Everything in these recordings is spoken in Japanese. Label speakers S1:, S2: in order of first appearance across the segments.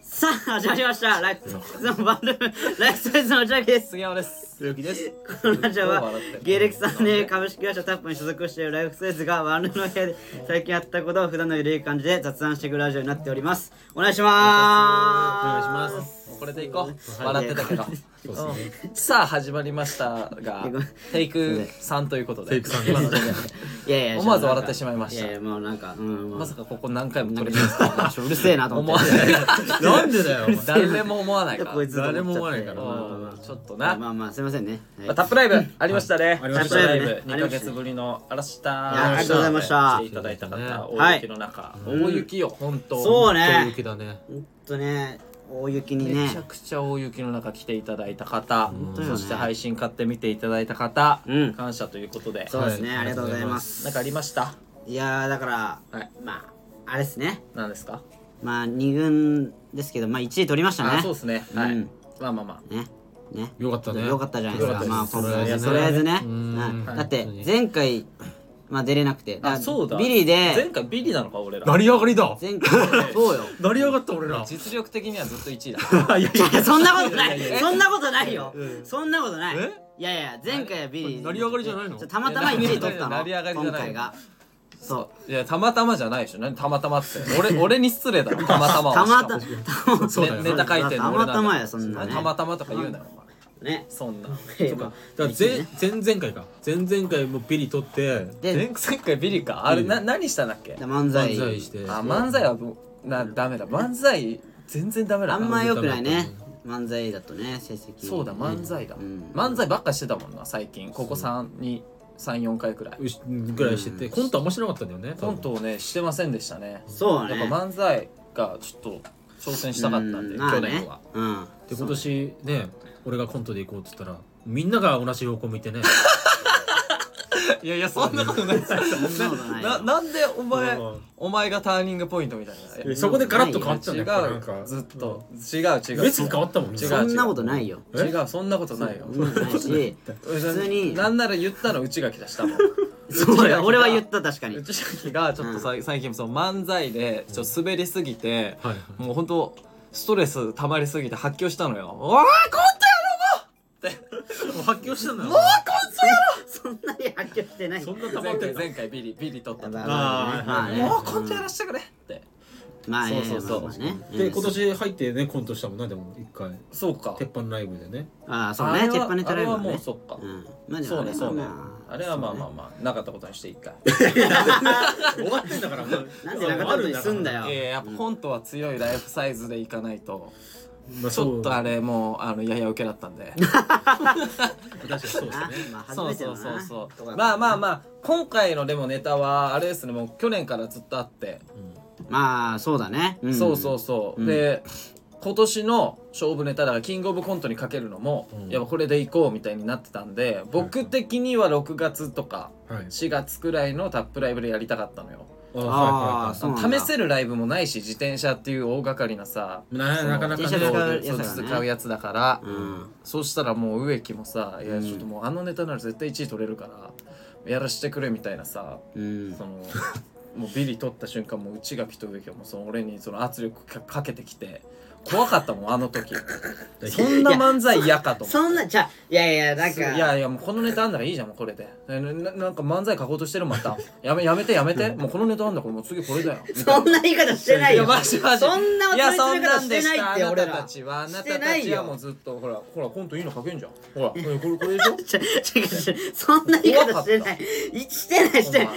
S1: さあ始まりましたライフサイズの番組ライフサイズのおちゃです
S2: 杉山です。
S3: 鈴木です。
S1: このラジオは芸歴3年株式会社タップに所属しているライフサイズがワンルームの部屋で最近あったことを普段のゆるい感じで雑談していくラジオになっておりますお願いしま
S2: お願
S1: す
S2: いします。これでいこう。
S1: はい
S2: 笑ってたけど。うんさあ始まりましたが
S1: ごめん、
S2: テイク3ということで。
S3: テイク3
S2: 今ので
S1: いやいや
S2: 思わず笑ってしまいました
S1: いやいやもうなんかうん
S2: まさかここ何回も
S1: な
S2: 撮
S1: ん
S2: れ
S1: か
S2: るんですか。
S1: うるせえなと思
S2: 思
S1: っ
S2: わ
S1: て
S2: ない。
S3: なんでだよ。お前
S2: 誰も思わないから。
S1: こいつとっちゃって
S3: 誰も思わないから
S2: うんちょっと
S1: まあ
S2: な。
S1: まあまあすいませんねはい
S2: まあタップライブありましたね。
S3: ありました
S2: タップライブ
S1: ね
S2: 2ヶ月ぶりの嵐した。
S1: いやありがとうございました
S2: 来ていただいた方、
S1: はい
S2: 大雪の中。大雪よ、本当。
S1: そうね
S3: 雪だね。
S1: ほんとね大雪に
S2: め
S1: ね
S2: ちゃくちゃ大雪の中来ていただいた方、
S1: 当よね
S2: そして配信買って見ていただいた方、
S1: うん
S2: 感謝ということで
S1: そうですね
S3: はい
S1: ありがとうございます
S2: なんかありました
S1: いやーだから、
S2: はい
S1: まああれですね
S2: 何ですか、
S1: まあ2軍ですけどまあ1位取りましたね
S2: あそうですね、はい
S1: うん
S2: まあまあま
S1: ねね
S3: よかったね。
S1: よかったじゃないです
S2: よ
S1: か
S2: かったです
S1: まあ今回
S2: と
S1: とりあ
S2: りあ
S1: え
S2: え
S1: ず
S2: ず
S1: ね
S2: ね
S1: うん
S2: はい
S1: だって前回まあ出れなくて
S2: あ
S1: から
S2: そうだ
S1: ビリ
S2: 前
S1: で
S2: 回ビリなのか俺ら
S3: 成り上がりだ。
S1: 前回そうよ
S3: 成り上がった俺ら。
S2: 実力的にはずっと1位だいやい
S1: いやそんなことない
S2: いやいや
S1: そんなことないよ
S3: うん
S1: そんなことない
S3: え
S1: いやいや前回はビリ
S3: 成り上がりじゃないの
S1: ちょたまたま1位取ったの
S2: 成り上がりじゃ
S1: 今
S2: ない
S1: 回が そう
S2: いやたまたまじゃないでしょ何たまたまって俺俺に失礼だろたまたま は
S1: たまた
S2: しか
S1: ま
S2: も
S3: そうだよ
S2: ねネタ書いてんの俺なん
S1: た
S2: だ
S1: またまやそんなね
S2: たまたまとか言うなよお前
S1: ね
S2: そ んな
S1: そうか
S3: だから前前々回か。前々回もビリ取って
S1: で
S2: 前前回ビリかあれ、な何したんだっけ
S1: 漫才
S3: 漫才して。
S2: あ漫才はもうなダメだ漫才全然ダメだ
S1: あんま
S2: よ
S1: 良くないね漫才だとね成績
S2: そうだ漫才だ、
S1: うん
S2: 漫才ばっかしてたもんな最近ここ334回くらいう
S3: しぐらいしててコントは面白かったんだよね。
S2: コ
S3: 多分
S2: ントをねしてませんでしたね
S1: そうね
S2: やっぱ漫才がちょっと挑戦したかったんで、
S1: うまあ
S2: 去
S1: ね
S2: 年は、
S1: うん
S3: で今年ね、俺がコントで行こうって言ったら、みんなが同じ方向向いてね。
S2: いやいやそんなこと ない
S1: そんなことないよ
S2: ななんでお前
S3: うん
S2: お前がターニングポイントみたいな
S3: そこでガラッと変わっちゃうん
S2: 違
S3: だよ。なんか
S2: うずっと違う違う
S3: 目つき変わったもんね。
S2: 違う
S1: そんなことないよ
S2: 違うそんなことないよ
S1: そんなことな いし普通に
S2: なんなら言ったのうちが来たしたもん
S1: そうよ俺は言った
S2: 内垣
S1: 確か
S2: が
S1: に
S2: 内垣がちょっとさ、最近その漫才でちょっと滑りすぎて、
S3: はいはい
S2: もう本当ストレス溜まりすぎて発狂したのよ「おーこ
S3: もう発狂してんだよ。
S1: そんなに発狂してない
S3: そんな溜
S2: ん
S3: ま
S2: 前
S3: って
S2: 回
S3: んだ。
S2: 前回ビリビリ取った
S1: や
S2: の
S1: ばい
S3: あー
S1: まあね
S3: はい
S2: も
S1: ま
S2: うこんとやらしてくれ」って
S1: あね
S2: そうそうそう
S1: まあね
S3: で
S1: うん
S3: 今年入ってねコントしたもんなでも一回
S2: そうか
S3: 鉄板ライブでね
S1: ああそう
S2: あれ
S1: ね
S2: は
S1: 鉄板ネタライブ
S2: あ
S1: は
S2: れはもう
S1: ね
S2: そっか、
S1: うんまあでも
S2: そうねそうね
S1: ま
S2: あれはまあまあまあなかったことにして一回
S3: 終わってんだからもう
S1: なんでなかったことにすんだよ
S2: いややっぱコントは強いライフサイズでいかないと
S3: まあ
S2: ち
S3: そ
S2: ょ
S3: う
S2: っとあれもうあのやや受けだったんで
S3: 確かにそうですね
S1: まあ初
S2: そう
S1: めて
S2: そ
S1: の
S2: う
S1: な
S2: そう
S1: と
S2: そ
S1: か
S2: うまあまあまあ今回のでもネタはあれですねもう去年からずっとあって、
S1: まあそうだねん
S2: そうそうそう、
S1: うん
S2: で今年の勝負ネタだからキングオブコントにかけるのも、
S3: うん
S2: やっぱこれでいこうみたいになってたんで僕的には6月とか
S3: はい
S2: 4月くらいのタップライブでやりたかったのよ
S1: あーそうなんだ
S2: 試せるライブもないし自転車っていう大掛かりなさ
S3: ななかなか
S1: T
S3: ね
S1: シャツ使うやつだからね
S2: そう使うやつだか
S1: う
S2: ら、
S1: ん
S2: そうしたらもう植木もさ「いや
S1: うん
S2: ちょっともうあのネタなら絶対1位取れるからやらしてくれ」みたいなさ
S1: うん
S2: そのもうビリ取った瞬間もう内垣と植木はもうその俺にその圧力かかけてきて怖かったもんあの 時そんな漫才嫌かと思って。
S1: そんなじゃあいやいやなん
S2: い
S1: か
S2: やいやもうこのネタあんならいいじゃんもうこれでなななんか漫才書こうとしてるまたやめやめてやめてもうこのネタあんだからもう次これだよ みたい
S1: そ
S2: なん
S1: な言い方してないよ
S2: いやマジマジ
S1: そんなお
S2: いや
S1: 取り
S2: そ
S1: 詰め方
S2: んなん
S1: し
S2: で
S1: て
S2: した
S1: ないって
S2: あ
S1: 俺
S2: なた
S1: ら
S2: たちはあな
S1: して
S2: た
S1: な
S2: た
S1: い
S2: ち
S1: よ
S2: はもうずっとほらほらコントいいの書けんじゃんほらこれこれこれで しょ
S1: ちょちょちょそんな言い方してないいしてないしてない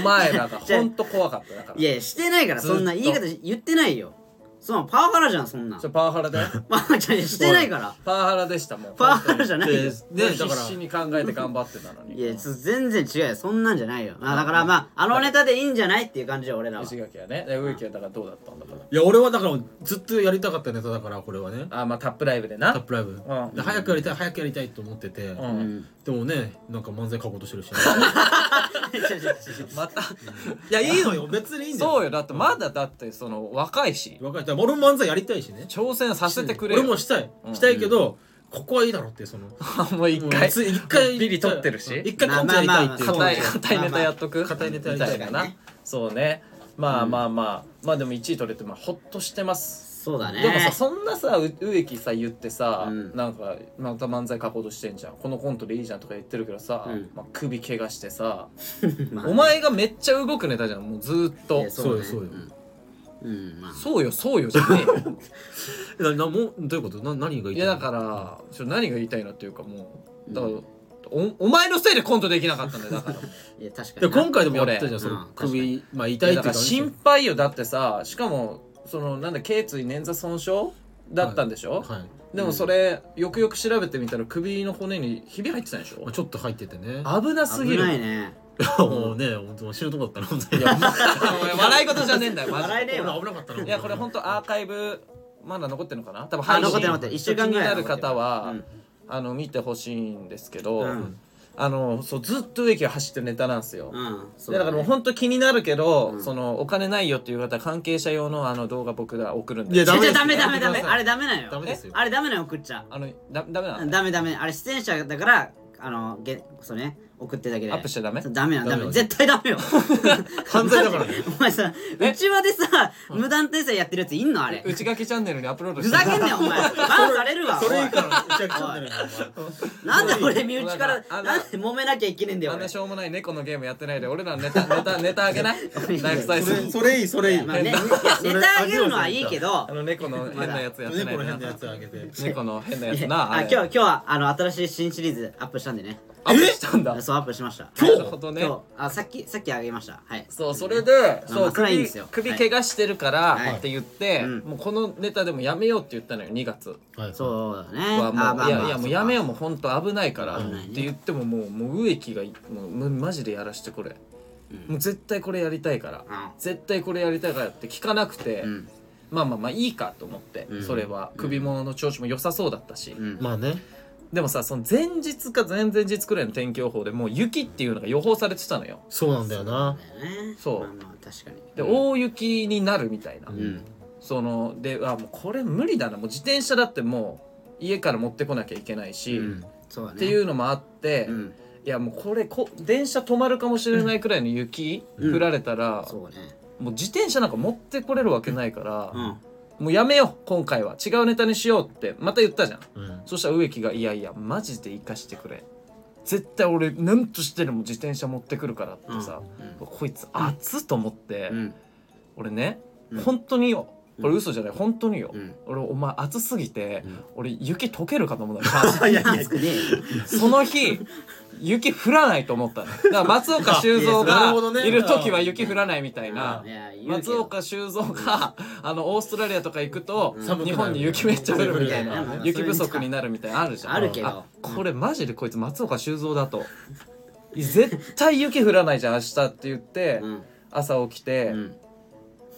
S2: お前お前らがほんと怖かっただから
S1: いやしてないから
S2: ずっと
S1: そんな言い方言ってないよそのパワハラじゃんそんな
S2: ちょパワハラだよ
S1: パワハラじゃん してないから
S2: パワハラでしたもん
S1: パワハラじゃ
S2: ん
S1: ないよ
S3: で
S2: 必
S3: だから
S2: 死に考えて頑張ってたのに
S1: いやつ全然違うよそんなんじゃないよあだからまああのネタでいいんじゃないっていう感じよ俺らは
S2: 石垣はねで植木はだからどうだったんだから
S3: いや俺はだからずっとやりたかったネタだからこれはね
S2: あまあタップライブで
S3: タッ
S2: な
S3: プライブ
S2: ん
S3: で早くやりたい早くやりたいと思ってて
S2: う
S1: うんん
S3: でもねなんか漫才書こうとしてるし
S2: また
S3: いやいいの よ別にいいんだよ
S2: そうよだってまだだってその若いし
S3: 若いだから俺も漫才やりたいしね
S2: 挑戦させてくれ
S3: 俺
S2: よ
S3: もしたいしたいけどここはいいだろってその
S2: あ もう一
S3: もう
S2: 回
S3: つい一回
S2: ビリ取ってるし
S3: 一回コントやりたいって
S1: ま
S3: いう
S1: あまあまあ
S2: 硬い硬いネタやっとく
S3: 硬いネタや
S2: み
S3: りた
S2: た
S3: い
S2: いななそうねまあまあまあまあでも1位取れてまあほっとしてます
S1: そうだね
S2: でもさそんなさう植木さ言ってさ、
S1: うん
S2: なんかまた漫才書こうとしてんじゃんこのコントでいいじゃんとか言ってるけどさ、
S1: うん
S2: まあ、首怪我してさ、
S1: まあ
S2: お前がめっちゃ動くネタじゃんもうずーっ
S1: い
S2: と
S1: やそうだね
S3: そうよそう
S1: うんうんまあ
S2: そうよそうよじゃねえよ
S3: ななもうどういうことな何が言
S2: い
S3: いた
S2: や
S3: い
S2: だからちょっと何が言いたいのっていうかもうだから、おお前のせいでコントできなかったんだよだから
S1: いや確か
S3: で
S1: にな
S3: 今回でもやったじゃんそ
S1: うん
S3: の
S1: 確かに
S3: 首まあ痛い
S2: だ
S3: っ
S2: か
S3: ていうから
S2: 心配よだってさしかもそのなんだ頸椎捻挫損傷だったんでしょ、
S3: はい
S2: でもそれ、よくよく調べてみたら首の骨にひび入ってたでしょ
S3: まあちょっと入っててね
S2: 危なすぎ
S1: 危
S2: る
S1: ないね
S3: もうね本当死ぬとこだったな本当に
S2: いや、 お前笑い事じゃねえんだよ、マジ
S1: 笑えねえ
S3: 危
S1: わ
S3: なかったない
S2: や、これ本当アーカイブ、まだ残ってるのかな多分
S1: あ
S2: 配信
S1: 残ってる残ってる一週間ぐらい
S2: 気になる方は、
S1: うん
S2: あの、見てほしいんですけど、
S1: うん
S2: あの、そう、ずっと植木が走ってるネタなんですよ。
S1: うんそ
S2: で
S1: う
S2: だ
S1: だ
S2: からもう
S1: ね
S2: 本当気になるけど、
S1: うん
S2: そのお金ないよっていう方関係者用のあの動画僕が送るんで
S3: いや
S1: ちょちょダ
S3: ダ
S1: メ
S3: メ
S1: ダメダメあ
S2: れ
S1: れダメなん
S3: ダ
S1: よ
S3: メですよ
S1: あれダメなんよ送っちゃ
S2: あのだダメなの
S1: ダメダメあれ出演者だからあのげそうね送ってるだけで
S2: アップしちゃダメ
S1: そうダメなのダ
S3: ダメ
S1: メ
S3: なの
S1: 絶対ダメよ
S3: 犯罪だからね
S1: お前さうちわでさ無断転載やってるやついんのあれ
S2: 内垣チャンネルにアップロード
S1: ふ
S2: して
S1: ざけんなよお前バンされるわ
S3: それ
S1: お
S3: 以
S1: い
S3: 下のめちゃくちゃになるよお前
S1: なんで俺身内から
S2: あの
S1: なんで揉めなきゃいけねえんだよ
S2: あん
S1: 俺
S2: なしょうもない猫のゲームやってないで俺らネタネタネタあげない ナイフサイズ
S4: それいいそれいい
S1: まあね、いや
S3: れ
S1: ネタあげるのはいいけど
S2: あの猫の変なやつやって
S3: ね
S2: な
S3: こ
S2: いで
S3: の辺の
S2: な
S3: やつあげて
S2: 猫の変なやつな
S1: あ
S2: あ
S1: 今日
S2: れ
S1: 今日はあの新しい新シリーズアップしたんでね
S2: アップしたんだ
S1: そうアップしました
S2: なるほどね
S1: 今日あさっきさっきあげましたはい
S2: そうそれで
S1: あま
S2: そ
S1: あ
S2: う
S1: それはいいんで
S2: 首
S1: すよ
S2: 首
S1: はい
S2: 怪我してるから
S1: はい
S2: って言って
S1: うん
S2: もうこのネタでもやめようって言ったのよ2月
S3: はい
S1: そうだね
S2: は
S1: あま
S2: も
S1: あ
S2: うい
S1: ま
S2: や
S1: あ
S2: いやもうやめようもう本当危ないからっ
S1: 危ないね
S2: て言ってももうもう植木がもうむマジでやらしてこれ
S1: うん
S2: もう絶対これやりたいから
S1: うん
S2: 絶対これやりたいからって聞かなくて、
S1: うん
S2: まあまあまあいいかと思って、
S1: うん
S2: それは
S1: うん
S2: 首物の調子も良さそうだったし、
S1: うん
S3: まあね
S2: でもさその前日か前々日くらいの天気予報でもう雪っていうのが予報されてたのよ
S3: そうなんだよな
S1: だよね
S2: そう
S1: まあまあ確かに
S2: で、
S1: うん
S2: 大雪になるみたいな、
S3: うん
S1: うん
S2: そのであもうこれ無理だなもう自転車だってもう家から持ってこなきゃいけないし、
S1: う
S2: っ
S1: んそうだね
S2: ていうのもあって、
S1: うん
S2: いやもうこれこ電車止まるかもしれないくらいの雪、
S1: うん
S2: 降られたら、
S1: そうね
S2: もう自転車なんか持ってこれるわけないから、
S1: うん
S2: もうやめよう今回は違うネタにしようってまた言ったじゃん
S3: うん
S2: そしたら植木が「いやいやマジで生かしてくれ絶対俺何としてでも自転車持ってくるから」ってさ、
S1: う
S2: こいつ熱っと思って、
S1: んうん
S2: 俺ね、
S1: うん
S2: 本当によこれ嘘じゃない本当によ、
S1: うん
S2: 俺お前熱すぎて、
S1: うん
S2: 俺雪溶けるかと思ったの
S1: いや熱くねえよ
S2: その日雪降らないと思ったのだから松岡修造
S3: いやなる
S2: が
S3: ほどね
S2: いる時は雪降らないみたいな、
S1: いや言うけ
S2: 松
S1: ど
S2: 岡修造があのオーストラリアとか行くと
S1: うん
S3: 寒くなる
S2: 日本に雪めっちゃ降るみたい
S1: いやまあ
S2: な
S1: まあ
S2: 雪不足になるみたいなのあるじゃん
S1: あるけど
S2: これマジでこいつ松岡修造だと絶対雪降らないじゃん明日って言って
S1: うん
S2: 朝起きて
S1: うん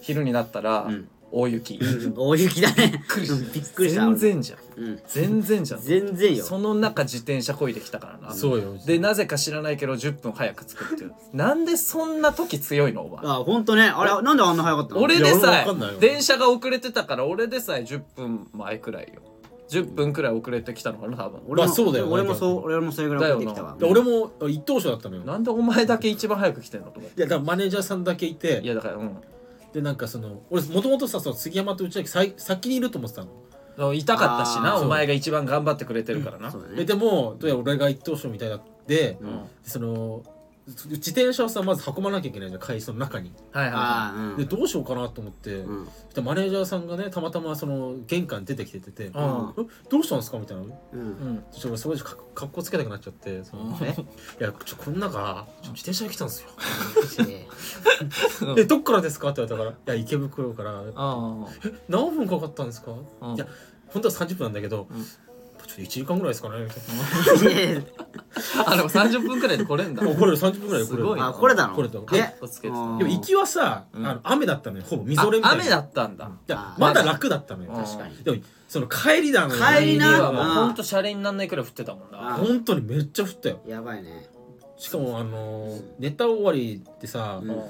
S2: 昼になったら
S1: うん
S2: 大雪
S1: うん大雪だねうんびっくりした
S2: 全然じゃん
S1: 俺うん
S2: 全然じゃん
S1: 全然よ
S2: その中自転車こいできたからな
S3: そうよ
S2: でなぜか知らないけど10分早く着くっていうなんでそんな時強いのお前
S1: あ本当ねあれなんであんな早かったの
S2: 俺で
S3: いや俺も
S2: さ
S3: わかんない
S2: え
S3: よ
S2: 電車が遅れてたから俺でさえ10分前くらいよ10分くらい遅れてきたのかな多分
S1: 俺も
S3: まあそうだよね
S1: 俺もそう俺もそれぐらい送ってきたわ
S2: だ
S3: で俺も一等賞だったのよ
S2: なんでお前だけ一番早く来てんのと思って
S3: いやだからマネージャーさんだけいて
S2: いやだからうんだか
S3: でなんかその俺もともとさその杉山と内垣さい先にいると思ってたの、
S2: ら痛かったし
S1: あ
S2: な
S1: ー
S2: お前が一番頑張ってくれてるからな
S1: そうだ
S3: え
S1: ね
S3: でもどうやら俺が一等賞みたいだって、
S1: うん
S3: その自転車をさまず運ばなきゃいけないじゃん会社の中に
S2: はいは
S1: ああうん
S3: でどうしようかなと思って、
S1: うん
S3: そしたらマネージャーさんがねたまたまその玄関に出てきてて、
S2: いは
S3: えどうしたんですかみたいな
S1: う
S2: いうんんうん
S3: そしたら俺そこでかっかっこつけたくなっちゃってその、
S2: うん
S3: い やちょこの中ちょ自転車で来たんですよ、
S1: え
S2: うん
S3: えどっからですかって言われたから「いや池袋から
S2: あ
S3: 何分かかったんですか
S2: あ
S3: いや本当は30分なんだけど、
S2: うん
S3: ちょっと1時間ぐらいですかねみたい
S2: あでも30分くらいで来れ んだ
S3: なあこれ30分ぐらいです
S2: ごい
S1: あこれだの
S3: これだ
S1: え
S2: かっこつけてた
S1: うん
S3: でも行きはさ、
S2: うん
S3: あの雨だったのよほぼみ
S2: あ
S3: ぞれみたいな
S2: 雨だったんだ
S3: い
S1: あ
S3: や
S1: ー
S3: まだ楽だったのよ
S2: うん
S1: 確かに
S3: でもその帰りだのよ
S1: 帰りな
S2: 家
S1: う
S2: は
S1: ん
S2: もうほんとシャレになんないくらい降ってたもんな
S3: 本当にめっちゃ降ったよ
S1: やばいね
S3: しかもあのーネタ終わりってさ、
S1: うん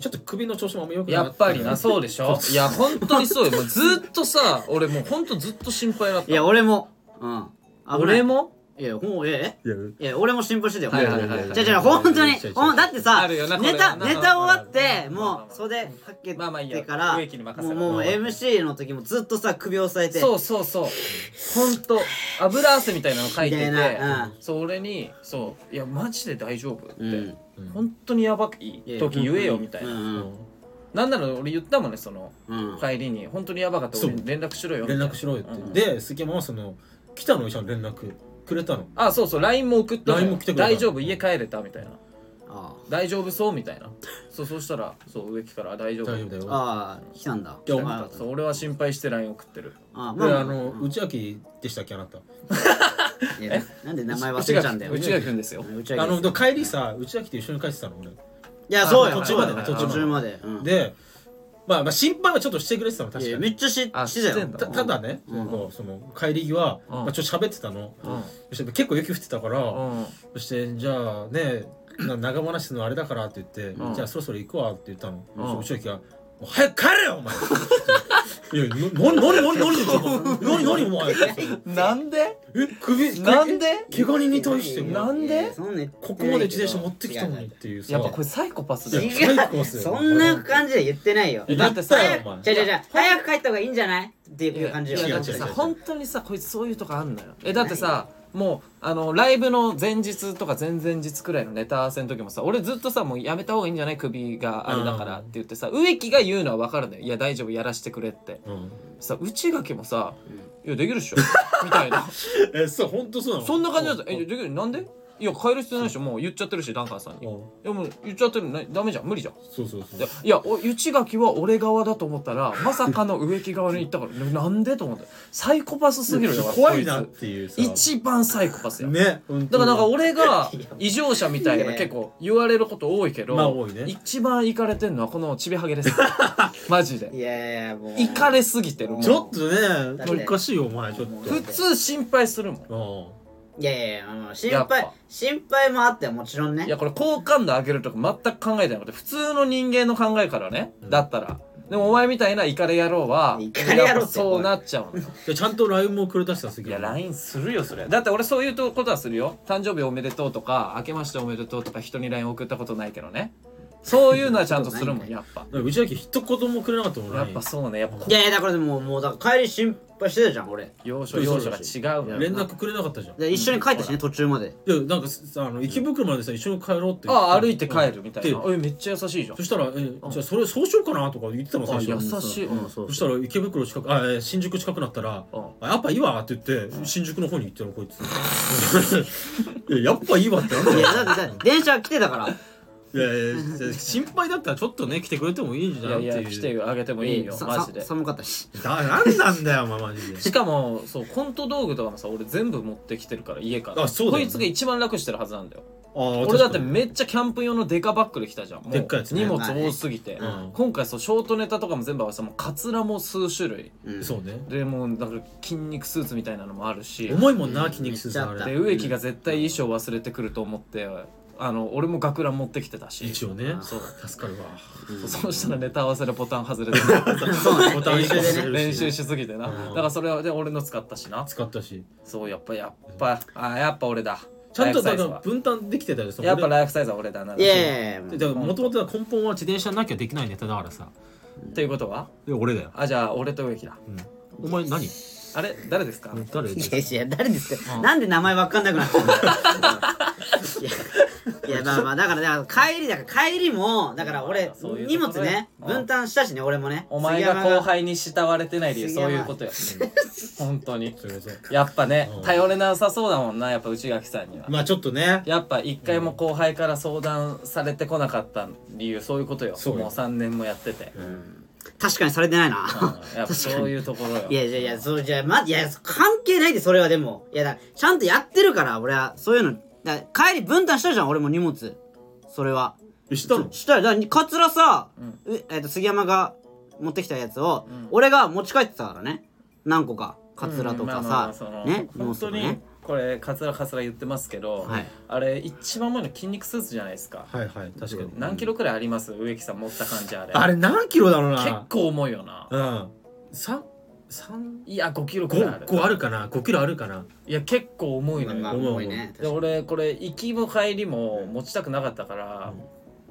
S3: ちょっと首の調子もあんま良くな
S2: や
S3: か
S2: っ
S3: った
S2: ぱりなそうでしょいや本当にそうよもうずっとさ俺もうほんとずっと心配だった
S1: いや俺もうん危ない
S2: 俺も
S1: いやもうえ
S3: いや
S1: えいや俺も心配してたよ
S2: はいはいはいはい
S1: じゃじゃ本当に
S3: 違う違う違う
S1: ほんだってさ
S2: あるよなこれ
S1: ネタ
S2: な
S1: ネタ終わっ
S2: まあまあ
S1: て
S2: まあ
S1: もう袖かけ
S2: まあまあいい
S1: て
S2: や
S1: から
S2: 植木に任
S1: も
S2: せ
S1: う
S2: ろ
S1: もう MC の時もずっとさ首押さえて
S2: そうそうそうほんと油汗みたいなの書いてて
S1: みたいなうん
S2: そう俺にそういやマジで大丈夫って、
S1: うん
S2: 本当にやばい
S1: いや
S2: 時言えよみたいな、
S1: うんうん
S2: なんなら俺言ったもんねその
S1: うん
S2: 帰りに本当にやばかった
S3: そう
S2: 俺に連絡しろよみたい
S3: 連
S2: な
S3: 絡しろよって、
S2: うん
S3: で杉山はその来たの医者の連絡くれたの
S2: あそうそう LINE も送ったの
S3: LINE も来てくれた
S2: 大丈夫家帰れたみたいな
S1: あ
S2: 大丈夫そうみたいなそうそうしたらそう植木からあ大丈夫
S3: 大丈夫だ
S1: あ
S3: よ
S1: ああ来たんだ
S3: いやお
S1: あ
S2: そう俺は心配して LINE 送ってる
S1: あ
S3: であの
S1: うん
S3: 内明でしたっけあなた
S1: いやなんで名前忘れちゃうんだよ
S2: 内垣君ですよ
S1: 内垣
S3: あので帰りさ内明と一緒に帰ってたの俺
S1: いやそうよ
S3: 途中まで
S1: そうよ
S3: 途中まで
S1: 途中までうん
S3: でまあまあ心配はちょっとしてくれてたの
S1: い
S3: 確か
S1: や
S3: に
S1: めっちゃ知ってた
S2: あ知ってんだ
S3: たただね、
S1: うん
S3: もうその帰り際、
S2: うん
S3: まあ、ちょっと喋ってたの、
S2: うん
S3: そして結構雪降ってたから、
S2: うん
S3: そしてじゃあねな長話するのあれだからって言って、
S2: うん
S3: じゃあそろそろ行くわって言ったの、
S2: うん
S3: そしたら内明が「もう早く帰れよお前! 」いやなな何何何何何 何お前
S2: なんで
S3: え首
S2: なんで
S3: 毛ガニに対して
S2: な
S3: も
S2: んで
S1: そね
S3: ここまで自転車持ってきたのにっていうさ
S2: やっぱこれサイコパスだよ
S1: 違
S3: 最高っす
S1: う
S3: よ
S1: そんな感じで言ってないよ
S3: え
S2: だっ
S3: だってて
S2: さ
S3: さ
S1: 早
S3: お前
S1: くじゃじゃじゃ早く帰った方がいいんじゃないっていう感じよ
S2: いや
S3: 違う
S2: だ
S3: 違
S2: っ
S3: う
S2: てさ
S3: 違う違う
S2: 本当にさこいつそういうとこあんのよえだってさもうあのライブの前日とか前々日くらいのネタ合わせの時もさ俺ずっとさもうやめた方がいいんじゃない首があれだからって言ってさ植木が言うのは分かるのよいや大丈夫やらしてくれって
S3: うん
S2: さ内垣もさ「いやできるっしょ」みたい な
S3: えそう本当そうなの
S2: そんな感じだった
S3: う
S2: えできるなんでいや変える必要ないでしょもう言っちゃってるしダンカンさんにい
S3: うん
S2: やもう言っちゃってるなダメじゃん無理じゃん
S3: そうそうそう
S2: いやいやお内垣は俺側だと思った らまさかの植木側に行ったからななんでと思ってサイコパスすぎるよ
S3: 怖いなっ
S2: こ
S3: ていうさ
S2: いつ一番サイコパスや、
S3: ね
S2: だからなんか
S3: 俺
S2: 俺 が異常者みたい
S1: い
S2: な
S1: や
S2: 結構言われること多いけど、
S3: まあ多いね
S2: 一番イかれてんのはこのちびはげです マジで
S1: いやいやいやもう
S2: イかれすぎてるもう
S3: ちょっと
S1: だ
S3: ね
S1: って
S3: おかしいよお前ちょっと
S2: 普通心配するもん
S3: う
S1: いやいやいやあの心
S2: やっ
S1: 配
S2: ぱ
S1: 心配もあってもちろんね
S2: いやこれ好感度上げるとか全く考えてなくて普通の人間の考えからね、
S3: うん
S2: だったらでもお前みたいなイカレ野郎は
S1: イカレ野郎って
S2: やっぱそうなっちゃうのよ
S3: んちゃんと LINE もくれたしさす
S2: い
S3: げ
S2: や LINE するよそれだって俺そういうとことはするよ誕生日おめでとうとか明けましておめでとうとか人に LINE 送ったことないけどねそういうのはちゃんとするもんやっぱ
S3: うちだけ一言もくれなかったもん
S2: やっ
S3: LINE
S2: ぱそうねやっぱこ
S1: いやいやだからでももうだから帰り心配してたじゃん俺
S2: 要所要所が違うのよ
S3: 連絡くれなかったじゃんい
S1: で一緒に帰ったしね途中まで
S3: やなんかさあの池袋までさ一緒に帰ろうって言って
S2: ああ歩いて帰るみたいな
S3: で
S2: えめっちゃ優しいじゃん
S3: そしたらえじゃあそれそうしようかなとか言ってたの最
S2: あ
S3: 初
S2: 優しい
S1: うん
S2: うん
S1: そう
S3: そしたら池袋近くあえー新宿近くなったら
S2: うん
S3: あやっぱいいわって言って新宿の方に行ってるのこいつ いややっぱいいわってなんだ
S1: い
S3: よ
S1: やだってだって電車来てたから
S3: いやいやいや心配だったらちょっとね来てくれてもいいんじゃない
S2: いやいや来てあげてもいいよ
S1: さ
S2: マジで
S1: さ寒かったし
S3: だなんなんだよお前マジで
S2: しかもそうコント道具とかもさ俺全部持ってきてるから家から
S3: あそうだよね
S2: こいつが一番楽してるはずなんだよ
S3: あー
S2: 俺だって
S3: 確かに
S2: めっちゃキャンプ用のデカバッグで来たじゃんもう
S3: でっかいやつね
S2: 荷物多すぎて、
S1: まあね
S3: うん
S2: 今回そうショートネタとかも全部合わせてもうカツラも数種類
S1: うん
S3: そうね
S2: でもうなんか筋肉スーツみたいなのもあるし
S3: 重いもんな筋肉痛さんあ
S1: めっちゃあ
S3: れ
S1: った
S2: で植木が絶対衣装忘れてくると思って、あの俺も学ラン持ってきてたし
S3: 一応ね
S2: そう
S3: 助かるわ
S2: そうそうしたらネタ合わせのボタン 外れて
S1: そう
S3: ボ
S1: ね
S3: タン
S1: 練習で
S3: 一緒で
S1: ね
S3: ね
S2: 練習しすぎてな、
S3: うん
S2: だからそれはで俺の使ったしな
S3: 使ったし
S2: そうやっぱやっぱあやっぱ俺だ
S3: ちゃんと
S2: ライ
S3: だ
S2: フサ
S3: か
S2: イ
S3: ら分担できてたよそ
S2: ズは
S3: の
S2: やっぱ
S3: 俺
S2: ライフサイズは俺だない
S1: やいやいやもう
S3: だからもともとは根本は自転車なきゃできないネタだからさ
S2: っていうことは
S3: で俺だよ、
S2: あじゃあ俺と植木だ
S3: うん、お前何
S2: あれ誰ですか
S3: 誰
S1: いやいや誰ですか、
S2: うん
S1: なんで名前わかんなくなったんだよいやいやまあまあだからだから帰りだから帰りもだから俺
S2: そういう
S1: 荷
S2: こ
S1: 物
S2: とだよ
S1: ね
S2: うん
S1: 分担したしね俺もね
S2: お前
S1: 杉
S2: が
S1: 山
S2: 後輩に慕われてない理由
S1: 杉
S2: そ
S1: 山
S2: ういうことや本当に
S3: そういうこ
S2: やっぱね
S3: うん
S2: 頼れなさそうだもんなやっぱ内垣さんには
S3: とまあちょっとね
S2: やっぱ一回も後輩から相談されてこなかった理由そういうことよ
S3: そうよ
S2: もう3年もやってて
S1: 確かにされてないな
S2: う んやっぱそういうところよ
S1: いやいやいやそうじゃあまいや関係ないでそれはでもいやだちゃんとやってるから俺はそういうのだ帰り分担したじゃん俺も荷物それは
S3: えしたの
S1: したらだからカツラさ、
S2: うん
S1: ええっと杉山が持ってきたやつを、俺が持ち帰ってたからね何個かカツラと
S2: う
S1: か
S2: んまあまあま
S1: さ
S2: あ、その
S1: ね
S2: 本当
S1: 荷物とか
S2: に
S1: ね
S2: これカツラカツラ言ってますけど
S1: はい
S2: あれ一番前の筋肉スーツじゃないですか
S3: はいはい確かに
S2: 何キロくらいあります植木さん持った感じあれ
S3: あれ何キロだろう
S2: 結
S3: な
S2: 構重いよな
S3: うん三三
S2: いや5キロくらいあ
S3: 5
S2: る
S3: 個あるかな5キロあるかない
S2: や結構重いのよ、
S1: まあまあ重いね
S2: で俺これ行きも帰りも持ちたくなかったから、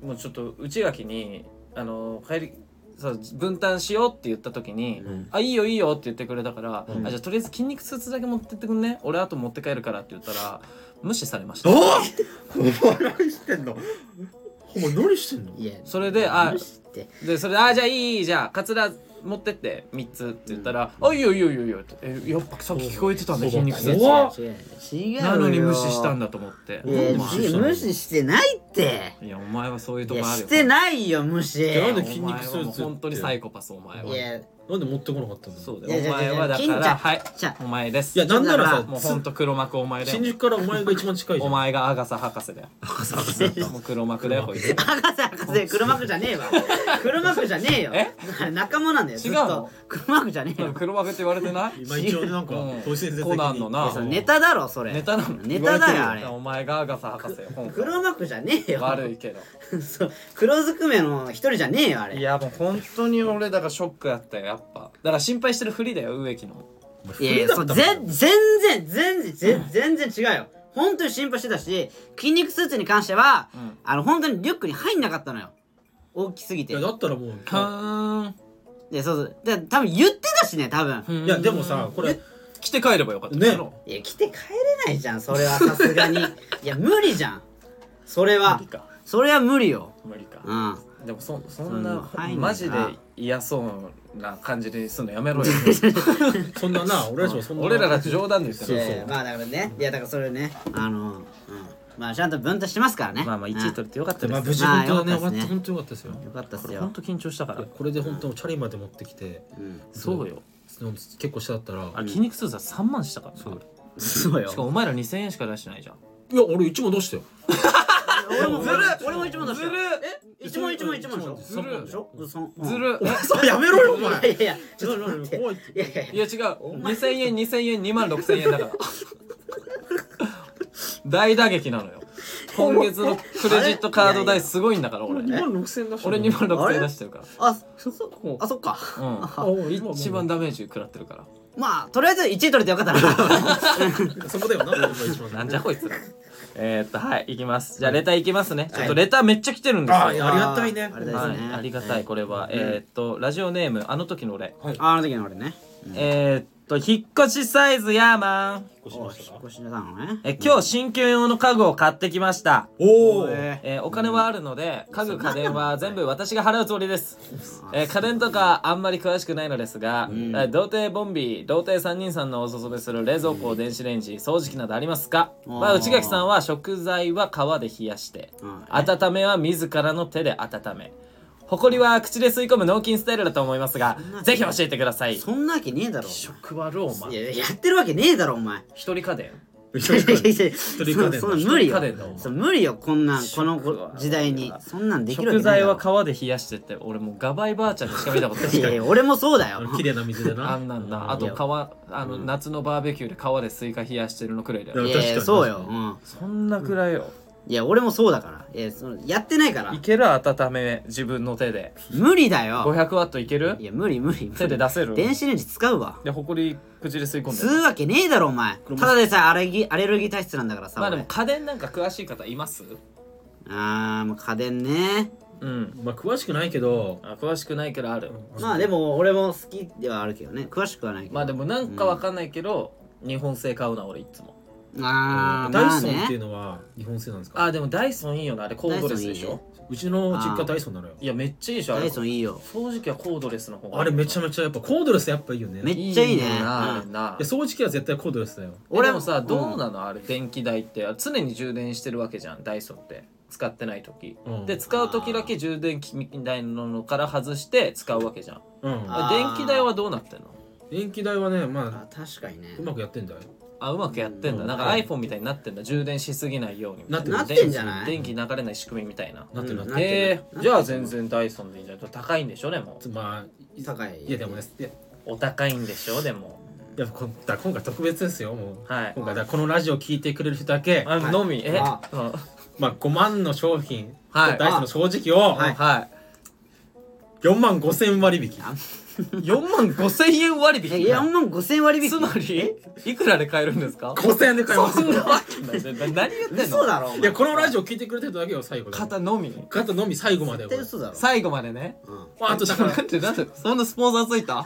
S2: もうちょっと内垣にあの帰りさ分担しようって言った時に「
S3: うん
S2: あいいよいいよ」って言ってくれたから、
S3: う
S2: あ「
S3: ん
S2: じゃあとりあえず筋肉痛だけ持ってってくんね俺あと持って帰るから」って言ったら無視されました
S3: おお笑いしてんのお前何してんの
S1: いや
S2: それであ
S1: 無視って
S2: でそれで「あじゃあいいいいじゃあカツラ持ってって3つ」って言ったら「あいいよいいよいいよいいよ」ってえやっぱさっき聞こえてたんだ
S3: そう
S2: 筋
S3: だ
S2: 肉
S1: 違
S2: 痛
S1: う
S3: 怖っ
S1: 違う違うよ
S2: なのに無視したんだと思って
S1: いや
S3: なんで無視したの
S1: 無視してないって
S2: いやお前はそういうと
S1: い
S2: こ
S1: や
S2: あるよ
S1: してないよ無視い
S3: じゃあ
S1: や
S3: ないんで筋肉スーツって
S2: お前はもう本当にサイコパスお前は
S1: や
S3: なんで持ってこなかったんだ
S2: そう
S1: い
S2: だ
S1: やい
S2: よお
S1: やいや
S2: 前はだか
S1: 金ちゃ
S2: ら
S1: ん
S2: はい
S1: ちゃん
S2: お前です
S3: いやなんなら
S1: だ
S3: さ
S2: もう本当黒幕お前だよ
S3: 新宿からお前が一番近いじゃん
S2: お前がアガサ博士だよ もう黒幕だよこいつ
S1: 博士 博士黒幕じゃねえわ黒幕じゃねえよ
S2: え
S1: あれ仲間なんだよずっ
S2: 違うの
S1: と黒幕じゃねえよ
S2: 黒幕って言われてない
S3: 今一応なんか
S2: うん
S3: 都市伝説的に
S2: コナンのない
S1: やそれネタだろそれ
S2: ネタなの
S1: ネタだ
S2: 言
S1: よ
S2: わ
S1: あ
S2: れてる
S1: れ
S2: お前がアガサ博士よ本当
S1: 黒幕じゃねえよ
S2: 悪いけど
S1: そう黒ずくめの一人じゃねえよあ
S2: い
S1: れ
S2: やもう本当に俺だからショックだったよやっぱだから心配してるふりだよ植木の
S1: いやいやそうぜ全然全然ぜ全然違うよ本当に心配してたし筋肉スーツに関しては、
S2: ん
S1: あの本当にリュックに入んなかったのよ大きすぎ
S3: い
S1: て
S3: やだったらもう
S2: は
S1: でそうそうで多分言ってたしね多分
S2: ーん
S3: いやでもさこれ
S2: 来て帰ればよかった
S3: ね
S1: いや来て帰れないじゃんそれはさすがにいや無理じゃんそれ
S2: 無
S1: は
S2: 理か
S1: それは無理よ
S2: 無理か
S1: うん
S2: でもそそんな
S1: そんな
S2: マジで嫌そうな感じにすんのやめろよ
S3: そんな な俺らしもそんな
S2: 俺らだって冗談で言って
S1: い
S2: る
S1: やいやまあだからねいやだからそれねあの、うん、まあちゃんと分担してますからね
S2: まあまあ1位取れてよかったで
S3: まあ無
S2: す
S3: 事本当はね
S1: まあ
S3: 終わって
S1: よかったですね
S3: 本当よかったですよ
S1: うんよかったっすよ
S2: 本当緊張したか
S3: い
S2: ら
S3: やこれで本当チャリまで持ってきて
S1: うん、
S2: そうよ
S3: 結構下だったら
S2: あれ筋肉痛さ3万したからな
S3: そう
S1: そうよ
S2: しかもお前ら2000円しか出してないじゃん
S3: いや俺一問出したよ
S1: 俺も
S2: ずる
S1: 俺も一問出した
S2: ずる
S1: え一問一問一問でしょ
S3: ずる
S1: でしょ嘘
S2: ずる
S3: お前 そうやめろよお
S1: い
S3: 前
S1: やいやいやちょっと待って
S3: 怖い
S1: いやいやい
S2: いや違う2000円2000円2万6000円だから大打撃なのよ今月のクレジットカード代すごいんだから俺
S3: 2万6000円出した
S2: 俺2万6000
S1: あ
S2: 円
S1: れ
S2: 出してるか
S1: やあそそあそっから
S2: うん
S3: あお前今
S2: 一番ダメージ食らってるから
S1: まあとりあえず1位取れてよかったな
S3: そこだよな俺が一番
S2: なんじゃこいつら。えーっと、はい、いきます。じゃあ、レターいきますね。ちょっとレターめっちゃ来てるんですよ。
S3: あ
S2: はいい、
S3: やありがたいね
S1: あーありがたいですね
S2: ありがたい、これは。えーっと、ラジオネーム、あの時の俺。
S1: あの時の俺ね
S2: えーっと、引っ越しサイズヤーマン。
S1: お
S3: お
S1: 引っ越ししたのね
S2: え、今日、新居用の家具を買ってきました。
S3: おー
S1: え
S2: えーお金はあるので家具家電は全部私が払うつもりです、えー家電とかあんまり詳しくないのですが、えー童貞ボンビー童貞三人さんのおすすめする冷蔵庫電子レンジ掃除機などありますか、まあ、
S1: あー
S2: 内垣さんは食材は皮で冷やして
S1: うん
S2: 温めは自らの手で温めほこりは口で吸い込む脳筋スタイルだと思いますがぜひ教えてください
S1: そんなわけねえだろ
S2: 食はロー
S1: いややってるわけねえだろお前
S2: 一人家電
S1: いやいやいやいや
S3: 一人家電だ
S1: そそんな無理
S2: 一人家電だ
S1: よ
S2: もん
S1: そう無理よこんなんこの
S2: 食は
S1: 時代にそんなんできるわ
S2: 食
S1: けない
S2: 材
S1: だろ
S2: は皮で冷やしてって俺もうガバイばあちゃんにしか見たことない
S1: い やいや俺もそう だよ
S3: あの綺麗な水でな
S2: あんなんなあと
S1: いや
S2: 川あの夏のバーベキューで川でスイカ冷やしてるのくらいだ
S3: い
S2: よ
S1: い
S3: や
S1: やい
S3: 確か
S1: や
S3: に
S1: そうよ、うん、
S2: そんなくらいよ
S1: いや俺もそうだからいやそのやってないから
S2: いける温め自分の手で
S1: 無理だよ
S2: 500ワットいける
S1: いや無理無理無理
S2: 手で出せる
S1: 電子レンジ使うわ
S2: でほこり口で吸い込んで
S1: 吸うわけねえだろお前ただでさえアレルギーアレルギー体質なんだからさ、
S2: まあでも
S1: 俺
S2: 家電なんか詳しい方います
S1: あーもう家電ね
S2: うん
S3: まあ詳しくないけど
S2: あ詳しくないけどある
S1: まあでも俺も好きではあるけどね詳しくはないけど、
S2: まあでもなんかわかんないけど日本製買うな俺いつも
S1: あーま
S3: ダ
S1: あ
S3: イソンっていう
S1: ね
S3: のは日本製なんですか
S2: あでもダイソンいいよなあれコードレスでし
S1: ダイソンいい
S2: ょ
S1: ね
S3: うちの実家ダイソンなのよ
S2: いやめっちゃいいでしょあ
S1: ダ
S2: れ
S1: イソンいいよ
S2: 掃除機はコードレスの方が
S3: あれめちゃ
S2: めち
S3: めちゃやっぱコードレスやっぱいいよね
S1: め
S3: い
S1: っ
S3: や
S1: ちゃいいね
S2: なあ
S1: う
S2: れ
S1: ん
S2: な
S3: 掃除機は絶対コードレスだよ
S2: 俺
S1: 俺
S2: もさ
S1: うん
S2: どうなのあれ電気代って常に充電してるわけじゃんダイソンって使ってない時、
S3: うん
S2: で使う時だけ充電器代のから外して使うわけじゃん
S3: うん
S1: あ
S2: 電気代はどうなってんの
S3: 電気代はねまあ
S1: あ確かにね
S3: うまくやってんだよ
S2: あうまくやってんだ、
S1: うん
S2: なんか iPhone みたいになってんだ充電しすぎないように
S3: なってる
S1: なってんじゃない
S2: 電気流れない仕組みみたいな
S3: なってるなって
S1: うん
S3: る
S2: え
S1: なってる
S2: ー、じゃあ全然ダイソンでいいんじゃない高いんでしょでも
S3: まあ
S1: 高い
S3: いやでもねいや
S2: お高いんでしょでも
S3: やっぱこんだから今回特別ですよもう
S2: はい
S3: 今回だからこのラジオ聞いてくれる人だけ
S2: あ
S1: はい
S2: のみえ
S1: あ
S2: うん
S3: まあ5万の商品
S2: はい
S3: ダイソンの掃除機を
S1: はい
S2: はい
S3: 4万5千割引
S1: あ
S2: 4万5千円割
S1: え
S2: 引
S1: 4万5千割引
S2: つまりいくらで買えるんですか
S3: 5000円で買いま
S2: そ
S3: す
S2: んなわけないな 何言ってん
S1: 嘘
S2: の
S1: だろお前
S3: いやこのラジオ聞いてくれてる人だけよ最後で
S2: 肩のみ
S3: 肩のみ最後まで
S1: 絶対嘘だろ
S2: 最後までね
S1: うん
S3: あと だから
S2: なんでなんでそんなスポンサーついた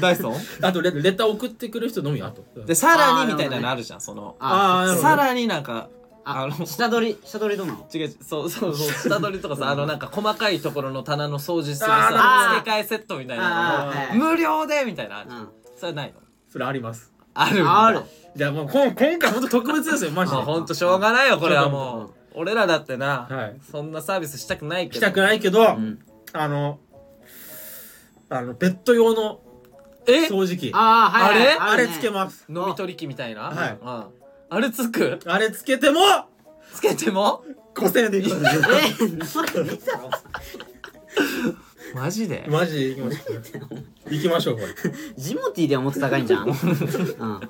S2: ダイソン
S3: あとレレター送ってくる人のみあと
S2: でさらにみたいなのあるじゃんその
S1: あ
S3: あーなるほど
S2: さらになんかあ
S1: あ
S2: の
S1: 下取り下取りどうなの
S2: 違う違うそうそうそう下取りとかさあのなんか細かいところの棚の掃除する
S1: あ
S2: さ
S1: ー
S2: 付け替えセットみたい
S1: あ
S2: な
S1: ーは
S2: の
S1: い
S2: も無料でみたいなのあるじゃん
S1: うん
S2: それないの
S3: それあります
S2: あるんだ
S1: ある
S3: じゃあもうこん今回本当特別ですよマジで
S2: まあほんとしょうがないよこれはもう俺らだってな、
S3: はい
S2: そんなサービスしたくないけど
S3: 来たくないけど、
S1: ん
S3: あのあのベッド用の
S2: え
S3: 掃除機あ
S1: ああはいはい
S2: あれ
S1: るね
S3: れつけます
S2: 飲み取り機みたいな、
S3: はい
S2: うんあれつく
S3: あれつけても
S2: つけても
S3: 5000円でいきます
S1: えそれ見たろ
S2: マジで
S3: マジでいきましょう行きましょうこれ
S1: ジモティーではもっと高いんじゃんうん
S2: じゃあ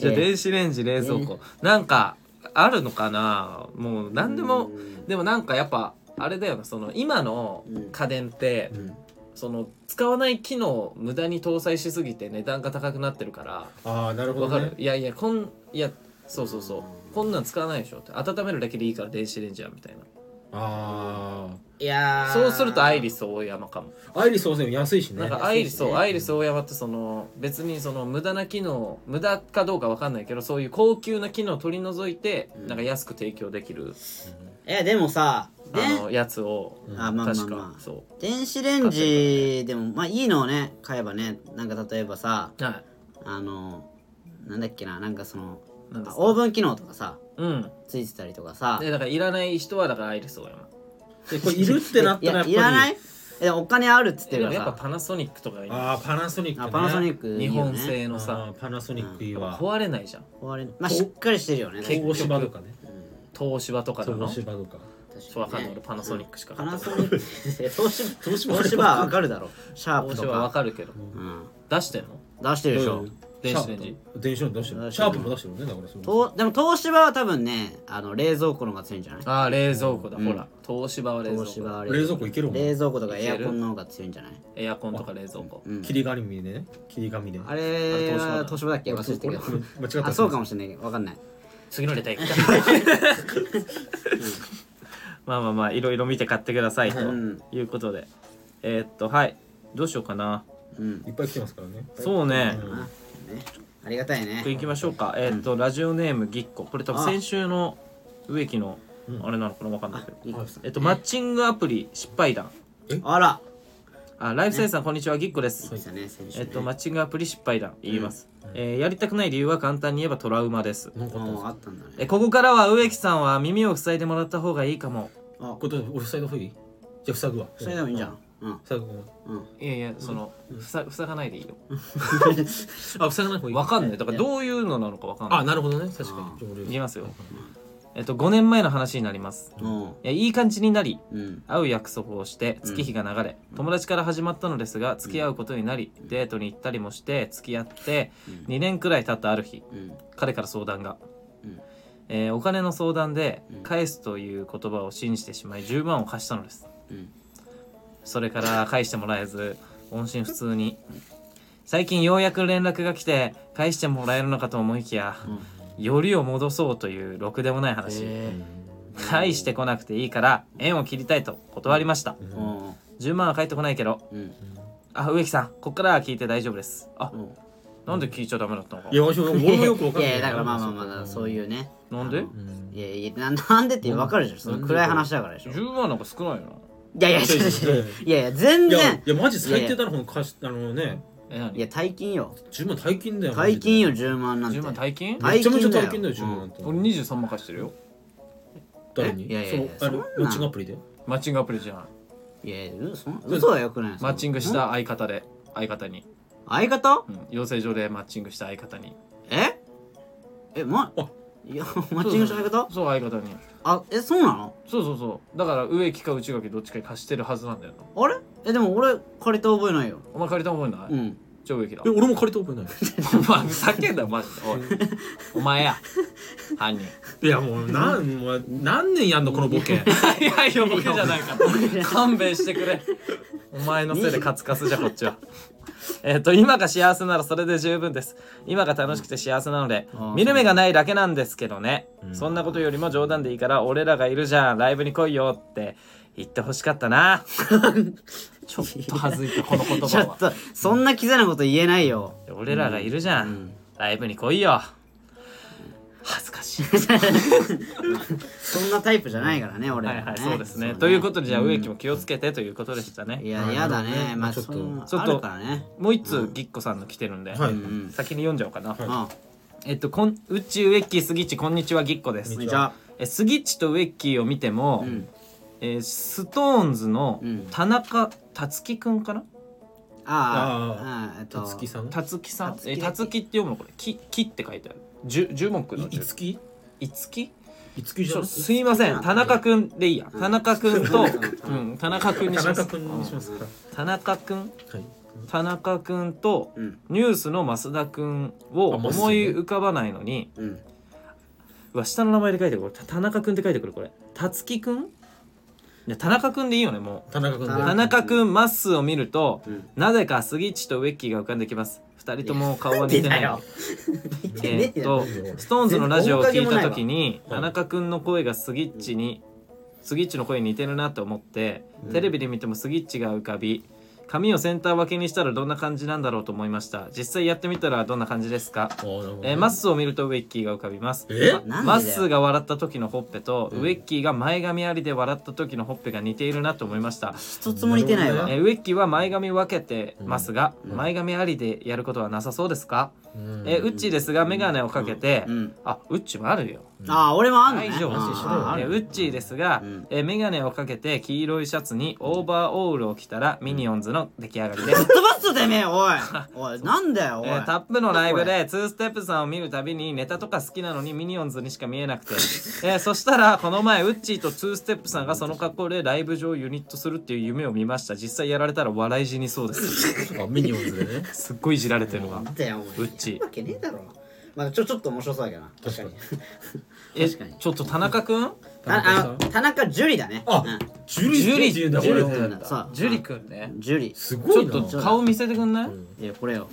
S1: ええ
S2: 電子レンジ冷蔵庫、なんかあるのかなもう何でも
S1: うん
S2: でもなんかやっぱあれだよなその今の
S1: うん
S2: 家電って、
S1: うん
S2: その使わない機能を無駄に搭載しすぎて値段が高くなってるから
S3: ああなるほ
S2: わ
S3: ど
S2: か
S3: ね
S2: る、いやいやこんいやそうそうそうこんなん使わないでしょって温めるだけでいいから電子レンジやみたいな
S3: あ
S1: いやー
S2: そうするとアイリス大山かも
S3: あアイリス温泉安いしね
S2: なんかア
S1: 安
S2: イ
S1: い
S2: リ
S1: し
S2: ス
S1: ね
S2: そうアイリス大山ってその別にその無駄な機能無駄かどうかわかんないけどそういう高級な機能を取り除いて
S1: うん
S2: なんか安く提供できる
S1: えでもさで
S2: あのやつを
S3: うん
S1: あまあまあ
S2: 確
S1: ま
S2: か
S1: あ
S2: そ
S1: 電子レンジでもまあいいのをね買えばねなんか例えばさ
S2: うはい
S1: あのなんだっけななんかその
S2: なんですか
S1: オーブン機能とかさ
S2: うん
S1: ついてたりとかさ
S2: でだからいらない人はだからアイリス大山
S3: でこれいるってなったらやっぱり
S1: いやいらないえお金あるっつって
S2: で
S1: る
S2: も
S1: から
S2: やっぱ
S1: さ
S2: パナソニックとかがいい
S3: ああパナソニック、ね、
S1: あパナソニックいいよね
S2: 日本製の
S3: あ
S2: さ
S3: ーパナソニックいいわ
S2: 壊れないじゃん
S1: 壊れまあしっかりしてるよね確かに
S3: 東芝とかね
S2: 東芝とかの
S3: 東芝とか
S1: 確
S2: そうわかんない
S1: ね
S2: 俺パナソニックしか
S1: パ
S2: 買った
S1: ナソ
S2: ことない
S1: ニックえ東芝
S3: 東芝
S1: 東芝はわかるだろシャープ
S2: 東
S1: と
S2: 芝はわ
S1: か
S2: かるけど
S1: うん
S2: 出してんの
S1: 出してるでしょ
S2: 電子レンジ
S3: 電子レンジ出してる
S1: 出し
S3: シ
S1: てる
S3: ャープも出してるねだからその
S1: とでも東芝は多分ねあの冷蔵庫の方が強いんじゃない
S2: ああ冷蔵庫だ、
S1: うん
S2: ほら東芝は冷蔵庫
S1: 東芝は
S3: 冷蔵庫いけるもん
S1: 冷蔵庫とか
S2: いけ
S1: エ
S2: る
S1: アコンの方が強いんじゃない
S2: エアコンとか冷蔵庫、
S1: うん
S3: 切り紙でね切り紙で
S1: あれ
S2: あれ
S1: は
S2: 東
S1: 東芝だっけ忘れて
S3: 俺
S1: る
S3: これ間違った
S1: あそうかもしれないけどわかんない
S2: 次のレター行くかまあまあまあいろいろ見て買ってくださいと
S1: ん
S2: いうことで、えーっとはいどうしようかな
S1: うん
S3: いっぱい来てますからね
S2: そうね、
S3: うん
S1: あねありがたいね
S2: これ行きましょうかえーっと、ラジオネームぎっここれ多分先週の植木のあれなのかなわかんないけど、
S1: いい子さん
S2: えっとマッチングアプリ失敗談
S1: あら
S2: あライフサイズさん、こんにちはぎっこです、
S1: そうでしたね選手
S2: えっと、マッチングアプリ失敗談言います、えーやりたくない理由は簡単に言えばトラウマです
S3: なんかあったんです
S1: もう
S3: か
S1: あったんだね
S2: えここからは植木さんは耳を塞いでもらった方がいいかも
S1: あ
S3: これどう俺塞いだ方がいいじゃあ塞ぐわ
S1: それでもいいんじゃんうん
S3: 塞ぐわ
S1: うん
S2: いやいやその、ふさ塞がないでいいよ
S3: あ塞がない方がい
S2: わ
S3: い
S2: かんないだからどういうのなのかわかんない
S3: あなるほどね確かにじゃあ俺
S2: 言いますよえっと5年前の話になります
S1: うん
S2: いやいい感じになり
S1: うん
S2: 会う約束をして月日が流れ、友達から始まったのですが付き合うことになり、デートに行ったりもして付き合って
S1: うん
S2: 2年くらい経ったある日
S1: うん
S2: 彼から相談が、
S1: うん
S2: えーお金の相談で
S1: うん
S2: 返すという言葉を信じてしまい10万を貸したのです
S1: うん
S2: それから返してもらえず音信不通に最近ようやく連絡が来て返してもらえるのかと思いきや、よりを戻そうというろくでもない話、
S1: え
S2: 返してこなくていいから縁を切りたいと断りました、
S1: ーうん
S2: 10万は返ってこないけど
S1: うん
S2: あ植木さんこっからは聞いて大丈夫ですあ
S1: うん
S2: なんで聞いちゃダメだったのか
S3: いや私俺もよくわかんな
S1: い
S3: い
S1: やいやだからまあまあまあだからそういうね
S2: なんで
S1: あの
S3: うん
S1: いやいやななんでって分かるでしょその暗い話だからでしょい
S2: 10万なんか少ないよな
S1: やいやいやいやいやいや全
S3: いや
S1: 然
S3: いやマジ最低だろこの貸しあのね
S2: え何
S1: いや大金よ
S3: 10万大金だよマジ
S1: 大
S3: で
S1: 金よ10万なんて
S2: 10万大金
S1: は
S3: めちゃめちゃ
S1: 大
S3: 大金
S1: 金
S3: だ
S1: だよ
S3: よ10万なんて
S2: 俺23万貸してるよ
S3: 誰に
S1: えいやいやいや
S3: そ
S1: そん
S3: のあの
S1: な
S3: マッチングアプリで
S2: マッチングアプリじゃない
S1: いやいやうそん嘘はよくない
S2: マッチングし
S1: うん
S2: た相方で相方に、
S1: 相方
S2: うん、養成所でマッチングした相方に
S1: ええま
S3: あ
S1: いやマッチングした相方
S2: そう相方に
S1: あえそうなの
S2: そうそうそうだから植木か内垣どっちかに貸してるはずなんだよな
S1: あれえでも俺借りた覚えないよ
S2: お前借りた覚えない、
S1: うん
S2: じゃあ植木だ
S3: え俺も借りた覚えない
S2: お前ふざけんなよマジで おいお前や犯人
S3: いやもうなんもう何年やんのこのボケ
S2: いやいやボケじゃないから勘弁してくれお前のせいでカツカツじゃこっちは。えっと今が幸せならそれで十分です今が楽しくて幸せなので
S3: うん
S2: 見る目がないだけなんですけどね、
S3: うん
S2: そんなことよりも冗談でいいから俺らがいるじゃんライブに来いよって言ってほしかったなちょっと恥ずいたこの言
S1: ち
S2: 葉
S1: ょ
S2: は
S1: っとそんなキザなこと言えないよ
S2: 俺らがいるじゃん、
S1: うん
S2: ライブに来いよ恥ずかしい
S1: そんなタイプじゃないからね俺
S2: は
S1: ら
S2: いは
S1: ね
S2: いそうですねということでじゃあ植木も気をつけてということでしたね、
S1: いや嫌だねまあ
S3: ち
S1: ち
S3: ょ
S1: ょ
S3: っ
S1: っ
S3: と
S1: と
S2: ちょっ
S1: あ
S2: と
S1: るからね
S2: もう一通ぎっこさんの来てるんで、
S3: は
S1: う
S3: い。
S1: ん
S2: 先に読んじゃおうかな、
S1: あ
S2: えっとこんうっち植木スギッチこんにちはぎっこです
S3: こんに
S1: じゃあ
S2: えスギッチとウェッキーを見ても、
S1: うん
S2: えーストーンズの
S1: うん
S2: 田中達樹くんかな
S1: あああえっと
S3: たつきさん。
S2: 達樹さん
S1: 達樹
S2: えー達樹って読むのこれ木木って書いてある樹樹木の
S3: いい
S2: 樹
S3: つき。
S2: いつき
S3: いつきじ
S2: ち
S3: ゃ
S2: ょ
S3: ん。
S2: すいません田中くんでいいや
S1: うん
S2: 田中くんと、
S1: う
S2: うん、田中くんに
S3: 田
S2: します
S3: 中くんにしますか。
S2: 田中くん
S3: はい。
S2: 田中くんと
S1: うん
S2: ニュースの増田くんを
S3: あ
S2: 思い浮かばないのに
S1: うん
S2: うわ下の名前で書いてくるこれ田中くんって書いてくるこれ達樹くんいや田中くんでいいよねもう
S3: 田中くんで。
S2: 田中くんまっすーを見ると、
S1: うん
S2: なぜかスギッチとウェッキーが浮かんできます二人とも顔は似てない
S1: いやなん
S2: えーっと
S3: 似てねえよ
S2: ストーンズのラジオを聞いた時に
S3: 面
S2: 田
S3: 影もないわ
S2: 中くんの声がスギッチに、スギッチの声に似てるなと思って、
S3: うん
S2: テレビで見てもスギッチが浮かび髪をセンター分けにしたらどんな感じなんだろうと思いました実際やってみたらどんな感じですか、
S3: あーなるほど
S2: えーマッスーを見るとウェッキーが浮かびます
S3: え
S1: なんでだよ
S2: マッスーが笑った時のほっぺと、
S3: う
S2: ウ
S3: ん
S2: ェッキーが前髪ありで笑った時のほっぺが似ているなと思いました
S1: 一つも似てないわ
S2: えー、ウェッキーは前髪分けてますが、
S1: うん
S2: 前髪ありでやることはなさそうですか、
S3: うん
S2: えーウッチーですが眼鏡をかけて、
S1: うん
S2: あウッチーもあるよ
S1: ああ俺もあんの
S2: 大
S1: ね
S2: 丈夫
S1: あああ
S2: えー
S1: る
S2: ウッチーですが、
S1: うん
S2: えー眼鏡をかけて黄色いシャツにオーバーオールを着たらミニオンズの出来上がりです
S1: ぶっ飛ばすぞてめえおいおいなんだよ おい
S2: えータップのライブで2ステップさんを見るたびにネタとか好きなのにミニオンズにしか見えなくて、えーそしたらこの前ウッチーと2ステップさんがその格好でライブ上ユニットするっていう夢を見ました実際やられたら笑い死にそうです
S3: あミニオンズでね。
S2: すっごいいじられてるわ
S1: なんだよお前
S2: うっち
S1: やるわけねえだろまあちょちょっと面白そうだけどな確かに
S2: え
S1: 確かに
S2: ちょっと田中くん
S1: たあの田中樹里だね
S3: あ
S1: うん
S3: ジュリジュリって言うんだ
S2: ジ
S3: こ
S2: ュリ
S1: って言う
S3: れ
S1: ん。だそう
S2: ジュリくんね
S1: 樹里
S3: す
S2: ち
S3: ご
S2: ょ
S3: い
S2: っ
S3: な。
S2: と顔見せてくんない
S3: うん
S1: いやこれよ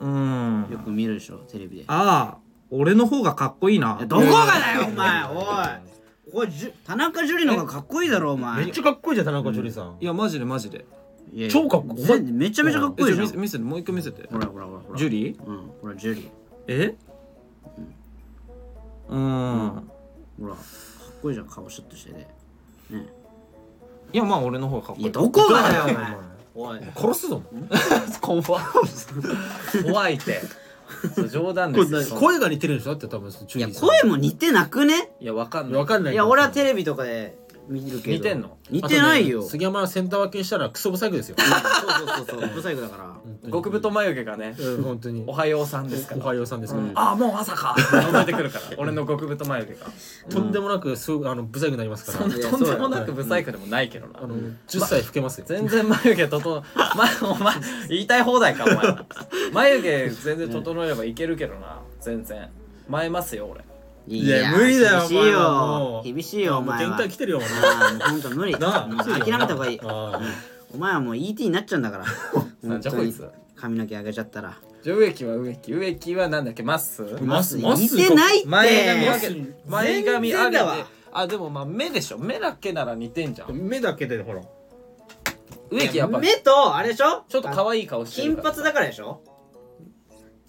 S2: うん
S1: よく見るでしょテレビで
S2: ああ俺の方がかっこいいな
S1: どこがだよお前おいこれじゅ田中樹の方がかっこいいだろお前
S3: めっちゃかっこいいじゃん田中樹さん
S2: い。やマジでマジで
S1: いやいや
S3: 超かっこいい
S1: ぜめちゃめちゃかっこいい
S2: えち
S1: じゃん
S2: ょ見せ見せてもう一回見せて
S1: ほらほらほらほら
S2: ジュリ
S1: うんほらジュリ
S2: えうん
S1: ほらかっこいいじゃん顔シュッとしててね
S2: いやまあ俺の方がかっこい
S1: い
S2: い
S1: やどこがだよお前おい
S3: 殺すぞ。
S2: 怖い怖いってそう冗談ですよそんな
S3: 声が似てるんでしょだって多分ジ
S1: い
S3: ュ
S1: や
S3: リさん。
S1: 声も似てなくね
S2: いやわかんない
S3: わかんな
S1: い
S3: いけど。
S1: や俺はテレビとかで見るけど
S2: 似てんの
S1: 似てない
S3: あ
S1: よ
S3: とね杉山はセンター分けにしたらクソブサイクですよ。
S1: そうそうそうそう不細工だから
S2: 極太眉毛がね
S3: うん本当に。
S2: おはようさんですから
S3: おはようさんですけど、
S2: ああもう朝か覚えてくるから俺の極太眉毛が
S3: とんでもなくすごいあのブサイクになりますから
S2: そん。なとんでもなく不細工でもないけどな
S3: あの10歳老けますよ。
S2: 全然眉毛整え、ま、お前言いたい放題かお前ら眉毛全然整えればいけるけどな全然前ますよ俺
S1: い
S3: いや無理だ
S1: 厳
S3: よ
S1: しい
S3: お前はも
S1: よ
S3: う
S1: 厳しいよお
S3: もう
S1: 前
S3: 限
S1: は
S3: 界来てるよ。もう
S1: ああもうほんと無理
S3: なあ
S1: もう諦めた方がいい
S3: ああ
S1: お前はもう ET になっちゃうんだから
S2: なん
S1: 本
S2: じゃ
S1: 当
S2: こい
S1: に
S2: つ
S1: 髪の毛上げちゃったら
S2: じゃあ植木は植木植木はなんだっけまっすー
S3: マスマス
S1: 似てないって
S2: 前髪あ
S3: け
S2: げ前髪あ
S1: 全然
S2: げ
S1: だ
S2: て
S1: わ
S2: あでもまあ目でしょ目だけなら似てんじゃん
S3: 目だけでほら。
S2: 植木やっぱ
S1: 目とあれでしょ
S2: ちょっと可愛い顔して
S1: 金
S2: るから
S1: 髪だからでしょ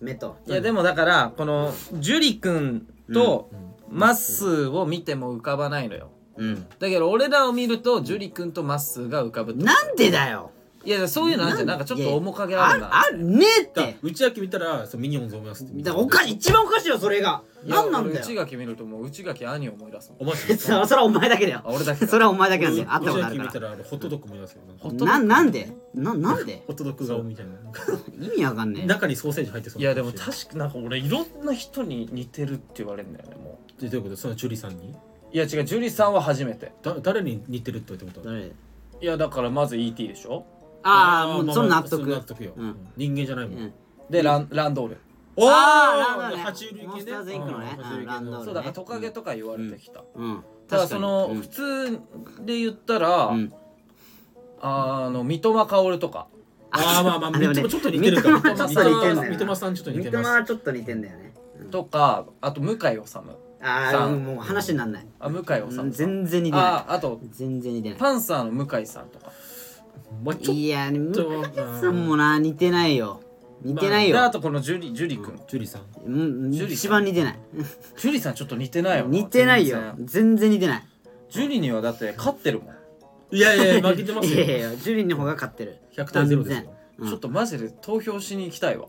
S1: 目と
S2: いやでもだからこの樹里くんと
S3: うん
S2: まっすーを見ても浮かばないのよ
S1: うん
S2: だけど俺らを見ると樹里くんとまっすーが浮かぶってこと
S1: なんでだよ
S2: いやそういうのあるじゃんなんかちょっと面影あ
S1: あ
S2: る
S1: る
S2: な
S1: あるねえっ
S3: だ
S1: て
S3: 内垣見たらそうミニオンズ思いますって。
S1: だからおか一番おかしいよそれがなんなんだ
S2: 内
S1: よ
S2: 垣見るともう内垣兄を思い出すもん
S3: お 前
S1: それそれはお前だけだ
S2: あ
S1: よ
S2: 俺だ け
S1: それ
S2: か
S1: はお前だけなんだよ会ったことあ
S3: 内
S1: る
S3: 垣見
S1: か
S3: たらあのホットドッグ思いますよ。
S2: ホットドッグ
S1: らななんでななんで
S3: ホットドッグ顔みたいな。
S1: 意味わかんねえ
S3: 中にソーセージ入ってそう。
S2: いやでも確かなんか俺いろんな人に似てるって言われるんだよねも
S3: でどういうことそのジュリさんに
S2: ういや違う樹里さんは初めて
S3: だ誰に似てるってこと
S1: 誰
S2: いやだからまず ET でしょ
S1: あ
S3: ー
S1: あも
S3: ま
S1: うその
S3: ま
S1: 納
S3: あそ
S1: 得
S3: 納得よ
S1: うん
S3: 人間じゃないも
S1: うん
S3: ん
S2: でランランドール
S3: おー
S1: あーランドね
S3: 爬虫類系ね
S1: モンスターズインクのね
S3: うん爬虫類系
S1: ランド
S2: そうだからトカゲとか言われてきた
S1: うん
S2: ただその
S1: うん
S2: 普通で言ったら
S1: うん
S2: あの三笘薫とか
S3: ああまあま あ、
S1: あでもね
S3: ちょっと似てるか。
S1: 三笘
S3: 三笘
S1: ちょっと似て
S3: さ
S1: るんだ
S3: ん
S1: よ
S3: 三笘さんちょっと
S1: 三
S3: 似て
S1: 笘
S3: ます。
S1: はちょっと似てんだよね
S2: とかあと向井理
S1: ああもう話になんない
S2: あ向井理
S1: うん全然似てな
S2: ああと
S1: い全然似てな
S2: パンサーの向井さんとか
S3: まあちょっ
S1: いいや向
S3: と
S1: 井さんもな似てないよ似てない
S2: で
S1: よ、
S2: あとこのジュリジュリ君
S3: ジュリさん。
S1: うん
S2: 樹里さん
S1: 一番似てない
S2: ジュリさんちょっと似てないよ
S1: 似てないよ
S2: 全
S1: 全
S2: 然
S1: 然似てない
S2: ジュリにはだって勝ってるもん
S3: いやいや負けてます
S1: いやいや
S3: よ。
S1: いやジュリンの方が勝ってる
S3: 100対0
S1: 断
S3: ですよ
S1: 然うん
S2: ちょっとマジで投票しに行きたいわ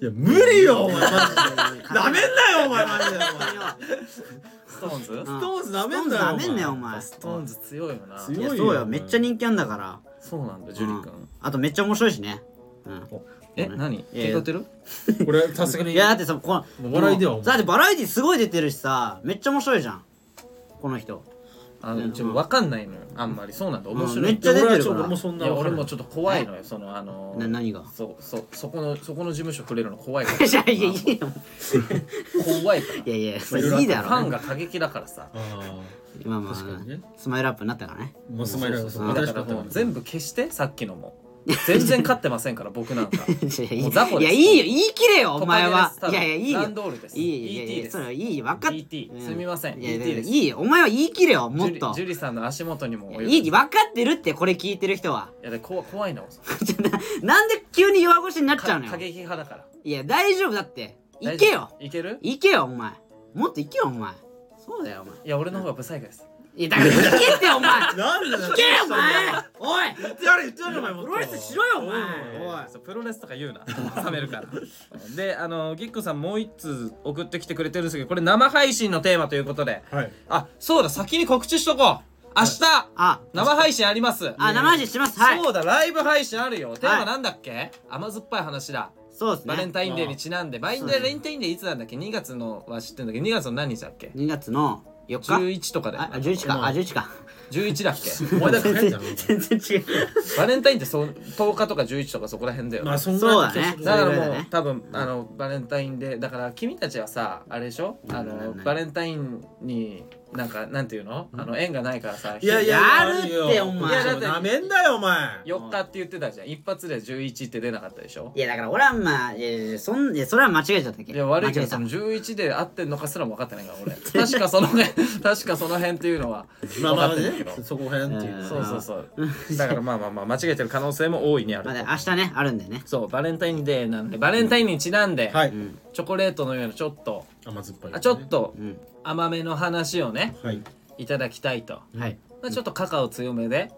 S3: いや無理よお前マジで。なめんなよお前マジで。
S2: ストーンズ
S1: ん
S3: ストーンズなめ
S1: なんん
S3: なよ。
S1: だめんなよお前
S2: ストーンズ強いよな
S3: 強
S1: い
S3: い
S1: や
S3: よ
S1: そうよめっちゃ人気あんだから
S2: そうなんだジュリ君
S1: うんあとめっちゃ面白いしねうん
S2: え何
S1: いやい
S2: 手
S1: や
S2: がてる
S3: これさすがに。
S1: いやだってさこ
S3: も
S1: の
S3: う笑いだよ
S1: もう
S3: お前
S1: だってバラエティすごい出てるしさめっちゃ面白いじゃんこの人
S2: あのちょっとわかんないのよあんまりそうなんだ面白い
S1: うんめっちゃ出てる
S3: 俺はちょっと俺もそん
S2: い
S3: な
S2: や
S3: 分か
S2: 俺
S3: らない。
S2: もちょっと怖いのよそのあの
S1: な何が
S2: そそそこのそこの事務所触れるの怖いから
S1: いやいやいいよ
S2: 怖いか
S1: いやいやそ
S2: ら
S1: れいいだ
S2: ファン
S1: ろ
S2: が過激だからさ
S3: あ
S1: 今まあ
S3: 確かにね
S1: スマイルアップになったからね
S3: あ。もうスマイル
S1: そうそう
S2: だ
S3: 新
S2: か
S3: しからった
S2: も
S3: も。
S2: うん全部消してさっきのも全然勝ってませんから 僕なんかもう雑
S1: い
S2: 魚で
S1: や
S2: す
S1: いいよ言い切れよお前は
S2: トカ
S1: い
S2: ゲ
S1: やいやい
S2: です
S1: いよ
S2: ランドールです
S1: いいよいや
S2: ET
S1: い
S2: で
S1: や
S2: す
S1: それはいいよ分かっ
S2: ET
S1: う
S2: すみません
S1: いや
S2: ET
S1: いや
S2: です
S1: いいよお前は言い切れよもっ
S2: ジュリ
S1: と
S2: ジュリさんの足元にも及ぶ
S1: いい分かってるってこれ聞いてる人は
S2: いやで怖怖いの
S1: ちょななんで急に弱腰になっちゃう
S2: か
S1: の
S2: 過
S1: よ
S2: 激派だから
S1: いや大丈夫だって行けよ
S2: 大丈夫いける
S1: 行けよお前もっと行けよお前そうだよお前
S2: いや俺の方がブサイクです
S1: いやだから行けってお前 行
S3: なんだよ。
S1: けよお前おい
S3: 言ってやれ言ってやれお前もっ
S1: プ
S3: と。
S1: ロレスしろよお前おい
S2: そうプロレスとか言う な冷めるからであのギックさんもう一通送ってきてくれてるんですけどこれ生配信のテーマということで
S3: はい。
S2: あそうだ先に告知しとこう明日、
S1: あ
S2: 生配信あります
S1: あ生配信しますはい
S2: そうだライブ配信あるよテーマなんだっけ、甘酸っぱい話だ
S1: そうですね
S2: バレンタインデーにちなんで、バレンタインデーいつなんだっけ2月のは知ってんだけど2月の何日だっけ
S1: 2月の4日
S2: 11とかだよ
S1: ああ11かあ11か
S2: 11だっけ
S3: お前だけ
S1: 全
S3: 変だ
S1: 然
S3: ろ。
S1: 全然違う
S2: バレンタインってそう10日とか11とかそこら辺だよね、
S3: まあそん
S1: そう
S3: な
S1: だね
S2: だから
S1: それぐらいだ
S2: もう、
S1: ね
S2: 多分あのバレンタインでだから君たちはさあれでしょ
S1: な
S2: あの
S1: んなん
S2: バレンタインになんかなんていうのあの縁がないからさ
S3: いやいや
S1: やるって
S3: よ
S1: お前
S3: いやだってなめんなよお前。
S2: 4日って言ってたじゃん一発で11って出なかったでしょ
S1: いやだから俺はまあいやいやいやそんいやそれは間違えちゃったっけ
S2: いや悪いけ
S1: 間違
S2: ど
S1: えた
S2: その11で合ってんのかすらも分かってないから俺 確かその辺確かその辺っていうのは分
S3: まあま
S2: か
S3: あ
S2: ってる
S3: ね
S2: けど、
S3: そこら辺っていううん
S2: そうそうそう だからまあまあまあ間違えてる可能性も大いにある
S1: まあね明日ねあるんでね
S2: そうバレンタインデーなんでバレンタインにちなんで、
S3: はい
S1: うん
S2: チョコレートのようなちょっと
S3: 甘酸っぱい
S2: あちょっと
S1: うん
S2: 甘めの話をね
S3: はい
S2: いただきたいと、
S1: はい
S2: まあ、ちょっとカカオ強めで、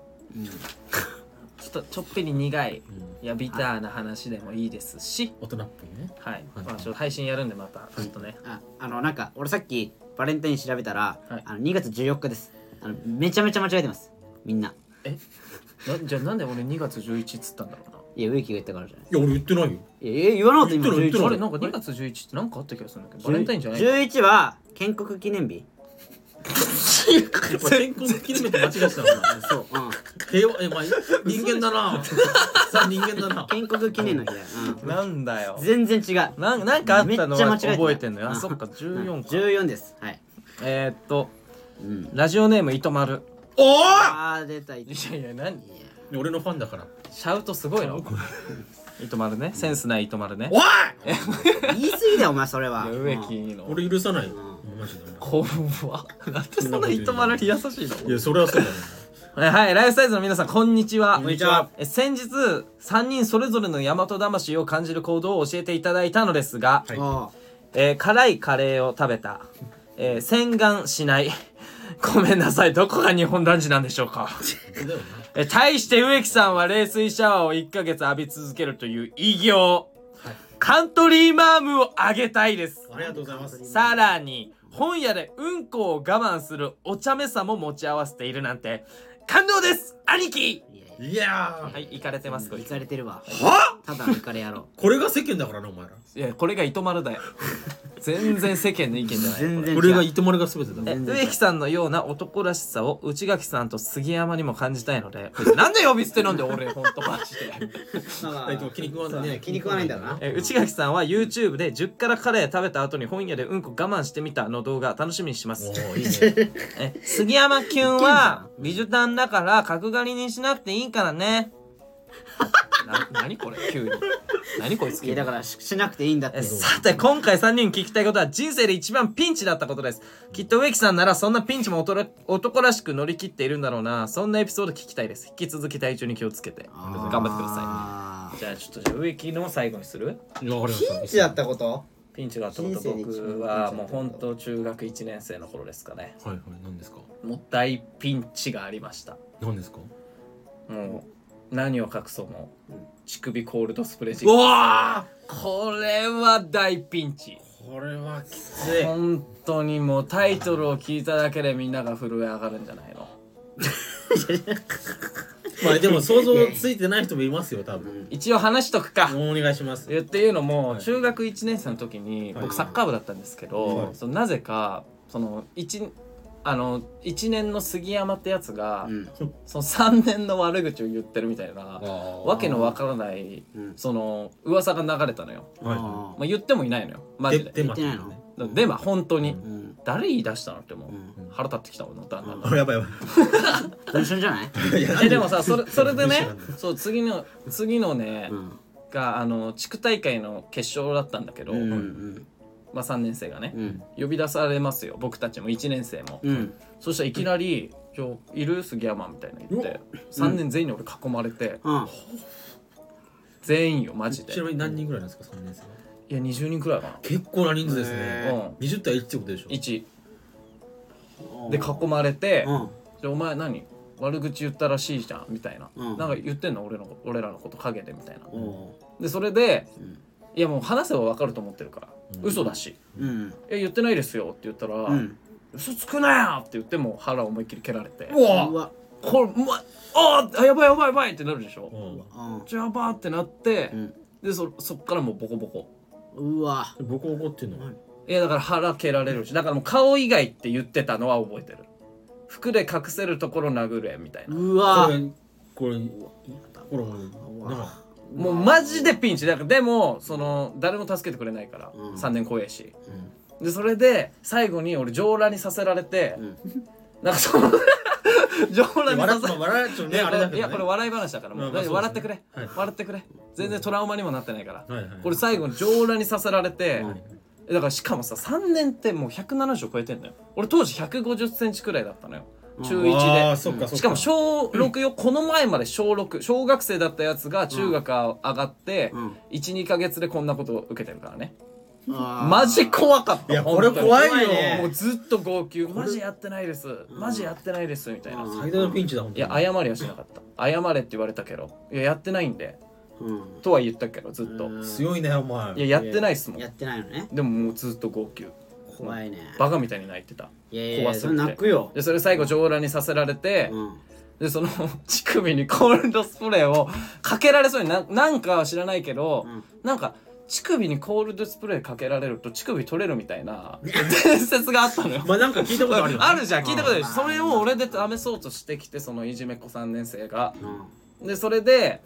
S2: ちょっとちょっぴり苦い、いやビターな話でもいいですし
S3: 大人っぽいね
S2: はい、
S3: はい
S2: まあ、ちょっと配信やるんでまたちょっとね、
S1: ああのなんか俺さっきバレンタイン調べたら、
S2: はい
S1: あの2月14日ですあのめちゃめちゃ間違えてますみんな
S2: なじゃあなんで俺2月11っつったんだろうない
S1: や植木が言ったからじゃない
S3: いや俺言ってないよ
S1: いやいや言わなかった今
S3: 言って
S2: あ
S3: ろ
S2: れ
S1: 11
S2: なんか2月11ってなんかあった気がするんだけどバレンタインじゃないの
S1: 11は建国記念 日
S3: やっぱ健康切り目と間違えてたのかなそう
S1: うん
S3: 平和えまあ人間だなさあ人間だな
S1: 建国記念の日だよ、
S2: なんだよ
S1: うん、全然違う
S2: なんなんかあったのは
S1: めっちゃ間違えてた
S2: 覚えてんのよあ
S1: うん
S2: そっか14か
S1: 14ですはい、
S2: えー、っと
S1: うん、
S2: ラジオネームいとまる
S3: お
S1: あー出たい
S2: いやいや何
S3: お俺のファンだから
S2: シャウトすごいのいとまるねセンスないいとまるね
S3: おい
S1: 言い過ぎだよお前それはい
S2: や植木の
S3: 俺許さないよマジで
S2: 怖わなんでそんな人丸に優しいの
S3: いやそれはそうだよ
S2: えはいライフサイズの皆さんこんにちは
S1: こんにちは
S2: え先日3人それぞれの大和魂を感じる行動を教えていただいたのですが、
S1: う
S3: は
S1: ん
S3: い
S1: おう
S2: えー辛いカレーを食べた、えー洗顔しない ごめんなさいどこが日本男児なんでしょう か
S3: だよな
S2: え対して植木さんは冷水シャワーを1ヶ月浴び続けるという偉業、カントリーマームをあげたいです
S3: ありがとうございます
S2: さらに本屋でうんこを我慢するお茶目さも持ち合わせているなんて感動です兄貴
S1: いやい
S3: いや
S2: はい行かれてますこ
S1: や
S2: い
S1: 行
S2: つ
S1: かれてるわ
S3: ーは
S1: ただのイカレ野郎
S3: これが世間だからなお前ら
S2: いやこれが糸丸だよ全然世間の意見じゃない
S1: 全然違う
S3: 俺が言ってもらうが全てだ
S2: え
S3: よ
S1: 全然
S2: 植木さんのような男らしさを内垣さんと杉山にも感じたいので なんで呼び捨てなんで俺ほんとマジで
S1: まあまあ
S3: えっと気に食わないね
S1: そうだ気に食わないんだろうな
S2: えー内垣さんは YouTube で10からカレー食べた後に本屋でうんこ我慢してみたの動画楽しみにします
S3: おおいいね
S2: えー杉山きゅんは美女団だから角刈りにしなくていいからね な何これ急に何こいつ
S1: い
S2: 急
S1: や
S2: に
S1: だからししなくていいんだって
S2: えさて今回3人に聞きたいことは人生で一番ピンチだったことですきっと植木さんならそんなピンチもおとら男らしく乗り切っているんだろうなそんなエピソード聞きたいです引き続き体調に気をつけて頑張ってくださ
S1: さ
S2: いじゃあちょっとじゃあ植木のを最後にする
S3: いやわかりました
S1: ピンチだったこと
S2: ピンチがあったこと
S1: 人生で一番
S2: 僕はもう本当中学1年生の頃ですかね
S3: はいはい何ですか
S2: もう大ピンチがありました
S3: 何ですか
S2: もう何を隠そうも乳首コールドスプレー事
S3: う
S2: 件
S3: わ
S2: これは大ピンチ
S3: ーこれはきつい
S2: 本当にもうタイトルを聞いただけでみんなが震え上がるんじゃないの
S3: まあでも想像ついてない人もいますよ多分
S2: 一応話しとくか
S3: お願いします
S2: えっていうのも
S3: はい
S2: 中学1年生の時に
S3: はい
S2: 僕サッカー部だったんですけど、
S3: はい
S2: そのなぜかその1あの1年の杉山ってやつが、
S1: うん
S2: その3年の悪口を言ってるみたいなわ
S3: わ
S2: けのわからない
S1: うん
S2: その噂が流れたのよ、
S3: はい
S1: あ
S2: まあ、言ってもいないのよマジで
S3: デ
S2: で
S1: 言
S3: マ
S1: ってないの
S2: デマ本当に、
S3: う
S1: ーうん
S2: 誰言い出したのってもう、
S1: うん
S2: 腹立ってきたもんなだんだん、
S3: あやば いや
S1: 文春じゃない
S3: ばいいや
S2: えで もさそれそれで
S3: どうし
S2: ね
S3: ようなんだ
S2: そう次の次のね、
S1: うん
S2: があの地区大会の決勝だったんだけど、
S1: うんうん
S2: まあ、3年生がね、
S1: うん
S2: 呼び出されますよ僕たちも1年生も、
S1: うん
S2: そしたらいきなり「今日いる杉山」みたいな言って3年全員に俺囲まれて、
S1: うん
S2: 全員よマジでい
S3: ちなみに何人ぐらいなんですか3年生は
S2: や20人くらいか
S3: 結構な人数です
S1: へ
S2: な、う
S3: ね
S2: ん、
S3: 20対1ってことでしょ
S2: 1で囲まれて
S1: うん
S2: 「でお前何悪口言ったらしいじゃん」みたいな、
S1: うん
S2: なんか言ってんの俺の俺らのこと陰でみたいな
S1: おう
S2: でそれで
S1: うん
S2: 「いやもう話せば分かると思ってるから、
S3: うん
S2: 嘘だし
S1: うん
S2: え言ってないですよ」って言ったら「
S1: うん
S2: 嘘つくなよ!」って言ってもう腹思いっきり蹴られて
S3: うわ
S1: うわ
S2: これ、ま、あーあやばいやばいやばいってなるでしょ、
S3: うん
S1: うん
S2: じゃあばーってなって、
S1: うん
S2: でそそっからもうボコボコ
S1: うわ
S3: ボコボコっていうのはい
S2: やだから腹蹴られるしだからもう顔以外って言ってたのは覚えてる服で隠せるところ殴れみたいな
S1: うわ
S3: これこれこれもうなんか
S2: もうマジでピンチだからでもその誰も助けてくれないから、
S1: うん
S2: 3年怖えしでそれで最後に俺上裸にさせられて、
S1: うん
S2: なんかその 上裸に
S3: 笑
S2: さ
S3: っ
S2: せ
S3: まあ笑っちゃう
S2: い
S3: ね
S2: や
S3: あ
S2: こ
S3: れ
S2: れ
S3: だけど
S2: いやこれ
S3: ね
S2: 笑い話だからもう、
S3: ま
S2: だっ
S3: あまあ
S2: て
S3: そう
S2: 笑
S3: で
S2: って
S3: す
S2: くれ
S3: ね、はい
S2: 笑ってくれ全然トラウマにもなってないから、
S3: はいはい
S2: これ最後に上裸にさせられて、
S1: うん
S2: えだからしかもさ3年ってもう170超えてんのよ俺当時1 5 0ンチくらいだったのよ中
S3: あー
S2: 1
S3: そっかそっ
S2: でしかも小6よ、この前まで小6小学生だったやつが中学上がって、
S1: うん
S2: 12か月でこんなことを受けてるからねマ
S1: マ
S2: ジ怖かった
S3: いやこれ
S2: 本当に
S3: 怖いよ
S1: 怖いね
S2: もうずっと号泣マジやってないですマジやってないですみたいな、
S1: うん
S3: 最大のピンチだもん
S2: いや謝りはしなかった謝れって言われたけどいややってないんで
S1: うん
S2: とは言ったけどずっと
S3: 強いねお前
S2: いややってないっすもん
S1: やってないのね
S2: でももうずっと号泣
S1: 怖いね
S2: バカみたいに泣いてた
S1: いやいや
S2: 怖すぎて
S1: それ泣くよ
S2: でそれ最後上裸にさせられて、
S1: うん
S2: でその 乳首にコールドスプレーをかけられそうにななんかは知らないけど、
S1: うん
S2: なんか乳首にコールドスプレーかけられると乳首取れるみたいな伝説があったのよ。
S3: まあなんか 聞いたことあるよね
S2: あるじゃん聞いたことある
S1: うん
S2: それを俺で試そうとしてきてそのいじめっ子3年生が
S1: うん
S2: でそれで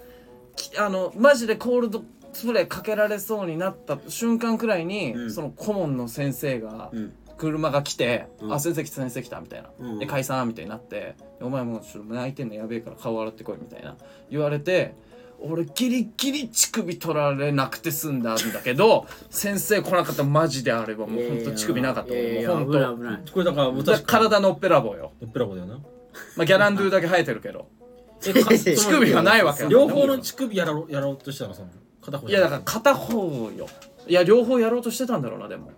S2: きあのマジでコールドスプレーかけられそうになった瞬間くらいに、
S1: うん
S2: その顧問の先生が
S1: うん
S2: 車が来て「
S1: うん
S2: あ先生来た先生来た」みたいな「
S1: うん
S2: で解散」みたいになって「お前もうちょっと泣いてんのやべえから顔洗ってこい」みたいな言われて俺ギリギリ乳首取られなくて済んだんだ けど先生来なかったらマジであればもうほんと乳首なかった
S1: いやいや
S2: もう
S1: 危
S2: ほ
S1: ない
S2: ん
S1: 危ない
S3: これだからもう
S2: と
S3: 確か
S2: 体のオペラ棒よ、
S3: ドッペラボだよな
S2: まあ、ギャランドゥだけ生えてるけど
S3: え か
S1: 乳
S2: 乳首はないわけよ
S3: 両方の乳首やろうやろうとしたらその片方
S2: いやだから片方よいや両方やろうとしてたんだろうなで も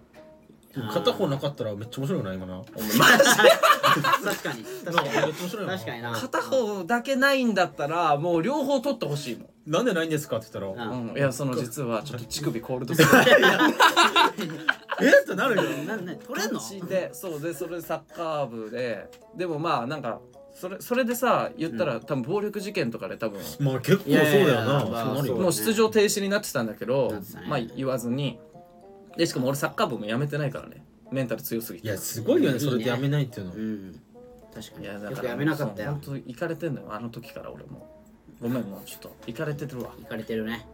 S3: 片方なかったらめっちゃ面白いよな今な
S2: お前マジで
S1: 確かに確かに
S3: めっちゃ面白いよな
S1: 確かにな
S2: 片方だけないんだったらもう両方取ってほしいもん
S3: なんでないんですかって言ったら
S1: うん
S2: うん、いやその実はちょっと乳首コールドスプレー
S3: えってなるよ
S1: なな取れんの
S2: 感じでそうでそれサッカー部ででもまあなんかそれそれでさ言ったら、多分暴力事件とかで多分
S3: まあ結構そうだよなそうなる
S1: そう
S3: よ
S2: もう出場停止になってたんだけど、
S1: なってたね
S2: まあ言わずにでしかも俺サッカー部もやめてないからねメンタル強すぎ
S3: い
S2: て
S3: やすごいよねそれでやめないっていうの
S1: うん確かに
S2: いやだ
S1: よ
S2: か
S1: く
S2: ら
S1: やめなかったよ
S2: 本当行かれてんのよあの時から俺もごめんもうちょっと行かれてるわ
S1: 行かれてるね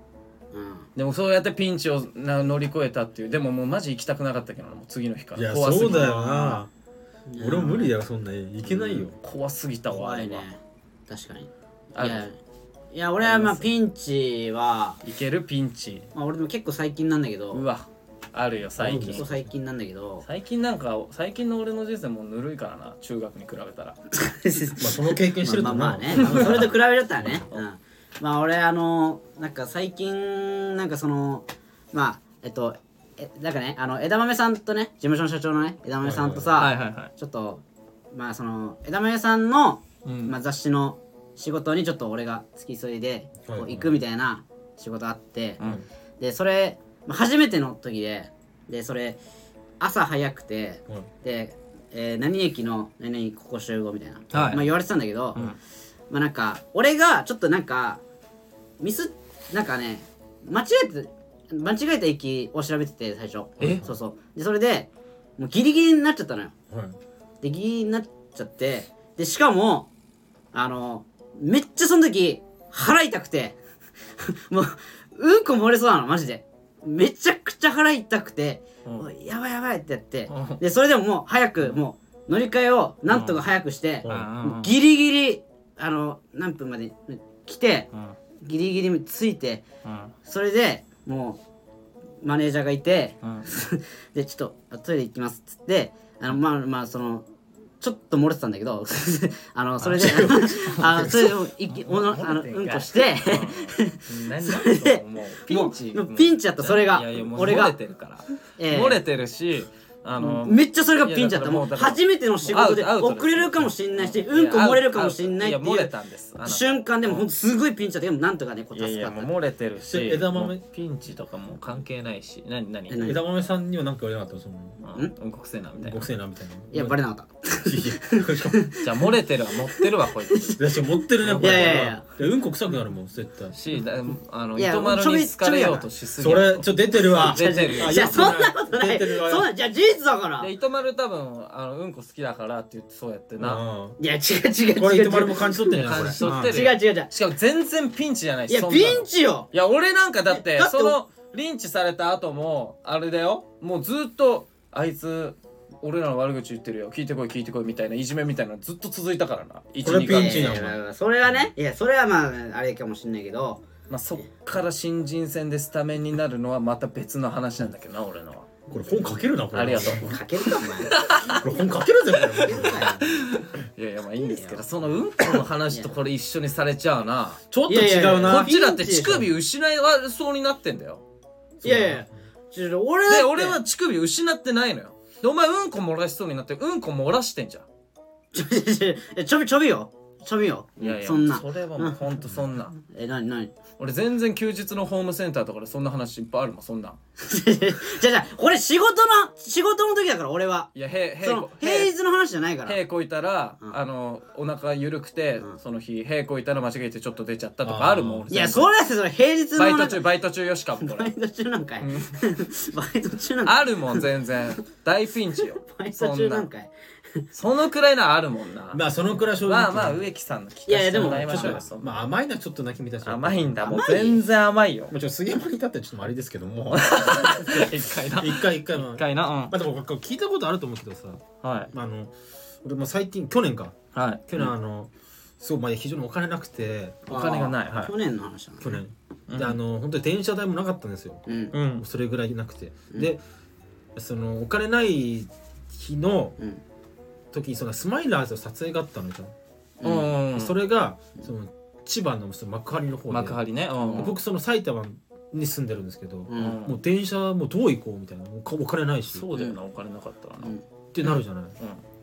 S1: うん
S2: でもそうやってピンチをな乗り越えたっていうでももうマジ行きたくなかったけどなもう次の日か
S3: い
S2: ら
S3: や
S2: 怖す
S3: そ
S2: ぎ
S3: う
S2: た
S3: だよな俺も無理だよそんないけないよ
S2: 怖すぎたわあ
S1: 怖
S2: れ
S1: い
S2: は
S1: ね確かに
S2: あ
S1: いやいや俺はまあピンチは、
S2: いけるピンチ
S1: まあ、俺でも結構最近なんだけど
S2: うわあるよ最
S1: 結
S2: 近
S1: 構最近なんだけ ど
S2: 最近なんか最近の俺の人生もうぬるいからな中学に比べたら
S3: まあその経験してると
S1: まあ
S3: 思う
S1: まあまあねまあそれと比べるったらね、うん、まあ俺あのなんか最近なんかそのまあえっとえなんかねあの枝豆さんとね事務所の社長のね枝豆さんとさ、
S2: はいはいはい
S1: ちょっとまあその枝豆さんの、
S2: うん
S1: まあ、雑誌の仕事にちょっと俺が付き添いでこ
S3: はいは
S1: う
S3: い
S1: 行くみたいな仕事あって、
S2: うん
S1: でそれ、まあ、初めての時ででそれ朝早くて
S3: うん
S1: で、えー何駅の何々ここ集合みたいな、
S2: はい
S1: まあ、言われてたんだけど、
S2: うん
S1: まあなんか俺がちょっとなんかミスなんかね間違えて間違えた駅を調べてて最初
S2: え
S1: そうそうでそれでもうギリギリになっちゃったのよ
S3: はい
S1: でギリギリになっちゃってでしかもあのめっちゃその時腹痛くて もううんこ漏れそうなのマジでめちゃくちゃ腹痛くて、
S2: うん
S1: もうやばいやばいってやって、
S2: うん
S1: でそれでももう早くもう乗り換えをなんとか早くして、
S3: うん
S1: もうギリギリあの何分まで来て
S2: うん
S1: ギリギリついて
S2: うん
S1: それでもうマネージャーがいて、
S2: うん
S1: でちょっとトイレ行きますっつってあのまあまあそのちょっと漏れてたんだけど あのそれで あのそれでもういきおのあのうんこして
S2: 何
S1: それで
S2: もうピンチ
S1: もうピンチやったそれが
S2: いやいやもう
S1: 俺が
S2: 漏れてるから、
S1: ええ
S2: 漏れてるしあの
S1: めっちゃそれがピンチだった
S2: いや
S1: もう
S2: だからもう
S1: 初めての仕事で
S2: もうアウトアウト
S1: 遅れるかもしんないしうんこ漏れるかもしんないって
S2: や漏
S1: い
S2: れ
S1: う
S2: たんですあなた
S1: 瞬間でもほんとすごいピンチだったけどなんとかねこう
S2: いやい
S1: 助か
S2: や
S1: った
S2: もう漏れてるし
S3: 枝豆
S2: もうピンチとかもう関係ないし何何
S1: え何
S3: 枝豆さんには何か言われなかったその
S2: うんうんこくせえなみたいな
S3: ごくせえなみたいない
S1: いやバレなかった
S3: い
S2: じゃあ漏れてるは持ってるわこいつ
S3: やいや持ってるねこれ
S1: いやいやいや
S3: うんこ臭くなるもん絶対
S2: しだあの
S1: いや
S2: 糸丸に好かれようとしすぎ
S3: それちょっと出てるわ
S2: 出てる
S3: あ
S1: いや
S3: よく
S1: そんなことな
S3: 出
S1: い
S3: てるわ
S1: そんなじゃあ事実だから
S2: で
S1: い
S2: 糸丸多分あのうんこ好きだからって言ってそうやってな
S3: うん
S1: や違う違う違う
S3: これ
S1: 違
S3: 糸
S1: う
S3: 丸も感じ取ってんじゃんこれ
S2: 感じ取ってる
S1: 違う違う違う
S2: しかも全然ピンチじゃない
S1: い
S2: し
S1: や
S2: そんなの
S1: ピンチよ
S2: いや俺なんかだっ
S1: え
S2: て
S1: だって
S2: そのリンチされた後もあれだよもうずっとあいつ俺らの悪口言ってるよ聞いてこい聞いてこいみたいないじめみたいなのずっと続いたからな
S3: これ
S2: 12
S3: ピ
S2: 回
S3: ンチなの
S1: いやいやいやそれはねいやそれはまああれかもしんないけど
S2: まあ、そっから新人戦でスタメンになるのはまた別の話なんだけどな俺のは
S3: これ本書けるなこれ
S2: ありがとう
S1: かけるかお 前
S3: これ本書けるぜこれ
S2: いやいやまあいいんですけどそのうんこの話とこれ一緒にされちゃうな
S3: ちょっと違う
S2: こ
S1: や
S3: な
S2: っちだって乳首失いそうになってんだよ
S1: いやいやいやちょっと俺だって
S2: で俺は乳首失ってないのよでお前うんこ漏らしそうになってうんこ漏らしてんじゃん
S1: ちょちょちょちょびちょびよちょびよ
S2: いやいや
S1: そんな
S2: それはもうほんとそんな
S1: えなになに
S2: 俺全然休日のホームセンターとかでそんな話いっぱいあるもんそんなん
S1: じゃじゃこれ仕事の仕事の時だから俺はい
S2: やへへい
S1: その
S2: こ
S1: 平
S2: へい
S1: 日の話じゃないから
S2: へいこいたら、
S1: うん
S2: あのお腹緩くて、
S1: うん
S2: その日へいこいたら間違えてちょっと出ちゃったとかあるもん
S3: あー
S2: 俺
S1: いや
S2: 全部
S1: それはそれ平日の
S2: バイ
S1: な
S2: ト
S1: んか
S2: 中バイト中よしかも こ
S1: バイト
S2: れ
S1: 中なん かい
S2: ん
S1: バイト中なんかい
S2: あるもん全然大ピンチよ
S1: バイ
S2: そ
S1: ト
S2: ん
S1: 中
S2: な
S1: なんかい
S2: そのくらいなあるもんな
S3: まあそのくらい正直
S2: まあまあ植木さんの聞かせ
S1: いやいやで
S2: て
S1: も
S2: もらいましょうよ
S3: ち
S2: そ
S3: ょっと
S2: んな
S3: まあ甘いなちょっとな君たち
S2: 甘いんだもう
S1: 甘い
S2: 全然甘いよ
S3: まあちょっと杉山に至ってはちょっとあれですけ ども
S2: 一回な
S3: 一回一回まあ
S2: 一回な
S3: まあでもこれ聞いたことあると思うけどさ
S2: うんはい
S3: まああの俺も最近去年か
S2: はい
S3: 去年あのそうまあ非常にお金なくて
S2: お金がない
S1: あー
S2: はい
S1: 去年の話なの
S3: 去年
S2: うん
S3: であの本当に電車代もなかったんですよ
S1: うん
S2: うん
S3: それぐらいなくてでそのお金ない日の
S1: うん
S3: 時にそのスマイラーズの撮影があったのじ
S2: う
S1: うん
S2: ん、
S3: ゃんそれがその千葉のその幕張の方で
S2: 幕張ねうん
S3: 僕その埼玉に住んでるんですけど、
S1: うん
S3: もう電車もうどう行こうみたいなもうかお金ないしっ
S2: そうだよなお金なかったらな、
S1: う
S2: うん
S1: ん
S3: てなるじゃない、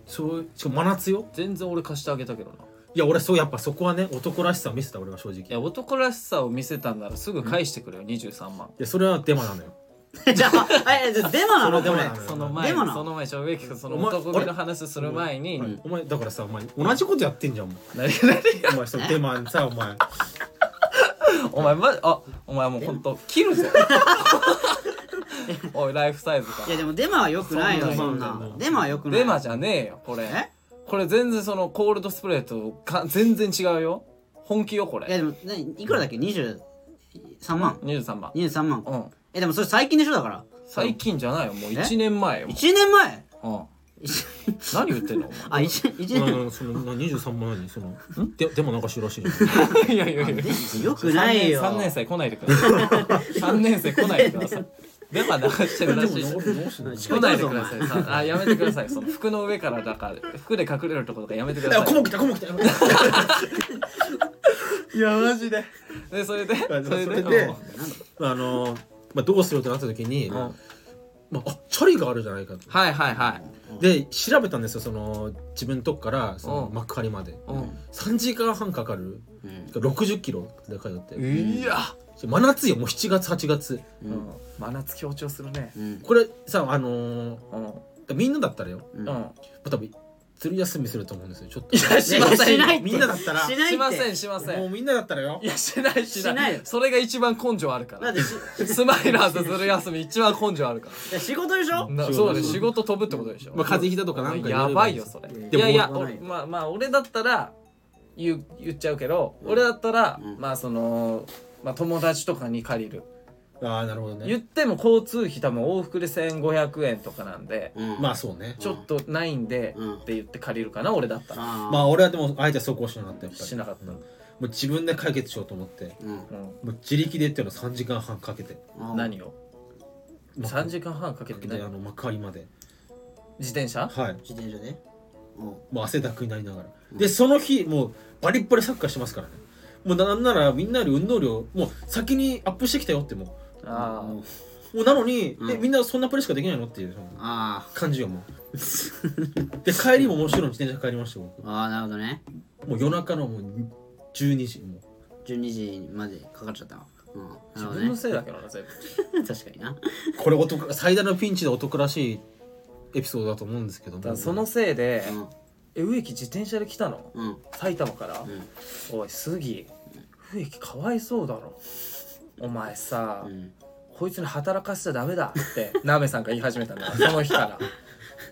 S3: そうしかも真夏よ
S2: 全然俺貸してあげたけどない
S3: や俺そうやっぱそこはね男らしさを見せた俺は正直い
S2: いや男らしさを見せたんならすぐ返してくれよ、23万
S3: やそれはデマなのよ
S1: じゃあ、え、じゃあデマなの
S3: それデ
S1: これ
S3: マな。のよ
S2: その前
S1: でも
S2: に
S1: な
S2: その前に植木君その
S3: お前
S2: 男気の話する前に、
S1: ん
S3: お前だからさお前同じことやってんじゃんもう
S2: 何何
S3: お前そのデマにさお前
S2: お前まあお前もうほんと切るぜおいライフサイズか
S1: いやでもデマは良くないよ
S3: そ
S1: そ
S3: ん
S1: ん
S3: な
S1: な
S3: そんな
S1: デマは良くない
S2: デマじゃねえよこれ
S1: え
S2: これ全然そのコールドスプレーとか全然違うよ本気よこ
S1: いや
S2: れ
S1: でも何いくらだっけ23万
S2: 23番
S1: 23万
S2: うん
S1: えでもそれ最近でしょだから
S2: 最近じゃないよもう
S1: え
S2: 1年前よ、
S1: 1年前
S2: うん、何言ってんのお
S1: あ一1
S3: な
S1: 年
S3: なそのな23万円にそのででもなんかしいらしいよ
S2: 前 いやいやいや
S1: よくないよ
S2: 3年生来ないでくださ い3年生来ないでくださいデマ流してるらしいし
S1: し
S2: 来ないでくださいさあやめてくださいその服の上からだから服で隠れるところとかやめてくださ
S3: コ
S2: い
S3: モ来たコモ来たいやマジで
S2: でそれ でそ
S3: そ
S2: れで
S3: れで
S2: うん
S3: あのまあどうしようってなった時に、
S2: うん
S3: まあ、あチャリがあるじゃないかと
S2: はいはいはい
S3: で調べたんですよその自分のとこからその
S2: うん
S3: 幕張まで
S2: うん
S3: 3時間半かかる
S1: うん
S3: 60キロで通って
S2: いや、
S3: 真夏よもう7月8月
S1: うん
S2: 真夏強調するね
S1: うん
S3: これさあの
S2: うん
S3: ーみんなだったらよま
S1: うん
S2: うん
S3: あ多分釣り休みすると思うんですよちょっとい
S2: やしません
S1: いやしないって
S3: みんなだったら
S1: しないって
S2: しませんしませ
S3: もうんみんなだったらよ
S2: いやしないしな
S1: し
S2: い
S1: ないよ
S2: それが一番根性あるか
S1: だ っ
S2: ら
S1: てし
S2: スマイラーズずる休み一番根性あるか
S1: いや仕事でしょ
S2: らな
S3: 仕事
S2: そうだね仕事飛ぶってことでしょ
S3: まあ風邪ひいたとかなんか
S2: やばいよそれ
S1: うん
S2: いやいや
S1: でも
S2: お
S1: 俺
S2: まあまあ俺だったら言う言っちゃうけど
S1: うん
S2: 俺だったら
S1: うん
S2: まあそのまあ友達とかに借りる
S3: ああなるほどね
S2: 言っても交通費多分往復で1500円とかなんで
S1: うん
S3: まあそうね
S2: ちょっとないんで
S1: うん
S2: って言って借りるかな俺だったら
S1: あ
S3: まあ俺はでもあえてそこをしなかったやっぱり
S2: しなかった
S3: うんもう自分で解決しようと思って
S1: ーうん
S2: うん
S3: もう自力でっていうのを3時間半かけて
S1: あー
S2: 何を3時間半かけ
S3: かけ
S2: て
S3: て
S2: ね
S3: あの幕張まで
S2: 自転車
S3: はい
S1: 自転車でうん
S3: もう汗だくになりながら、でその日もうバリッバリサッカーしてますからねもうななんならみんなより運動量もう先にアップしてきたよっても
S2: あ
S1: うん
S3: うもうなのに、
S1: うん
S3: えみんなそんなプレーしかできないのっていう
S1: あ
S3: 感じよもう で帰りももちろん自転車で帰りましたよ
S1: ーあーなるほどね
S3: 僕もう夜中のもう12時もう
S1: 12時までかかっちゃったのうん
S2: あ
S1: なるほ
S2: 自
S1: ど
S2: 分の
S1: ね
S2: せいだけどな全部
S1: 確かにな
S3: これ男最大のピンチで男らしいエピソードだと思うんですけど
S2: だか
S3: も
S2: らそのせいで
S1: うん
S2: 「え植木自転車で来たの
S1: うん
S2: 埼玉から
S1: うん
S2: おい杉植木かわいそうだろお前さ
S1: うん
S2: こいつに働かせちゃダメだ」ってなべさんが言い始めたん だからその日から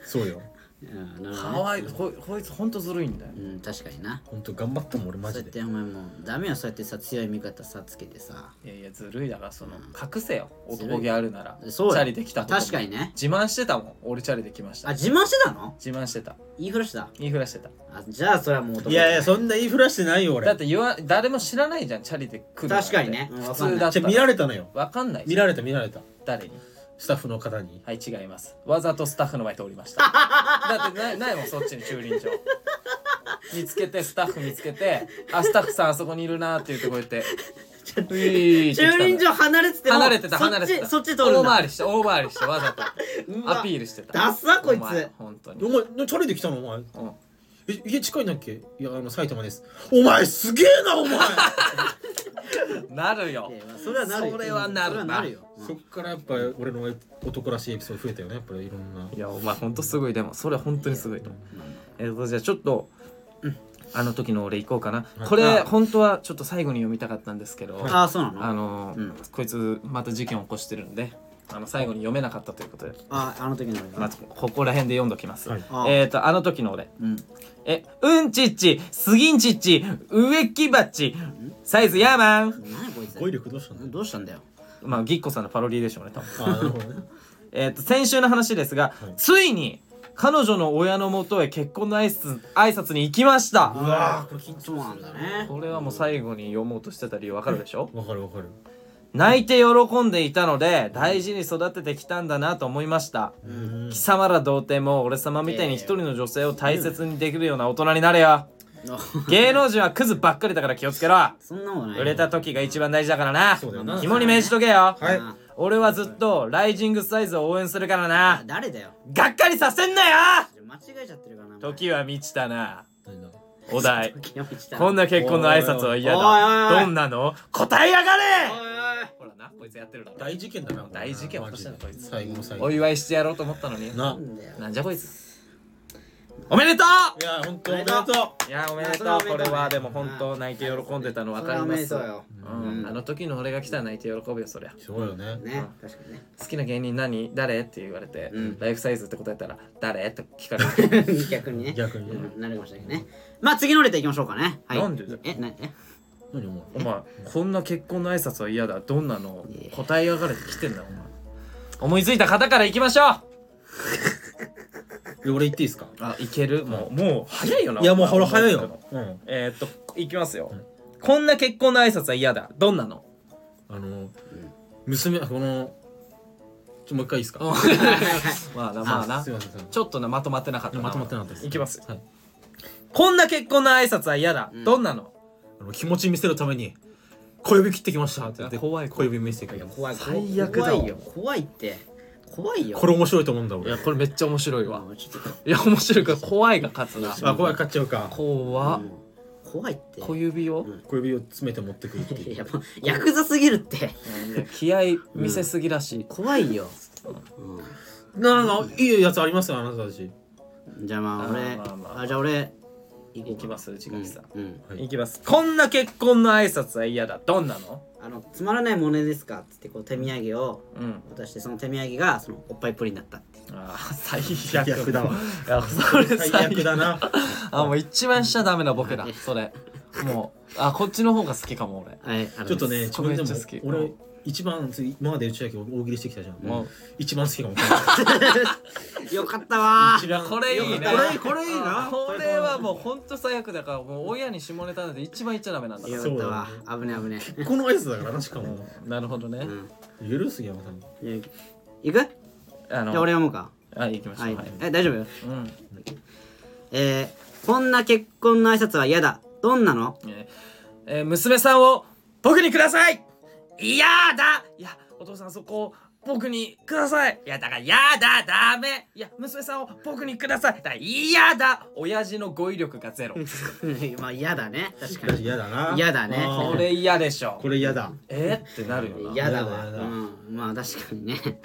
S3: そうよ
S1: うんなるほど
S2: 「
S1: ね
S2: かわいここいつほんとずるいんだよ
S1: うん確かにな
S3: 本当頑張ったもん俺マ
S1: そうやっ
S3: ジで
S1: てお前もうダメよそうやってさ強い味方さつけてさ」
S2: いやいやずるいだからその隠せよ
S1: ずるい
S2: 男気あるならチ
S1: そうよ
S2: ャリで来たことも
S1: 確かにね
S2: 自慢してたもん俺チャリで来まし
S1: あ
S2: た
S1: 自慢してたの
S2: 自慢してた
S1: 言いふらしてた
S2: 言いふらしてた
S1: あじゃあそれはもう男
S3: いやいやそんな言いふらしてないよ俺
S2: だって言わ誰も知らないじゃんチャリで来るなんて
S1: 確かにねうん
S2: 普通だっ
S3: じ
S2: た
S3: ゃあ見られたのよ
S2: わかんない
S3: 見られた見られた
S2: 誰に
S3: スタッフの方に
S2: はい違いますわざとスタッフの前通りました だってないないもんそっちに駐輪場見つけてスタッフ見つけてあスタッフさんあそこにいるなーっていうとこ行ってウィーって来た
S1: 駐
S2: んだ
S1: 輪場離れてても
S2: 離れてた離れてた
S1: そっちそっち通るん
S2: 大回
S1: だ
S2: りして大回りしてわざと
S1: うわ
S2: アピールしてた
S1: ダッサこいつ
S2: お前本当に、
S3: お前チャリで来たのお前
S2: うん
S3: え家近いんだっけいやあの埼玉ですお前すげえな お前
S2: なるよ
S1: いやまあそれはなるよ
S2: それはなる
S1: それ
S2: な
S1: はなるようん
S3: そっからやっぱ俺の男らしいエピソード増えたよねやっぱりいろんない
S2: やお前本当すごいでもそれ本当にすごいと思うえーとじゃあちょっと、あの時の俺行こうかな
S3: はい
S2: これ
S3: あ
S2: 本当はちょっと最後に読みたかったんですけど、
S1: ああそうなの
S2: あのー
S1: うん
S2: こいつまた事件を起こしてるんであの最後に読めなかったということで、
S1: ああの時の俺
S2: まあ、ここら辺で読んどきます、
S3: はい
S1: あ
S2: えっ、とあの時の俺
S1: うん
S2: えうんちっちすぎんちっち植木鉢サイズヤーマン
S1: 何こいつ
S3: 語彙力どうしたんだ
S1: どうしたんだよ
S2: まあぎっこさんのパロディでしょうね多分
S3: あなるほどね
S2: えー、と先週の話ですが、
S3: はい
S2: ついに彼女の親のもとへ結婚の挨拶挨拶に行きました
S3: うわーこれ緊張す
S1: そうなんだね
S2: これはもう最後に読もうとしてた理由わかるでしょ
S3: わかるわかる
S2: 泣いて喜んでいたので大事に育ててきたんだなと思いました
S3: うん
S2: 貴様ら童貞も俺様みたいに一人の女性を大切にできるような大人になれよ芸能人はクズばっかりだから気をつけろ
S1: そんなことないよ
S2: 売れた時が一番大事だからな
S3: そうだよな
S2: 肝に銘じとけよ
S3: はい
S1: あ
S2: 俺はずっとライジングサイズを応援するからな
S1: 誰だよ
S2: がっかりさせんなよ
S1: 間違えちゃってるからなお前
S2: 時は満ちたな
S3: 何だ
S2: お 題
S1: 時は満ちた
S2: こんな結婚の挨拶は嫌だ
S1: おいおいおい
S2: どんなの答えやが
S1: おいお
S2: れ
S1: い
S2: ほらなこいつやってるだろ
S3: 大事件だなこれ
S2: 大事件起こしたの
S3: マジで
S2: こいつ
S3: 最後の最後
S2: お祝いしてやろうと思ったのに
S3: な
S1: なんだよ
S2: なんじゃこいつ
S1: ま
S2: おめでと
S3: いや本当おめでと
S2: ういやおめで
S1: そ
S2: と
S1: れはお
S2: う
S1: めでと
S2: こ
S1: うね
S2: れはでも本当泣いて喜んでたの分かります
S1: それはおめでとうよ
S2: うんあの時の俺が来たら泣いて喜ぶよそりゃ
S3: うそうよね
S1: ね確かにね
S2: 好きな芸人何誰って言われて、
S1: うん
S2: ライフサイズって答えたら誰って聞か れて
S1: 逆にね
S3: 逆にね
S1: うんなりましたけどねまあ次のレターいきましょうかねはい
S2: なんでだよ
S1: えなえ
S3: 何思
S2: お前こんな結婚の挨拶は嫌だどんなの答えやがれてきてんだお前思いついた方から行きましょう
S3: う俺言っていいですか
S2: あいけるもうもう早いよない
S3: いやもうほら早いようん
S2: えー、っと行きますよ、こんな結婚の挨拶は嫌だどんなの
S3: あの娘このちょもう一回いいですか
S2: まあなまあな
S3: すいませんすいません
S2: ちょっとなまとまってなかったな
S3: まとまってなかったです
S2: いきます
S3: はい
S2: こんな結婚の挨拶は嫌だ、どんなの
S3: あの気持ち見せるために小指切ってきましたって言って
S2: 怖い
S3: 小指見せてく
S1: い
S3: れ
S1: や
S3: る
S1: 怖い
S2: 最悪だわ
S1: 怖いよ怖いって怖いよ
S3: これ面白いと思うんだ俺
S2: これめっちゃ面白いわ
S1: あちょっと
S2: いや面白いから怖いが勝つな
S3: あ怖い買っちゃうか
S2: 怖っ
S1: うん怖いって
S2: 小指を
S3: 小指を詰めて持ってくるってい
S1: いうやもうヤクザすぎるって
S2: 気合見せすぎだし
S1: 怖いよ
S3: ななんかいいやつありますかあなたたち
S1: じゃあまあ俺
S2: まあまあまあ
S1: あじゃあ俺行こう
S2: い
S1: か
S2: きます内
S1: うん
S2: 垣さん
S1: うん
S3: はい
S2: いきますこんな結婚の挨拶は嫌だどんなの
S1: あのつまらないものですかっつってこう手土産を
S2: うん
S1: 渡してその手土産がそのおっぱいプリンだったって
S2: あー最悪
S3: 最悪だわ
S2: いやそれ
S3: 最悪だな
S2: あもう一番しちゃダメなボケだそれもうあこっちの方が好きかも俺
S1: はいあの
S3: ちょっとね自
S2: これめ
S3: 分で
S2: っち
S3: も
S2: ゃ好き
S3: 俺一番今まで内ち明大喜利してきたじゃん、
S2: もう
S3: 一番好きかも
S1: よかったわー
S3: 一番
S2: これいいね
S3: これこれいいな
S2: これはもうほんと最悪だからもう親に下ネタなんて一番言っちゃダメなんだ
S1: よ
S3: そ
S1: か
S3: う
S1: った
S3: だ
S1: わ危ね危ね
S3: この挨拶だからなしかも
S2: なるほどね
S1: うん
S3: 許すぎ山さん
S1: いや行く
S2: あ
S1: じゃあ
S2: の
S1: 俺読もうか
S2: あ行きましょ
S1: は
S2: う
S1: い
S2: はい
S1: え大丈夫
S2: うん
S1: えーこんな結婚の挨拶は嫌だどんなの
S2: えーえー娘さんを僕にくださいいやだいやお父さんそこを僕にくださいいやだからやだダメいや娘さんを僕にくださいだからいやだ親父の語彙力がゼロ
S1: まあ嫌だね確か
S3: マジ
S1: に
S3: 嫌だな
S1: 嫌だね
S3: あー
S2: これ嫌でしょ
S3: これ嫌だ
S2: えーってなるよな
S1: 嫌だわ
S3: 嫌だ嫌
S1: う
S3: だ
S1: んまあ確かにね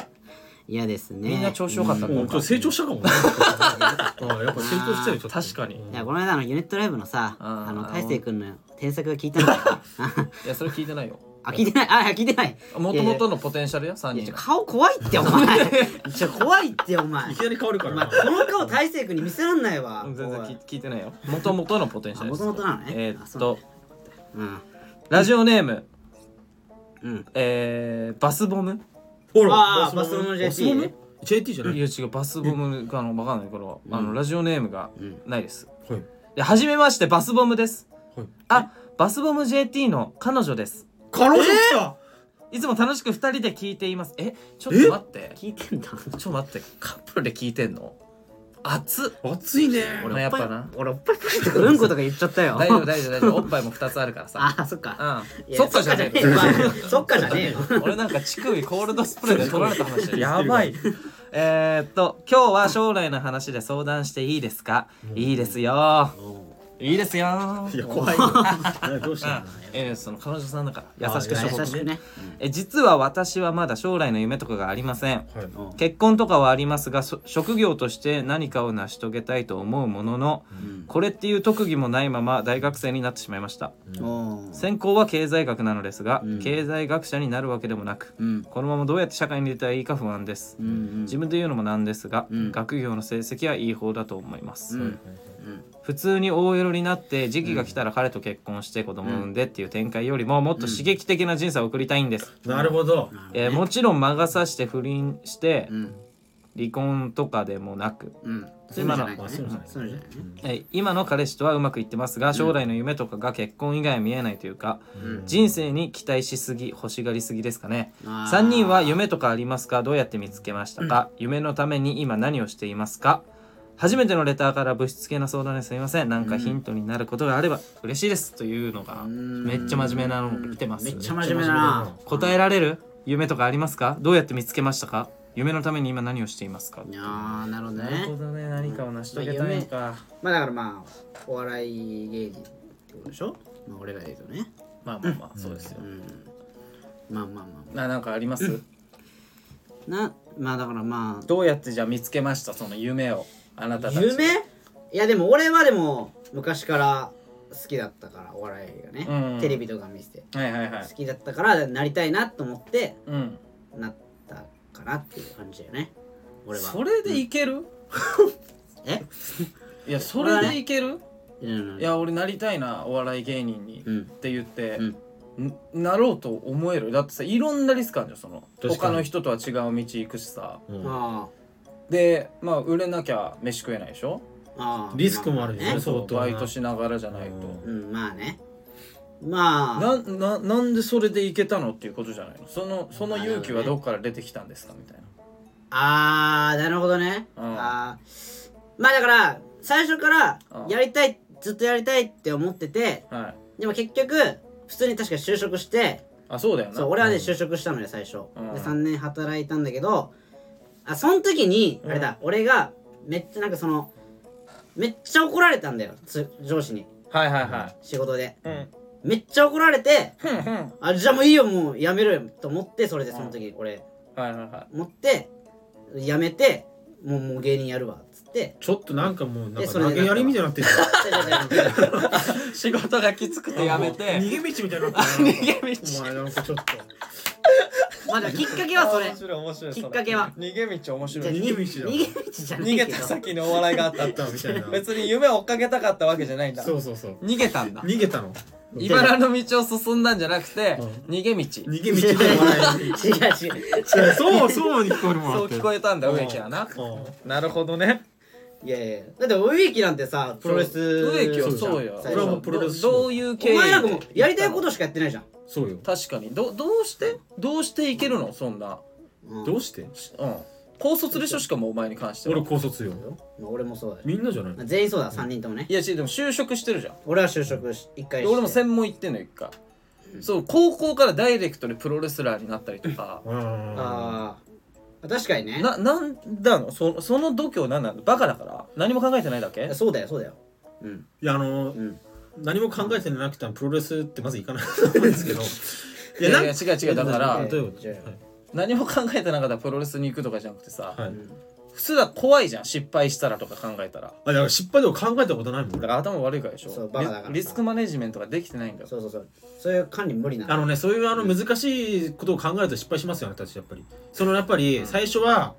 S1: 嫌ですね
S2: みんな調子よかった今
S3: もうちょっと
S2: 回
S3: 成長したかもね うんやっぱ成長したよちょっと
S2: 確かに
S1: いやこの間のユニットライブのさ
S2: あー
S1: あの大成君の 添削が聞いたんだよ
S2: いやそれ聞いてないよ
S1: あ聞いてないあ聞いてない
S2: もともとのポテンシャルや3
S1: いやいやい
S2: 人
S1: や顔怖 いってお前ちょ怖いってお前
S3: いきなり変わるか
S1: お
S3: ら
S1: 前
S3: な
S1: この顔大成君に見せらんないわ
S2: うん全然
S1: おい
S2: 聞聞いてないよもともとのポテンシャルです
S1: あ元々なのね
S2: えー
S1: あ
S2: っ
S1: そう
S2: と
S1: ねうん
S2: ラジオネーム
S1: うん
S2: えーバスボム
S3: ほ
S1: あ
S3: ら
S1: ーバスボム JT
S3: ボム JT じゃないい
S2: や違うバスボムかの分かんないから、あのラジオネームが
S1: うん
S2: ないです、
S3: はい
S2: で初めましてバスボムです
S3: はい
S2: あバスボム JT の彼女です
S3: 彼女来た
S2: いつも楽しく二人で聞いていますえちょっと待って
S1: 聞いてんだ
S2: ちょっと待ってカップルで聞いてんの熱っ
S3: 熱いね
S2: 俺もやっぱな
S1: 俺おっぱいプリンとかうんことか言っちゃった よ
S2: 大丈夫大丈夫大丈夫おっぱいも二つあるからさ
S1: あそっか
S2: う
S1: い
S2: ん
S1: や
S2: そっかじゃねえよ
S1: そっかじゃねえよそっかじゃねえよ
S2: 俺なんか乳首コールドスプレーで取られた話だよ やばいえーっと今日は将来の話で相談していいですかいいですよいいですよ
S3: いや怖いよいやどうしたの
S2: えーその彼女さんだから
S3: あ
S2: 優しくし
S3: ー
S2: とこ
S1: 優
S2: う
S1: しくね
S2: え実は私はまだ将来の夢とかがありません
S3: はい
S2: 結婚とかはありますがそ職業として何かを成し遂げたいと思うものの、これっていう特技もないまま大学生になってしまいました
S1: おー
S2: 専攻は経済学なのですが、
S1: うん
S2: 経済学者になるわけでもなく、
S1: うん
S2: このままどうやって社会に出たらいいか不安です、
S1: うんうん
S2: 自分で言うのもなんですが、
S1: うん
S2: 学業の成績はいい方だと思います、
S1: うん
S2: 普通に大色になって時期が来たら彼と結婚して子供を産んでっていう展開よりももっと刺激的な人生を送りたいんです、
S3: なるほど
S1: なるほどね
S2: えーもちろん魔が差して不倫して
S1: うん
S2: 離婚とかでもなく、
S1: うんそういうのじゃない
S3: あ
S1: ね
S3: そういうのじゃない
S1: そういうのじゃないね
S2: えー今の彼氏とはうまくいってますが将来の夢とかが結婚以外は見えないというか、
S1: うん
S2: 人生に期待しすぎ欲しがりすぎですかね
S1: あー
S2: 3人は夢とかありますかどうやって見つけましたか、夢のために今何をしていますか初めてのレターから物質系な相談ですみませんなんかヒントになることがあれば嬉しいですというのが
S1: うん
S2: めっちゃ真面目なのも来てます
S1: めっちゃ真面目だな
S2: 答えられる夢とかありますかどうやって見つけましたか夢のために今何をしていますか
S1: あーなるほどね
S2: どね何かを成しか
S1: まあだからまあお笑い芸人ってことでしょまあ俺らで言うとね
S2: まあまあまあそうですよ
S1: うんまあまあま
S2: ななんかあります
S1: あなまあだからまあ
S2: どうやってじゃあ見つけましたその夢をあなたたち
S1: 夢いやでも俺はでも昔から好きだったからお笑いがね、
S2: うん
S1: テレビとか見てて
S2: はいはいは
S1: 好
S2: い
S1: きだったからなりたいなと思って
S2: うん
S1: なったかなっていう感じだよね俺は
S2: それでいける、
S1: え
S2: いやそれでいける、
S1: うん
S2: いや俺なりたいなお笑い芸人に、
S1: うん
S2: って言って、
S1: うん
S2: んなろうと思えるだってさいろんなリスクあるじゃんその
S3: 確かに
S2: 他の人とは違う道行くしさ
S3: うん
S1: あ
S2: でまあ売れなきゃ飯食えないでしょ
S1: あああ
S3: リスクもあるよね
S1: ね
S3: 相当な
S2: バイトしながらじゃないと、
S3: うん
S1: うんまあねまあ
S2: なななんでそれでいけたのっていうことじゃないのそのその勇気はどこから出てきたんですかみたいな
S1: あーなるほどね、
S2: うん
S1: あーまあだから最初から
S2: うん
S1: やりたいずっとやりたいって思ってて
S2: はい
S1: でも結局普通に確か就職して
S2: あそうだよな
S1: そう俺はね
S3: うん
S1: 就職したのよ最初、
S2: うん
S1: で3年働いたんだけどあその時にあれだ、俺がめっちゃなんかそのめっちゃ怒られたんだよつ上司に
S2: はいはいは
S1: 仕事で
S2: いうん
S1: めっちゃ怒られて
S2: ふんふんはい
S1: あじゃあもういいよもうやめろよと思ってそれでその時俺
S2: はいは
S1: 持ってやめてもうもう芸人やるわっつって
S3: ちょっとなんかもうなん
S1: え
S3: か
S1: それ
S3: 投げやりみたいになってる
S2: い 仕事がきつくてやめ て
S3: 逃げ道みたいになってる逃げ道お前なんかちょっと
S1: まあでもきっかけはそれ
S2: 面白い面白いそれ
S1: きっかけは
S2: 逃げ道面
S1: じ
S2: 白
S1: ゃあ
S2: い
S1: に
S3: 逃げ道だ
S1: 逃げ道じゃない
S2: 逃
S1: け
S2: げ
S1: ど
S2: た先にお笑いがあった
S3: あったみたいな
S2: 別に夢を追っかけたかったわけじゃないんだ
S3: そうそうそう
S2: 逃げたんだ
S3: 逃げたの
S2: 茨の道を進んだんじゃなくて
S3: うん
S2: 逃げ道
S3: 逃げ道でお笑 い
S1: 違う違う
S3: そうそうに聞こえるもん
S2: そ
S3: だ
S2: う
S3: って
S2: 聞こえたんだ植木はな
S3: うん
S2: なるほどね
S1: いやいやだって植木なんてさプロレス
S2: 植木はそうよ
S1: 最
S3: 俺
S1: 初
S3: はもうプロレス
S2: どどういう経
S1: お
S2: 緯
S1: 前なんかもうやりたいことしかやってないじゃん、
S3: そうよ
S2: 確かにどどうしてどうしていけるのそんな
S1: うん
S3: どうして
S2: うん高卒でしょしかもお前に関しては
S3: 俺高卒よ
S1: まあ俺もそうだよ
S3: みんなじゃない
S1: まあ全員そうだ3人ともね
S2: いや違うでも就職してるじゃん
S1: 俺は就職し一回して
S2: 俺も専門行ってんの一回そう高校からダイレクトでプロレスラーになったりとか
S3: あ
S1: ああ確かにね
S2: ななんだのそその度胸なんなのバカだから何も考えてないだけ
S1: そうだよそうだようん
S3: いやあ
S1: う
S3: の
S1: ん
S3: 何も考えてなくてもプロレスってまず行かないと思うんですけど
S2: いやいや
S3: なん
S2: 違う違うだか
S3: あ
S2: ら
S3: どういうこと
S1: じゃあ
S2: 何も考えてなかったらプロレスに行くとかじゃなくてさ、
S3: はい、
S1: うん
S2: 普通は怖いじゃん失敗したらとか考えたら
S3: あだから失敗でも考えたことないも
S2: だか
S3: ん
S2: ら頭悪いからでしょ
S1: そうバカだから
S2: リリスクマネジメントができてないんだよ
S1: そうそうそうそういう管理無理な
S3: あ
S1: の
S3: のねそういうあの難しいことを考えると失敗しますよね私やっぱりそのやっぱり最初は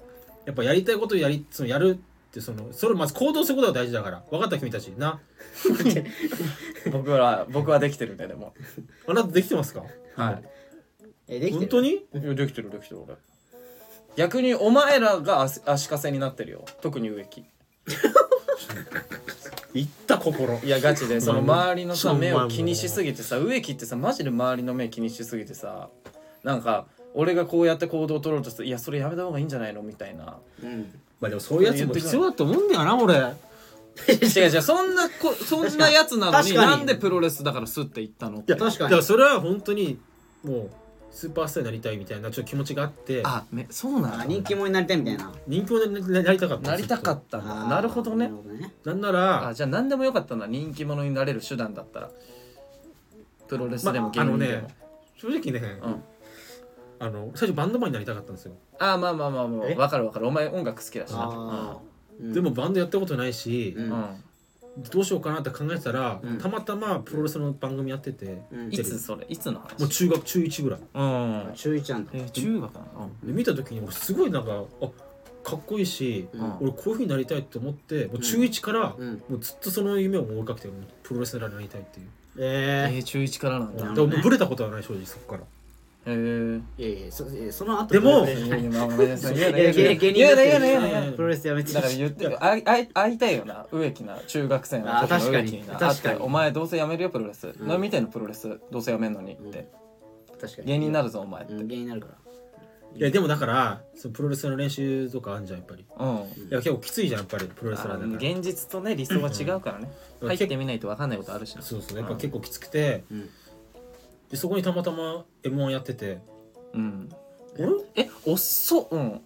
S3: やっぱやりたいことをやりそのやるってそのそれをまず行動することが大事だから分かった君たちな
S2: 僕ら僕はできてるんだよでも
S3: あなたできてますか
S2: は
S1: えできて
S3: 本
S1: る
S3: 当に
S2: いやできてるできてる俺逆にお前らが足足かせになってるよ特に植木
S3: 言った心
S2: いやガチでその周りのさ
S3: お前
S2: 目
S3: も
S2: を気にしすぎてさ植木ってさマジで周りの目気にしすぎてさなんか俺がこうやって行動を取ろうとしていやそれやめた方がいいんじゃないのみたいな
S1: うん
S3: まあでもそういうやつも必要だと思うんだよな俺
S2: 違う違うそんなこそんなやつなのに
S1: 確かに
S2: なんでプロレスだからスッて行ったの
S3: いや
S1: 確かに
S3: だらそれは本当にもうスーパースターになりたいみたいなちょっと気持ちがあって
S2: あめそうな
S1: あ
S2: の
S1: 人気者になりたいみたいな
S3: 人気者になりたかった
S2: なりたか
S3: ずっ
S2: った
S1: あ
S2: な
S1: ー
S2: なるほど
S1: な
S2: ね
S1: るほどね
S3: となんなら
S2: あじゃあ何でもよかったな人気者になれる手段だったらプロレスでも
S3: ま
S2: 芸
S3: あの
S2: 人でも、
S3: ね正直ね、
S2: うん
S3: あの最初バンドマンになりたかったんですよ、
S2: ああまあまあまあまあ
S1: え
S2: わかるわかるお前音楽好きだしな
S1: あーうん
S3: でもバンドやったことないし、
S1: う
S2: うん、
S1: ん
S3: どうしようかなって考えてたら、
S1: うん
S3: たまたまプロレスの番組やってて、
S1: うん
S2: いつそれいつの話
S3: もう中学中1ぐらい
S2: うん
S1: 中1なんだ
S2: えー中学なの
S3: で見た時に俺すごいなんかあかっこいいし、
S1: うん
S3: 俺こういうふうになりたいと思ってもう中1から、
S1: うん
S3: もうずっとその夢を追いかけてもうプロレスラーになりたいっていう、
S2: え
S1: え
S2: ー、中1からなんだ
S3: で
S2: へ
S1: なるほ
S3: も
S1: どね
S3: もうブレたことはない正直そこから
S2: えー
S1: えいやいやそいやその後
S3: でも
S1: プロレス
S2: いやいやまあごめんなさい言うな
S1: 芸
S2: 言うな
S1: 芸芸人
S2: 言うな言うな言うな
S3: 言うな
S1: プロレスやめて
S2: だから言ってよあいあい会いたいよな植木な中学生の
S1: あー
S2: 時の植
S1: 確
S2: 木
S1: かに
S2: な会
S1: 確かに
S2: ってお前どうせやめるよプロレス、
S1: ん
S2: 何見てんのプロレスどうせやめんのにって、
S1: 確かに
S2: 芸人になるぞお前って、
S1: うん芸人になるから
S3: いやでもだからそのプロレスの練習とかあんじゃんやっぱり
S2: うん
S3: いや結構きついじゃんやっぱりプロレスラーだから
S2: 現実とね理想は違うからね
S3: うん
S2: 入ってみないと分かんないことあるしな
S3: そうそうやっぱ結構きつくて、
S1: うん
S3: でそこにたまたま m 1やってて
S2: うん
S3: あれ
S2: えおっそうん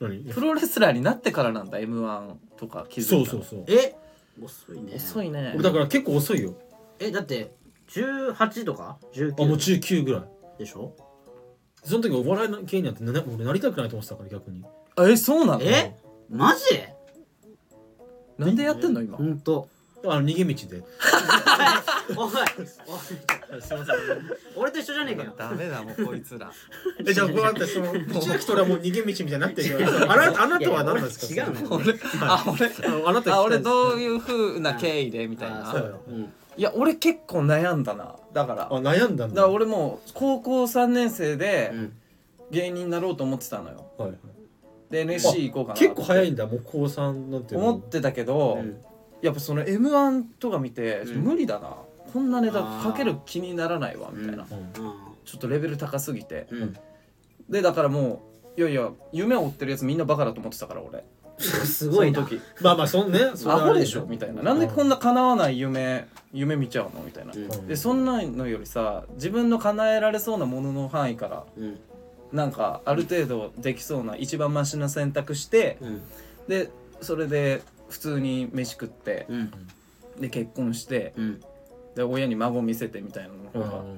S3: 何
S2: プロレスラーになってからなんだ m 1とか気づいた
S3: そ
S2: の
S3: うそうそう
S1: え遅いね
S2: 遅いね
S3: 俺だから結構遅いよ
S1: えだって18とか
S3: あもう
S1: 19
S3: 19ぐらい
S1: でしょ
S3: その時お笑いの芸人なんてな俺なりたくないと思ってたから逆に
S2: あえそうなの
S1: えマジ
S2: なんでやってんの今
S1: ほんと
S3: あの逃げ道で。
S1: おい
S3: すいません。
S1: 俺と一緒じゃねえかよ
S2: ダメだもうこいつら
S3: えじゃあこうなってその千秋と俺はもう逃げ道みたいになってるけど、 あなあなたは何なんですか。
S1: いやいや俺違うの
S2: 俺 あ俺
S3: の。あなた聞きたいです。
S2: あ俺どういう風な経緯でみたい
S1: あ
S2: な
S1: ー
S3: そうよ
S1: うん
S2: いや俺結構悩んだなだからだ
S3: あ
S2: か
S3: 悩んだんだ。
S2: ら。俺もう高校3年生で
S1: うん
S2: 芸人になろうと思ってたのよ
S3: はいはい。
S2: で NSC 行こうかな
S3: 結構早い
S2: っ
S3: んだもう高三なんて
S2: て思ってたけ
S1: う
S2: ど
S1: ん
S2: やっぱその m 1とか見て
S1: うん
S2: 無理だなこんなネタかける気にならないわみたいな
S3: うん
S2: ちょっとレベル高すぎて
S1: うん
S2: でだからもういやいや夢を追ってるやつみんなバカだと思ってたから俺
S1: す
S2: そ
S1: ごい
S2: の
S1: な
S2: 時
S3: まあまあそんねそれ
S2: ア
S3: はあ
S2: ホ
S3: れ
S2: でしょみたいななんでこんな叶わない夢夢見ちゃうのみたいな
S1: うん
S2: でそんなのよりさ自分の叶えられそうなものの範囲から
S1: うん
S2: なんかある程度できそうな一番マシな選択して
S1: うん
S2: でそれで普通に飯食って
S1: うん
S2: で結婚して
S1: うん
S2: で親に孫見せてみたいなの
S3: う
S2: 方が、
S3: ん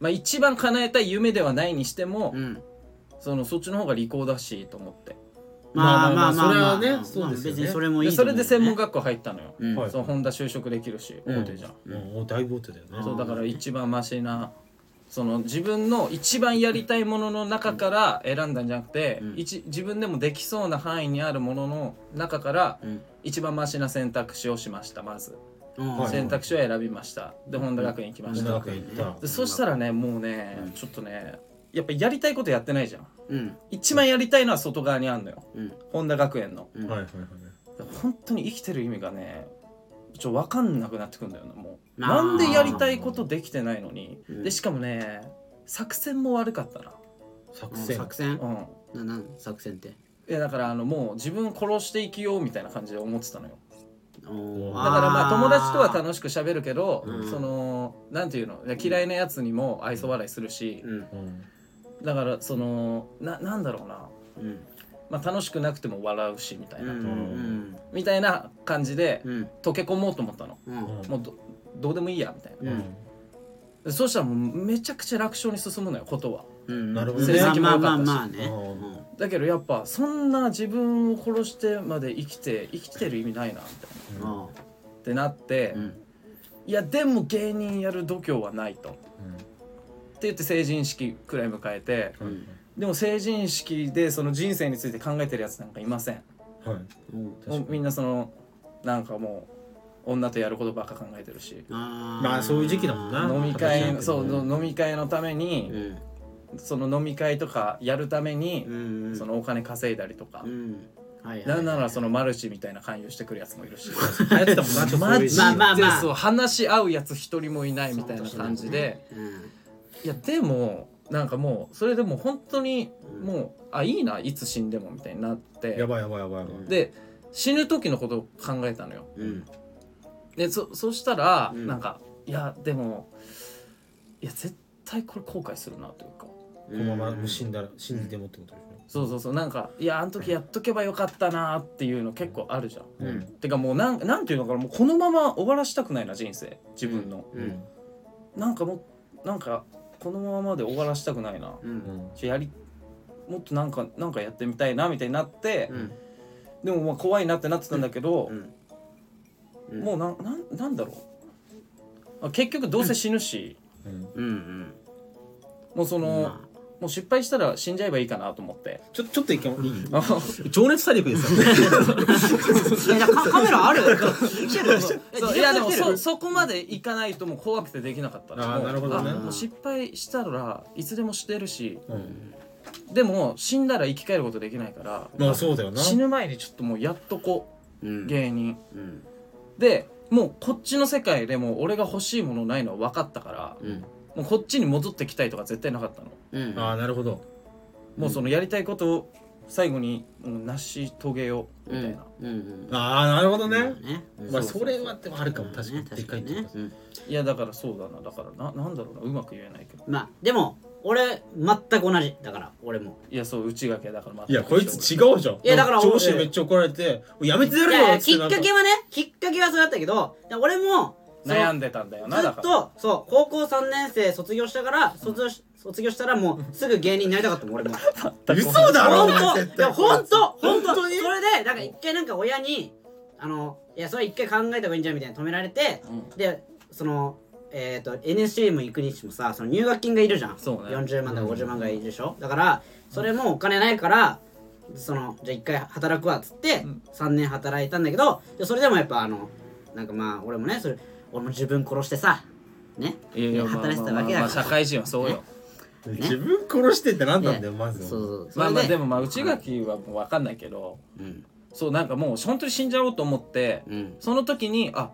S2: まあ、一番叶えたい夢ではないにしても、
S1: うん
S2: そのそっちの方が利口だしと思って
S1: まあまあまあ
S3: ま
S1: ま
S3: あ
S1: あ
S3: ま
S1: まあ
S3: あそれはねそうですよね
S1: 別にそれもい
S2: で
S1: い
S2: それで専門
S1: 家
S2: 学校入ったのよ、
S1: うん
S3: はい
S2: その本田就職できるし
S3: うん
S2: 大手じゃん、
S1: うん
S3: もう大ボートだよね
S2: そうだから一番マシなその自分の一番やりたいものの中から選んだんじゃなくて、
S1: うん
S2: 一自分でもできそうな範囲にあるものの中から
S1: うん
S2: 一番マシな選択肢をしましたまず、
S1: うん
S3: はい
S2: 選択肢を選びましたで本田学園行きまし
S3: 本
S2: た、
S3: 田学園行った
S2: でそしたらねもうね、
S1: うん
S2: ちょっとねやっぱやりたいことやってないじゃん
S1: うん
S2: 一番やりたいのは外側にあんのよ
S1: うん
S2: 本田学園の
S1: うん
S3: はいはいはい
S2: 本当に生きてる意味がねちょ分かんなくなってくんだよなもう
S1: あー
S2: なんでやりたいことできてないのに、
S1: うん
S2: でしかもね作戦も悪かったな
S3: 作
S1: うん
S3: 戦
S1: 作戦
S2: うん
S1: ななん作戦って
S2: いやだからあのもう自分殺していきようみたいな感じで思ってたのよ
S1: だから
S2: だからまあ友達とは
S1: し
S2: 楽しく喋るけど、
S1: うん
S2: そのなんていうのいや嫌いなやつにも愛想笑いするし、
S1: うん
S3: うん
S2: だからそのななんだろうな、
S1: うん
S2: まあ、楽しくなくても笑うしみたいな、
S1: うんうん
S2: みたいな感じで
S1: うん
S2: 溶け込もうと思ったの
S1: うんうん
S2: もうどどうでもいいやみたいな
S1: うん
S2: でそうしたらもうめちゃくちゃ楽勝に進むのよことは
S1: うん
S3: なるほど
S1: ま
S3: 成
S2: 績も
S1: あ
S2: 良
S1: ま
S2: か
S1: あ
S2: ったし
S1: まあね
S3: うん
S2: だけどやっぱそんな自分を殺してまで生きて生きてる意味ないなみたいな
S1: うんあ
S2: ってなって、
S1: あうん
S2: いやでも芸人やる度胸はないとって言って成人式くらい迎えて
S3: うん
S1: うん
S2: でも成人式でその人生について考えてるやつなんかいません
S3: はい
S1: うん
S3: 確かに
S2: もうみんなそのなんかもう女とやることばっか考えてるし
S1: あー
S3: まあそういう時期だもんな
S2: 飲み
S3: 私なん
S2: 会
S3: て
S2: のそう
S3: うん
S2: 飲み会のため
S1: う
S2: に
S1: ん
S2: その飲み会とかやるために
S1: うんうん
S2: そのお金稼いだりとか
S1: うんはいはい
S2: なんならそのマルチみたいな勧誘してくるやつもいる し
S3: 流行ってたもんなちょっとそういう時期
S1: まあまあ
S2: でそう話し合うやつ一人もいないみたいな感じで
S1: うん
S2: いやでもなんかもうそれでもう本当にもうあいいないつ死んでもみたいになって
S3: やばいやばいやばいやばい
S2: で死ぬ時のことを考えたのよ
S1: うん
S2: でそそしたら
S1: うん
S2: なんかいやでもいや絶対これ後悔するなというか
S3: このままもう死んだら死んでてもってことでし
S2: そうそうそうなんかいやあの時やっとけばよかったなっていうの結構あるじゃん
S3: ょ
S1: うん
S2: てかもうなんなんていうのかなもうこのまま終わらしたくないな人生自分の、
S1: うんうん
S2: なんかもうなんかこのままで終わらしたくない
S1: う
S2: な
S3: うんん
S2: ちょやりもっとなんかなんかやってみたいなみたいになって、
S1: うん
S2: でもまあ怖いなってなってたんだけど、
S1: うん
S2: もうなんなんなんだろうあ結局どうせ死ぬし、
S3: うん
S1: うんうん
S2: もうその、
S1: まあ
S2: もう失敗したら死んじゃえばいいかなと思って
S3: ちょちょっと一回いい
S2: あ
S3: 情熱大陸ですよ
S1: えじゃあカカメラある 来てる
S2: そういやでもそそこまでいかないともう怖くてできなかった
S3: あー
S2: もう
S3: なるほどね
S2: あもう失敗したらいつでもしてるし
S3: うん
S2: でも死んだら生き返ることできないから、
S3: まあそうだよな
S2: 死ぬ前にちょっともうやっとこ
S1: うん
S2: う芸人
S1: うん
S2: でもうこっちの世界でもう俺が欲しいものないのは分かったから
S1: うん
S2: もうこっちに戻ってきたいとか絶対なかったの
S1: うん
S3: ああなるほど
S2: もうそのやりたいことを最後にもう成し遂げようみたいな、
S1: うんうん
S3: ああなるほど
S1: うん
S3: ね
S1: うん
S3: まあ
S2: そうそう
S3: それはでもあるかも
S1: そう
S3: 確
S1: ね
S3: かにでかいってこと
S1: 確かにね
S2: いやだからそうだなだからななんだろうなうまく言えないけど
S1: うんまあでも俺全く同じだから俺も
S2: いやそう内掛けだからま
S3: いやこいつ違うじゃん
S1: いやだから
S3: 上司にめっちゃ怒られてやめてや
S1: い
S3: る
S1: やい
S3: よ
S1: やきっか
S3: なん
S1: けはねきっかけはそうだったけどで俺もその
S2: 悩んでたんだよな
S1: ず
S2: だ
S1: っ
S2: から
S1: とそう高校3年生卒業したから卒業し卒業したらもうすぐ芸人になりたかったもん俺も
S3: 嘘だろお前
S1: 本
S3: 絶
S1: 当い
S3: 対
S1: や本当本
S3: 本
S1: 当
S3: 当に
S1: それでなんか一回なんか親にあのいやそれ一回考えた方がいいんじゃんみたいな止められて
S2: うん
S1: でそのえっ、と NSC も行くにしてもさその入学金がいるじゃん
S2: そうね
S1: 40万とか50万がいるでしょ、だからそれもお金ないからそのじゃあ一回働くわっつって
S2: うん
S1: 3年働いたんだけどでそれでもやっぱあのなんかまあ俺もねそれ俺も自分殺してさね
S2: いやいやまあ
S1: 働いてた
S2: まあ
S1: わけだ
S2: ま
S1: から
S2: あ社
S1: そう
S2: 会人はそうよ
S3: 自分殺してってなんなんだよまず
S1: そうそ
S2: まあ
S1: れ
S2: まあでもまあ内垣はもう分かんないけど
S1: うん
S2: そうなんかもう本当に死んじゃおうと思って
S1: うん
S2: その時にあ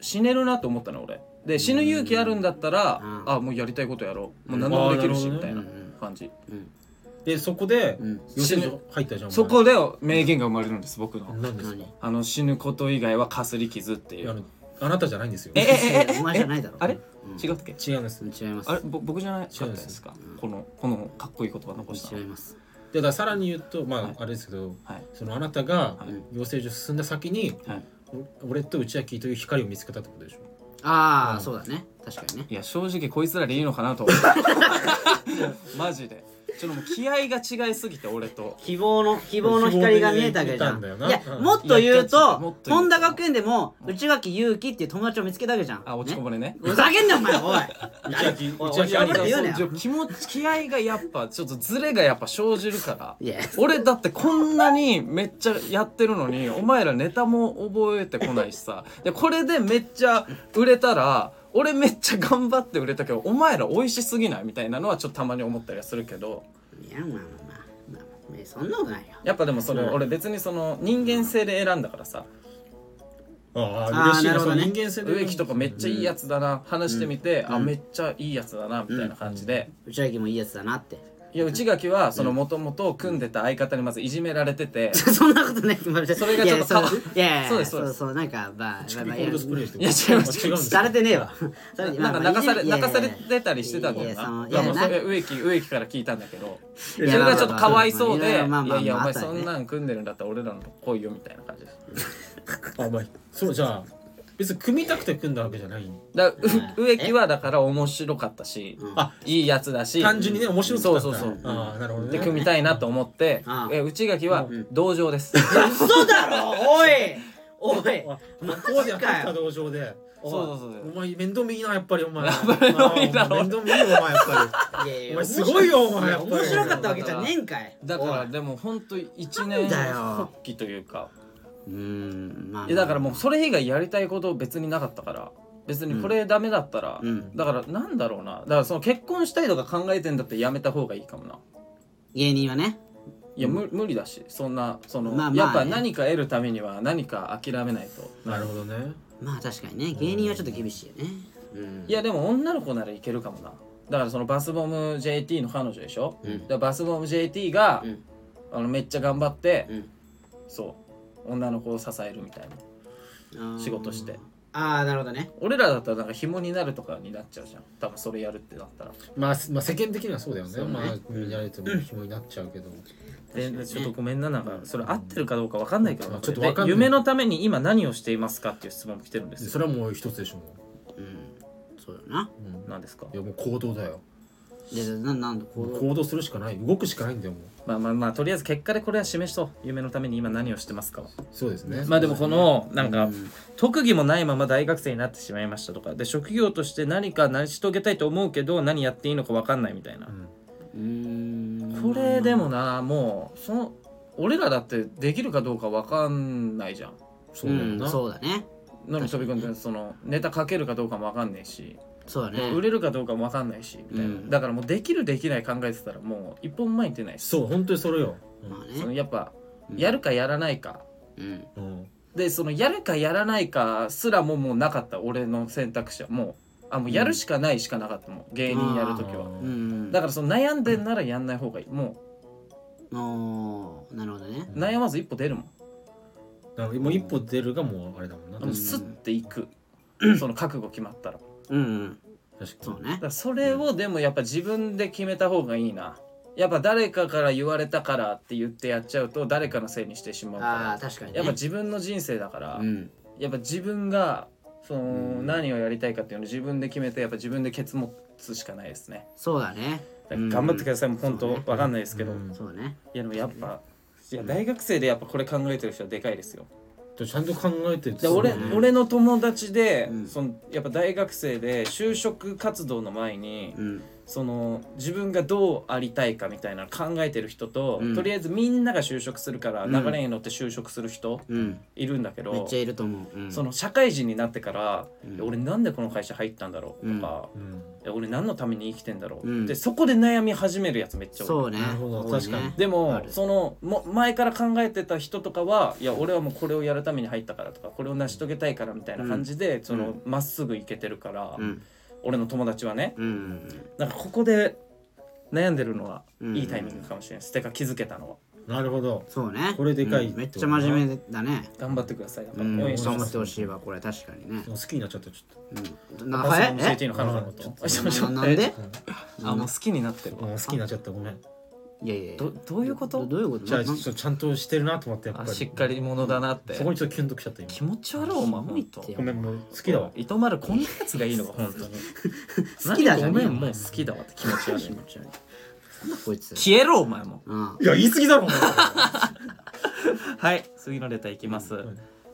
S2: 死ねるなと思ったの俺で死ぬ勇気あるんだったら
S1: うん
S2: あもうやりたいことやろう
S1: う
S2: もう
S1: ん
S2: 何でもできるし
S3: あー
S2: み
S3: な
S2: た
S3: る
S2: い
S1: ほど
S2: な
S1: ねうん
S2: 感じ
S1: うん
S3: でそこで
S1: うん
S3: 養成所入ったじゃんお前
S2: そこで名言が生まれるんです僕の
S3: なんですか
S1: 何
S2: あの死ぬこと以外はかすり傷って
S3: い
S2: い
S3: やあ
S2: う
S3: のあなたじゃないんですよ
S2: ええええ え
S1: お前じゃないだろ
S2: あれ
S1: うん
S2: 違うっけ
S3: 違うんです
S1: 違います
S2: あれぼ僕じゃないかったですか
S1: 違います
S2: このこのかっこいい言葉残した
S1: 違います
S3: でだからさらに言うとまあ、
S2: はい
S3: あれですけど
S2: はい
S3: そのあなたが
S2: はい
S3: 養成所進んだ先に、
S2: はい
S3: お俺と内明という光を見つけたってことでしょ
S1: ああ、
S3: うん
S1: そうだね確かにね
S2: いや正直こいつらでいいのかなと思う マジでちょっともう気合が違いすぎて俺と
S1: 希望の希望の光が見えたわけじゃ
S3: 希望
S1: ん
S3: で見えたんだよ
S1: い
S3: な
S1: やもっと言うと
S2: もっと言うと
S1: 本田学園でも内垣結城っていう友達を見つけたわけじゃん
S2: あ落ちこぼれね
S1: ねふざけんなお前おい
S3: 内明
S1: おい
S3: 内明
S1: や
S3: あ
S1: めろっ
S3: りだ
S1: て言うなよ
S2: そう気持ち気合がやっぱちょっとズレがやっぱ生じるから
S1: いや
S2: 俺だってこんなにめっちゃやってるのにお前らネタも覚えてこないしさでこれでめっちゃ売れたら俺めっちゃ頑張って売れたけどお前ら美味しすぎないみたいなのはちょっとたまに思ったりはするけど
S1: いやまあまあまあ、まあ、そんなことないよ
S2: やっぱでもそれ俺別にその人間性で選んだからさ
S3: あ
S1: あー
S3: あ嬉しい
S1: なる
S3: な
S1: ほ
S3: そ
S1: ど
S3: の
S1: ね
S3: 人間性で
S2: 植木とかめっちゃいいやつだな話してみてあめっちゃいいやつだなみたいな感じで
S1: 内垣もいいやつだなって
S2: いや内垣はそのもともと組んでた相方にまずいじめられてて
S1: そんなことないそ
S2: それがちょっと
S1: いや
S2: か
S1: そういやいや
S2: そうです
S1: そ
S2: そうう
S1: そ
S2: で
S1: うなんかまあまあ
S3: 首
S1: まあ
S3: コールドスプレーして
S2: いや違う違う
S3: あ違うんです
S1: されてねえわされて
S2: なん
S1: まあまあ
S2: か流され
S1: いやいや
S2: 泣か
S1: い
S2: さ
S1: や
S2: れてたりしてたんだよ
S1: いやいやその
S2: な。
S1: いや
S2: でも
S1: な
S2: それ植木植木から聞いたんだけど、そ
S1: い
S2: れ
S1: や
S2: がちょっとかわいそう
S1: い
S2: で、い
S1: や
S2: や
S1: まあまあまあ
S2: いやお
S1: まあ
S2: 前
S1: まあ
S2: そんなん組んでるんだったら俺らの来いよみたいな感じです。
S3: あまあそうじゃあ別に組みたくて組んだわけじゃない
S2: だからう植木はだから面白かったし、
S3: あ
S2: いいやつだし、
S3: 単純にね面白かった
S2: そうそうそう。
S3: ああなるほど
S2: で
S3: ね
S2: 組みたいなと思って
S1: あ、あ
S2: え内垣は同情です。
S1: 嘘だろおいおい
S3: あ
S1: マ
S3: ここで
S1: ジ
S3: やって
S1: か
S3: た
S1: よ
S3: 同情で
S2: そうそうそうそう。
S3: お前面倒見いいなやっぱりお前
S2: 面倒見いいだろ
S3: あー面倒見いいよお前やっぱ
S1: いやいや
S3: りお前すごいよお前やっぱり
S1: 面白かったわけじゃねえんかい
S2: だか
S1: お
S2: ら
S1: い
S2: でも本当一
S1: なん
S2: 年
S1: だよ
S2: 復帰というか。
S1: うーんまあ
S2: いやだからもうそれ以外やりたいこと別になかったから別にこれダメだったら、
S1: うん
S2: だからなんだろうなだからその結婚したいとか考えてんだってやめた方がいいかもな
S1: 芸人はね
S2: いや、む無理だしそんなその、
S1: まあまあね
S2: やっぱ何か得るためには何か諦めないと
S3: なるほどね
S1: まあ確かにね芸人はちょっと厳しいよねうん
S2: いやでも女の子ならいけるかもなだからそのバスボム JT の彼女でしょ、
S1: うん
S2: だからバスボム JT が、
S1: うん
S2: あのめっちゃ頑張って、
S1: うん
S2: そう女の子を支えるみたいな
S1: あー
S2: 仕事して
S1: ああなるほどね
S2: 俺らだったらなんか紐になるとかになっちゃうじゃん多分それやるってなったら
S3: まあすまあ世間的にはそうだよね
S1: そうね
S3: まあ組みられても紐になっちゃうけど
S2: で
S1: 確かにね
S2: ちょっとごめんななんかそれ合ってるかどうかわかんないけど、
S3: うんちょっとわかんない
S2: で夢のために今何をしていますかっていう質問も来てるんですよ
S3: それはもう一つでしょも
S1: うんそうだな
S3: ううん
S2: 何ですか
S3: いやもう行動だよ
S1: でななんだこう
S3: 行動するしかない動くしかないんだよもう
S2: まあまあまあとりあえず結果でこれは示しと夢のために今何をしてますかは
S3: そうですね
S2: まあでもこのなんか、
S1: うん
S2: 特技もないまま大学生になってしまいましたとかで職業として何か成し遂げたいと思うけど何やっていいのかわかんないみたいな、
S3: うん
S1: うーん
S2: これでもなもうその俺らだってできるかどうかわかんないじゃん
S3: そううだよ
S1: ん
S3: な
S1: そうだね
S2: 何飛び込んでそのネタ書けるかどうかもわかんないし
S1: そうだ
S2: もう売
S1: ね
S2: れるかどうかも分かんないしみたいな、
S1: うん
S2: だからもうできるできない考えてたらもう一本前に出ないし
S3: そう本当にそれよ
S1: まあ
S2: その
S1: ね
S2: やっぱ
S1: うん
S2: やるかやらないか、
S1: うん
S3: うん
S2: でそのやるかやらないかすらももうなかった俺の選択肢はもうあもうやるしかないしかなかったもん芸人やるときは、
S1: う
S3: は
S1: ん
S2: だからその悩んでんならやんない方がいいも
S1: おーなるほどね
S2: う悩まず一歩出るもん、
S3: もう一歩出るがもうあれだもんな
S2: もうスッていく、その覚悟決まったらだか
S1: うんうん
S3: 確か
S1: そう
S3: に
S1: ね
S2: らそれをでもやっぱ自分で決めた方がいいなやっぱ誰かから言われたからって言ってやっちゃうと誰かのせいにしてしまうから
S1: ああ確かにね
S2: やっぱ自分の人生だから、
S1: うん
S2: やっぱ自分がその、
S1: うん
S2: 何をやりたいかっていうのを自分で決めてやっぱ自分でケツ持つしかないですね
S1: そうだね
S2: だから頑張ってください、もう本当
S1: そう
S2: わ
S1: ね
S2: かんないですけど、
S3: うん
S1: そうだね
S2: いやでもやっぱいや大学生でやっぱこれ考えてる人はでかいですよ
S3: ちゃんと考えて
S4: で俺
S3: そうね
S4: 俺の友達で、
S1: うん
S4: そのやっぱ大学生で就職活動の前に、
S1: うん
S4: その自分がどうありたいかみたいなの考えてる人と、
S1: うん
S4: とりあえずみんなが就職するから
S1: うん
S4: 流れに乗って就職する人
S1: うん
S4: いるんだけど、
S1: めっちゃいると思う、うん、
S4: その社会人になってから、
S1: うん
S4: いや俺なんでこの会社入ったんだろうとか、
S3: うん
S4: いや俺何のために生きてんだろう、
S1: うん
S4: でそこで悩み始めるやつめっちゃ多い
S1: そうね
S3: なるほ
S1: 多
S3: ど
S1: いね
S3: 確かに
S4: でも
S1: ある
S4: そのも前から考えてた人とかはいや俺はもうこれをやるために入ったからとかこれを成し遂げたいからみたいな感じでそのまっすぐ行けてるから、
S1: うん
S4: 俺の友達はね
S1: うん
S4: なんかここで悩んでるのは
S1: うん
S4: いいタイミングかもしれないです、てか気づけたのは
S3: なるほど
S1: そうね
S3: これでかい
S1: うんめっちゃ真面目だね
S4: 頑張ってくださいだか
S1: う
S4: ら
S1: ん
S4: 応
S1: 頑
S4: 援してま
S1: 張っ
S4: す、
S1: てほしいわこれ確かにね
S3: でも好きになっちゃったちょっ
S1: うんなんか
S4: あ
S1: 早
S4: そ
S1: い
S4: の教え
S1: え
S4: ていいの彼女のこと
S3: え
S4: ちょちょ
S1: ななんで
S4: あもう好きになってる
S3: と、
S4: わ
S3: うん好きになっちゃったごめん
S1: いやいやいや
S4: どどういうこと
S1: どどういうこと
S3: じゃあ
S1: な
S3: ちょちゃんとしてるなと思ってやっぱ
S2: あ
S3: り
S2: しっかり者だなって
S3: そこにちょっとキュンときちゃった今
S2: 気持ち悪いお前ほんと
S1: すごいって
S3: ごめんもう好きだわ
S2: 糸丸こんなやつがいいのか本当に
S1: 好きだじゃね
S2: 何ご
S1: え
S2: め
S1: よ
S2: んもう好きだわって気持ち悪
S1: 気
S2: い
S1: 持ち悪いなんだこいつ
S2: 消えろお前も
S1: うん
S3: いや言い過ぎ だろお前
S2: はい次のレターいきます、
S3: はい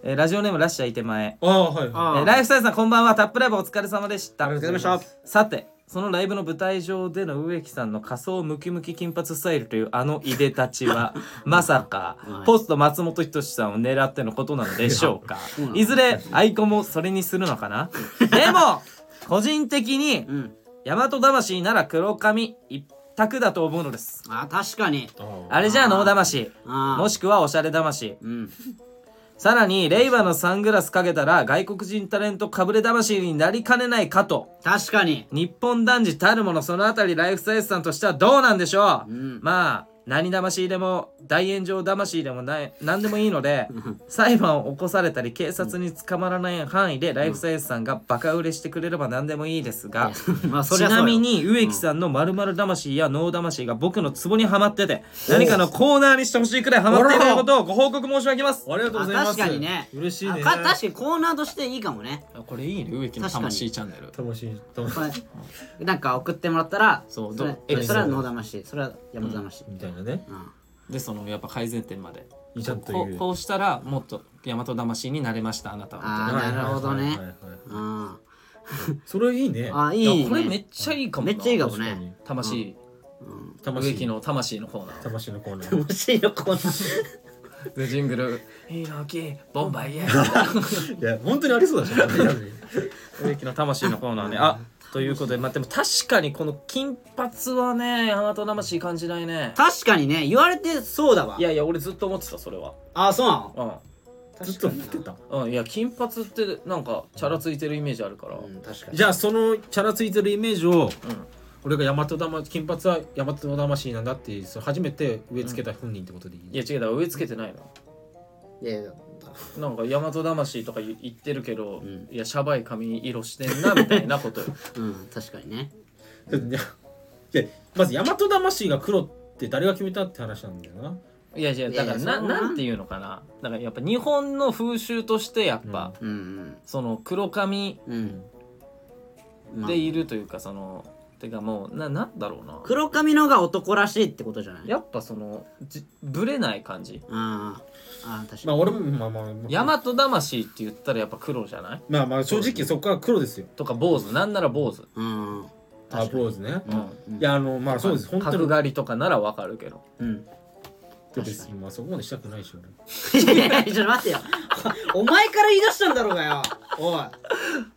S2: えーラジオネームラッシャーいて前
S3: ああはい
S1: あ
S2: えーライフスタイルさんこんばんはタップライブお疲れ様でした
S3: ありがとうございます
S1: お疲れ様でし
S2: さてそのライブの舞台上での植木さんの仮想ムキムキ金髪スタイルというあのいでた ちはまさか
S1: はい
S2: ポスト松本人志さんを狙ってのことなのでしょうか
S1: うなの
S2: いずれアイコンもそれにするのか なでも個人的に
S1: たうん
S2: 大和魂なら黒髪一択だと思うのです
S1: あ確かに
S3: あ
S2: あれじゃあ脳魂
S1: あ
S2: もしくはおしゃれ魂
S1: うん
S2: さらに令和のサングラスかけたら外国人タレントかぶれ魂になりかねないかと
S1: 確かに
S2: 日本男児たるものそのあたりライフスタイルさんとしてはどうなんでしょう、
S1: うん
S2: まあ何魂でも大炎上魂でもない何でもいいので裁判を起こされたり警察に捕まらない範囲でライフスタイルさんがバカ売れしてくれれば何でもいいですが、
S1: まあそ
S2: ち
S1: りゃそう
S2: な
S1: よ
S2: みに植木さんの〇〇魂や脳魂が僕のツボにはまってて何かのコーナーにしてほしいくらいハマっていることをご報告申し上げます
S3: ありがとうございます
S1: あ確かにね
S3: 嬉しいね
S1: あか確かにコーナーとしていいかもね
S2: これいいね植木
S1: の魂
S2: チャンネル
S3: 楽しい楽しい
S1: これなんか送ってもらったら
S2: そう
S1: それ
S2: どう
S1: それは野魂それは山魂
S3: みたいなね
S1: うん
S2: でそのやっぱ改善点まで
S3: いいちゃんと
S2: こ
S3: 言
S2: う
S3: う
S2: こうしたらもっと大和魂になれましたあなたは
S1: あーなるほど
S3: はい
S1: ね
S3: はいはいはい
S1: うん
S3: それいいね
S1: あい
S2: みたいないいやこれめっちゃいいかもな
S1: めっちゃいいかも
S3: 確かに
S1: ね
S2: 魂植木
S3: 魂
S2: の魂のコーナー
S3: 魂のコーナー
S1: 欲しいよコーナー
S2: でジングル「ヒノキボンバイエー」
S3: いや本当にありそうだし
S2: 植木の魂のコーナーねあということでまあでも確かにこの金髪はね大和魂感じないね
S1: 確かにね言われてそうだわ
S2: いやいや俺ずっと思ってたそれは
S1: あそうなの
S3: ずっと見てた
S2: うん、うん、いや金髪ってなんかチャラついてるイメージあるから、
S1: うん確かに
S3: じゃあそのチャラついてるイメージを俺が大和魂金髪は大和魂なんだっていうその初めて植え付けた本人ってことでいい
S2: いや違うだから植え付けてないの
S1: いやいや
S2: なんか大和魂とか言言ってるけど、
S1: ん
S2: いやシャバい髪色してんなみたいな ことよ
S1: うん確かにね
S3: いやいやまず大和魂が黒って誰が決めたって話なんだよない
S2: やいやだから
S1: いやいや
S2: な
S1: そうな
S2: なんていうのかなだからやっぱ日本の風習としてやっぱ、
S1: うん
S2: その黒髪
S1: うんうんまあ
S2: でいるというかそのてかもうななんだろうな
S1: 黒髪のが男らしいってことじゃない
S2: やっぱそのじぶれない感じ
S1: あーあー確か
S3: まあ
S1: に
S3: 俺もまあまあまあ
S2: 大和魂って言ったらやっぱ黒じゃない
S3: まあまあ正直そこは黒ですよ
S2: とか坊主なんなら坊主
S1: うん
S3: あ
S1: 確か
S3: ポ
S1: に
S3: ーズね
S2: うん
S1: うん
S3: いやあのまあそうです本当
S2: 角
S3: に
S2: 刈りとかならわかるけど
S1: うん
S3: 別にまあそこまでしたくないし俺
S1: いやいやちょっと待ってよ お前から言い出したんだろうがよおい
S2: い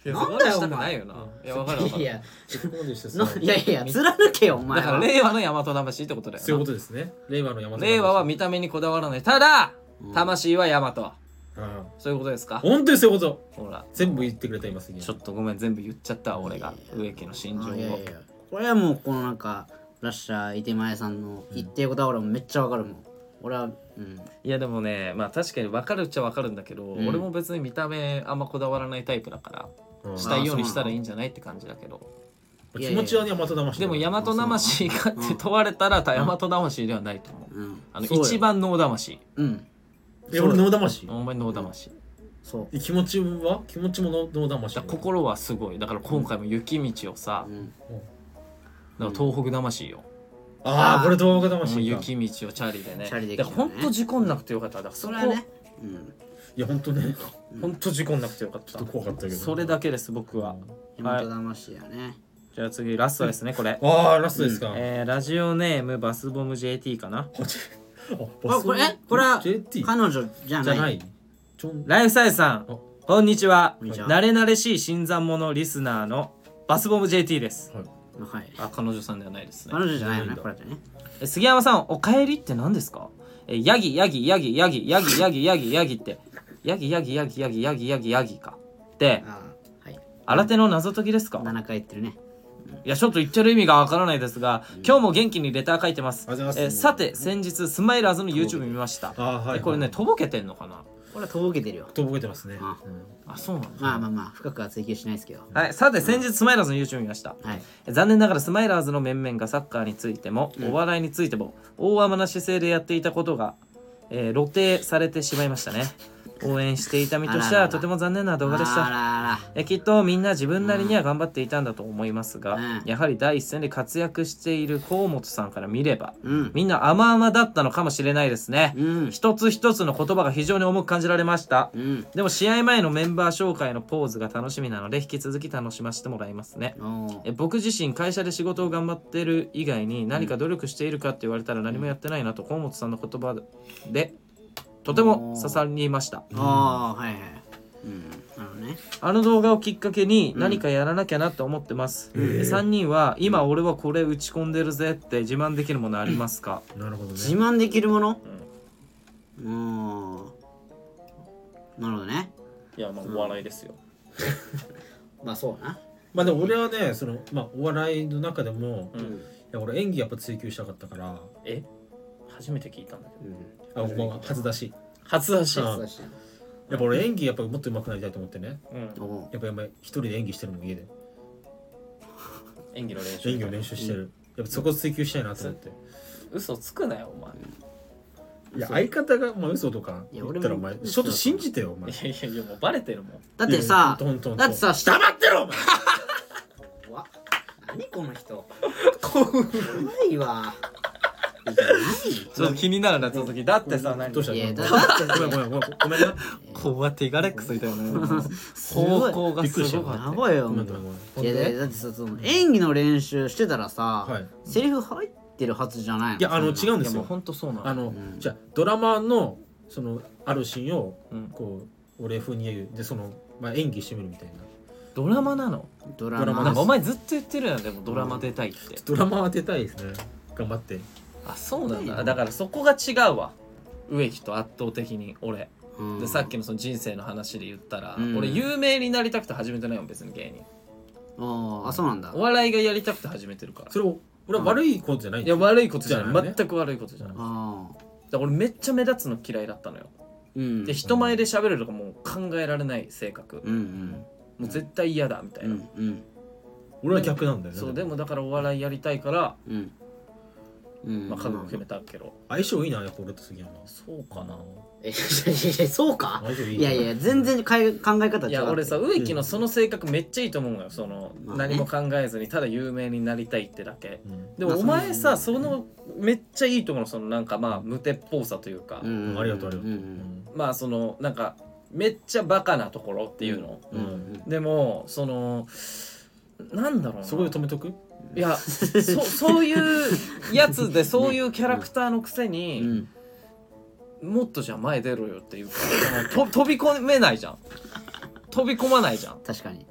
S2: や
S1: なんだよ
S2: そこまでしたくないよないやわかるわか
S1: い
S2: る
S1: や
S3: そこまでした
S1: の いやいや貫けよお前
S2: だ
S1: は
S2: から令和の大和魂ってことだよ
S3: そうい
S2: な
S3: うことですね令和の大和魂
S2: 令和は見た目にこだわらないただ
S1: うん
S2: 魂は大和
S3: うん
S2: そういうことですか
S3: 本当にそういうこと
S2: ほら
S3: 全部言ってくれた今すぎ
S2: ちょっとごめん全部言っちゃった俺が
S1: いやいや
S2: 植木の心情
S1: あいやい
S2: を
S1: やいやこれはもうこのなんかラッシャーいてまえさんの言ってることは俺もめっちゃわかるもん俺はうん
S2: いやでもねまあ確かに分かるっちゃ分かるんだけど
S1: ん
S2: 俺も別に見た目あんまこだわらないタイプだから
S3: うん
S2: したいようにしたらいいんじゃないって感じだけど
S3: 気持ちはね大和魂
S2: でも大和魂かって問われたら大和魂ではないと思う
S1: うん
S2: あの
S1: そうよ
S2: 一番脳魂
S1: うん
S3: え俺脳魂
S2: お前脳魂
S1: そ
S3: え気持ちは気持ちも脳脳魂
S2: だから心はすごいだから今回も雪道をさ
S1: ううん
S2: だから東北魂よ
S3: あ
S1: あー
S3: あこれ東北
S2: もう
S3: 魂か
S2: 雪道をチャリでね
S1: チャリで来たね
S2: だからほんと事故んなくてよかっただからそ
S1: そ
S2: こ
S1: れはねうん
S3: いや本当ね
S2: 本当事故んなくてよかっ
S3: ちょ
S2: た
S3: っと怖かったけど
S2: それだけです僕は
S1: 山本魂やね。
S2: じゃあ次ラストですねこれ
S3: ああラストですか、
S2: えーラジオネームバスボム JT かな
S3: こっち
S1: あ、これ、えこれは
S3: JT
S1: 彼女じゃ
S3: じゃ
S1: な。
S3: ないいちょん
S2: ライフサイズさん
S3: お
S2: こんにちは
S1: こんにちは
S2: 慣れ慣れしい新参者リスナーのバスボム JT です
S1: はい。
S2: あ彼女さんではないですね
S1: 彼女じゃないよね、
S3: じゃ
S1: こ
S3: な
S1: れじゃね。
S2: え杉山さんおかえりって何ですかえヤギヤギヤギヤギヤギヤギヤギヤギってヤギヤギヤギヤギヤギヤギヤギかって
S1: ああ、はい。
S2: 新手の謎解きですか
S1: 7回言ってるね。
S2: いやちょっと言ってる意味がわからないですが今日も元気にレター書いてます
S3: ありがとうござい
S2: え
S3: ます
S2: さて先日スマイラーズの YouTube 見ました
S3: あーはいはい
S2: えこれねとぼけてんのかな
S1: これはとぼけてるよ。
S3: とぼけてますね、
S1: あ
S3: うん
S2: あそうなんだ
S1: まあまあまあ、深くは追求しないですけど。は
S2: はい、さて先日スマイラーズの YouTube 見ました
S1: い。
S2: 残念ながらスマイラーズの面々がサッカーについても、お笑いについても大甘な姿勢でやっていたことが、えー露呈されてしまいましたね応援していた身として
S1: あらら
S2: は
S1: ら
S2: とても残念な動画でし
S1: あ
S2: た
S1: ら
S2: えきっとみんな自分なりには頑張っていたんだと思いますが、
S1: うん
S2: やはり第一線で活躍している河本さんから見れば
S1: らら。うん。
S2: みんな甘々だったのかもしれないですね、
S1: うん。
S2: 一つ一つの言葉が非常に重く感じられました、
S1: うん。
S2: でも試合前のメンバー紹介のポーズが楽しみなので引き続き楽しませてもらいますね
S1: おー
S2: え僕自身会社で仕事を頑張ってる以外に何か努力しているかって言われたら何もやってないなと河本さんの言葉でとても刺さりました
S1: あー、はいはい。うん。なるほどね。
S2: あの動画をきっかけに何かやらなきゃなと思ってます、え3人は今俺はこれ打ち込んでるぜって自慢できるものありますか
S3: なるほどね
S1: 自慢できるものうん。なるほどね。
S2: いやまあお笑いですよ、
S1: まあそうだな。
S3: まあでも俺はねその、まあ、お笑いの中でも、
S2: う
S3: い
S2: ん、
S3: や俺演技やっぱ追求したかったから
S2: え初めて聞いたんだけど
S1: う
S3: あごめん初出し
S2: 初だし、
S3: うん
S1: ん。そうしたね
S3: やっぱ俺演技やっぱもっと上手くなりたいと思ってね
S2: うん、
S1: おー
S3: やっぱ今一人で演技してるもん家で
S2: 演技の練習
S3: 演技を練習してる、やっぱそこ追求したいなと思って
S2: 嘘つくなよお前
S3: いや相方がまあ嘘とか言ったらお前
S1: いや俺も
S3: ちょっと信じてよお前
S2: いやいやいやもうバレてるもん
S1: だってさ
S3: いやほんとほん、と
S1: だってさ、下
S3: 黙ってろお前
S1: わ何この人怖いわいや
S2: ちょっと気になるな続きだってさ何
S3: どうした
S1: 何いや
S3: ご
S1: だだって
S3: めんごめんごめんごめんな
S2: こうは手がレックスみたいな
S1: ご
S2: 方
S1: い
S2: 向が
S3: びっくりし
S2: す
S3: た
S2: ご
S3: よ
S2: か
S1: や
S2: っ
S1: ばいよ
S3: ごめんご
S1: ほ
S3: めんごめん
S1: んといや
S2: ほんで
S1: だってさその演技の練習してたらさ、
S3: はい
S1: セリフ入ってるはずじゃないの
S3: いやあの違うん
S2: た
S3: で
S2: いや
S3: す
S2: もう
S3: よ
S2: ほんとそうなの
S3: あの、
S1: ん
S3: じゃあドラマのそのあるシーンを
S2: うん
S3: こう、俺風に言うでその、まあ、演技してみるみたいな
S2: ドラマなの
S1: ドラ
S3: ドラ
S1: マ
S3: マ
S2: なんか
S3: で
S2: お前ずっと言ってるやんでもドラマ出たいって
S3: ドラマは出たいですね頑張って
S2: あそうなん
S1: う
S2: だ
S1: ん
S2: だからそこが違うわ植木と圧倒的に俺
S1: うん
S2: でさっきのその人生の話で言ったら
S1: うん
S2: 俺有名になりたくて始めてないもん別に芸人
S1: おーあそうなんだ
S2: お笑いがやりたくて始めてるから
S3: それを俺は悪いことじゃないん
S2: い
S3: です
S2: や
S3: よ
S2: 悪いことじゃ
S3: じゃ
S2: な
S3: ないいね
S2: 全く悪いことじゃないだか
S1: あー
S2: ら俺めっちゃ目立つの嫌いだったのよ
S1: うん
S2: で人前で喋るとかもう考えられない性格
S1: うんうん
S2: もう絶対嫌だみた
S1: う
S2: いなん
S1: うん
S3: 俺は逆なんだよね
S2: そうでもだからお笑いやりたいから
S1: うんうん
S2: まあ覚悟決めたけど
S3: 相性いいなやっぱ俺と杉山
S2: そうかな
S1: えいやいやいやそうか
S3: 相性いい
S1: いやいや全然かい考え方違う
S2: いや俺さ植木のその性格めっちゃいいと思うのよその
S1: まあね
S2: 何も考えずにただ有名になりたいってだけ
S3: うん
S2: で
S1: まあ
S2: もお前さ
S1: そ
S2: そのめっちゃいいところそのなんかまあ無鉄砲さというか
S1: んん
S3: ありがとうありがとう、
S1: ん
S2: まあそのなんかめっちゃバカなところっていうの
S1: うんうん
S2: でもそのなんだろうな
S3: そこで止めとく
S2: いやそ そういうやつでそういうキャラクターのくせ
S1: う
S2: に、
S1: んうん
S2: もっとじゃあ前出ろよっていうか そのと飛び込めないじゃん飛び込まないじゃん
S1: 確かに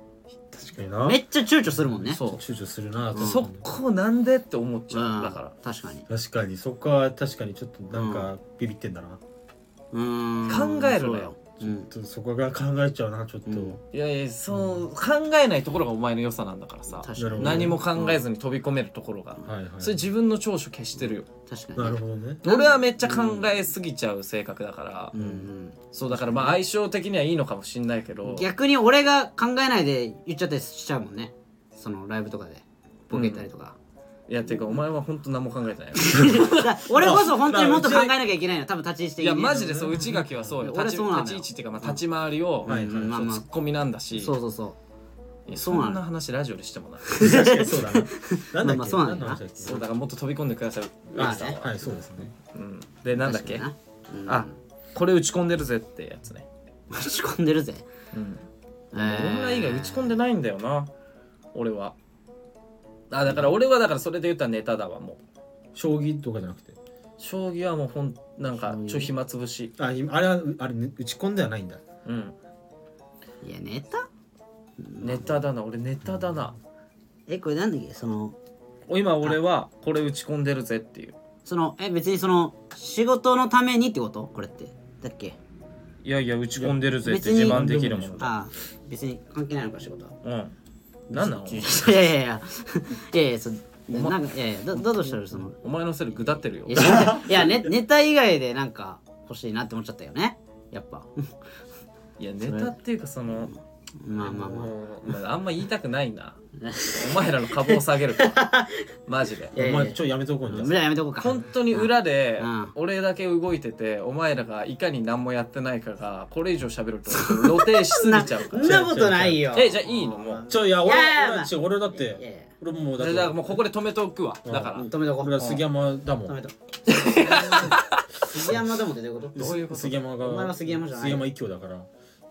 S3: 確かにな
S1: めっちゃ躊躇するもんね
S2: そ
S3: 躊躇するな、
S2: う、
S3: 確か
S2: そ
S3: に
S2: こなんでって思っちゃ
S1: う
S2: うんだから
S1: 確かに
S3: 確かにそこは確かにちょっとなんかビビってんだな、
S1: うーん
S2: 考えるの
S1: そう
S2: よ
S1: よ
S3: ちょっとそこが考えちゃうなちょっと、
S1: うん
S2: いやいやその、考えないところがお前の良さなんだからさ
S1: 確
S3: な
S1: か
S3: るほ
S1: に
S3: ど
S2: 何も考えずに飛び込めるところが、
S3: はいはい
S2: それ自分の長所消してるよ、
S1: 確か
S3: な
S1: に
S3: る
S1: ね
S3: ほ どね
S2: 俺はめっちゃ考えすぎちゃう性格だから、
S1: うん
S2: そうだからまあ相性的にはいいのかもしんないけ
S1: う
S2: ど
S1: ん逆に俺が考えないで言っちゃったりしちゃうもんねそのライブとかでボケたりとか
S2: いやていうかお前は本当何も考えてないよ
S1: だから俺こそ本当にもっと考えなきゃいけないの多分立ち位置
S2: い
S1: 的に
S2: や
S1: ね
S2: マジでそう内垣はそうよ
S1: いや俺
S2: 立ち
S1: そうなのよ
S2: 立ち位置っていうかまあ立ち回りを、
S3: はい
S1: うんまあ
S2: そう
S1: ま
S2: ツ
S1: あ
S2: ッコミなんだし
S1: そうそうそ
S2: いや
S1: そ
S2: そう
S1: なの
S2: んな話ラジオでしてもない
S3: 確かにそうだな。なん
S1: まあま
S3: だっけ、
S1: あそうなんだよな
S3: 何の話だっけ
S2: そうだからもっと飛び込んでください
S1: まあね
S2: 植木さんは、
S3: はい、そうですね。
S2: うん、で
S1: う
S2: なんだっけ
S1: 確かになうん
S2: あこれ打ち込んでるぜってやつね
S1: 打ち込んでる ぜ。
S2: うん
S1: え
S2: オンライン以外打ち込んでないんだよな俺は
S5: あだから俺はだからそれで言ったらネタだわもう
S3: 将棋とかじゃなくて
S2: 将棋はもうほんなんかちょ暇つぶし
S3: あ今あれはあれね打ち込んではないんだ
S2: うん
S1: いや、ネタ
S2: ネタだな俺ネタだな
S1: え、これなんだっけその、
S2: 今俺はこれ打ち込んでるぜっていう
S1: その、え、別にその、仕事のためにってことこれって。だっけ
S2: いやいや打ち込んでるぜって
S1: 別に
S2: 自慢できるものだ
S1: ああ、別に関係ないのか、仕事は。
S2: うんなんな の
S1: いやいやいや、いやいや、そなんか、いやいや、だだとしたらその、
S2: お前のせいでぐだってるよ
S1: いや、いやね、ネタ以外でなんか欲しいなって思っちゃったよね。やっぱ。
S2: いやネタっていうかその
S1: まあまあまあ。
S2: もうまああんま言いたくない なお前らの株を下げるかマジで
S1: いやいや
S3: お前ちょやめとこうじゃ
S1: じゃあやめとこうか。
S2: 本当に裏で
S1: うん
S2: 俺だけ動いててお前らがいかに何もやってないかがこれ以上喋ると露呈しすぎちゃうか
S1: そ
S2: ら
S1: んなことないよ。
S2: えじゃあいいのもう
S3: ちょいや俺
S1: いやいや
S3: 俺
S1: まあ
S3: ちょ俺だっ
S1: いやいや
S3: て俺もうだっ
S2: だ
S3: て
S2: からもうここで止めておくわだか
S1: う
S2: ら
S1: ん止めとこう。
S3: 俺は杉山だも
S1: 止め
S3: ん
S1: とこう。 杉山でもってどういうこと
S3: で
S2: どういうこと
S3: 杉山が
S1: お前は杉山じゃない
S3: 杉山一強だから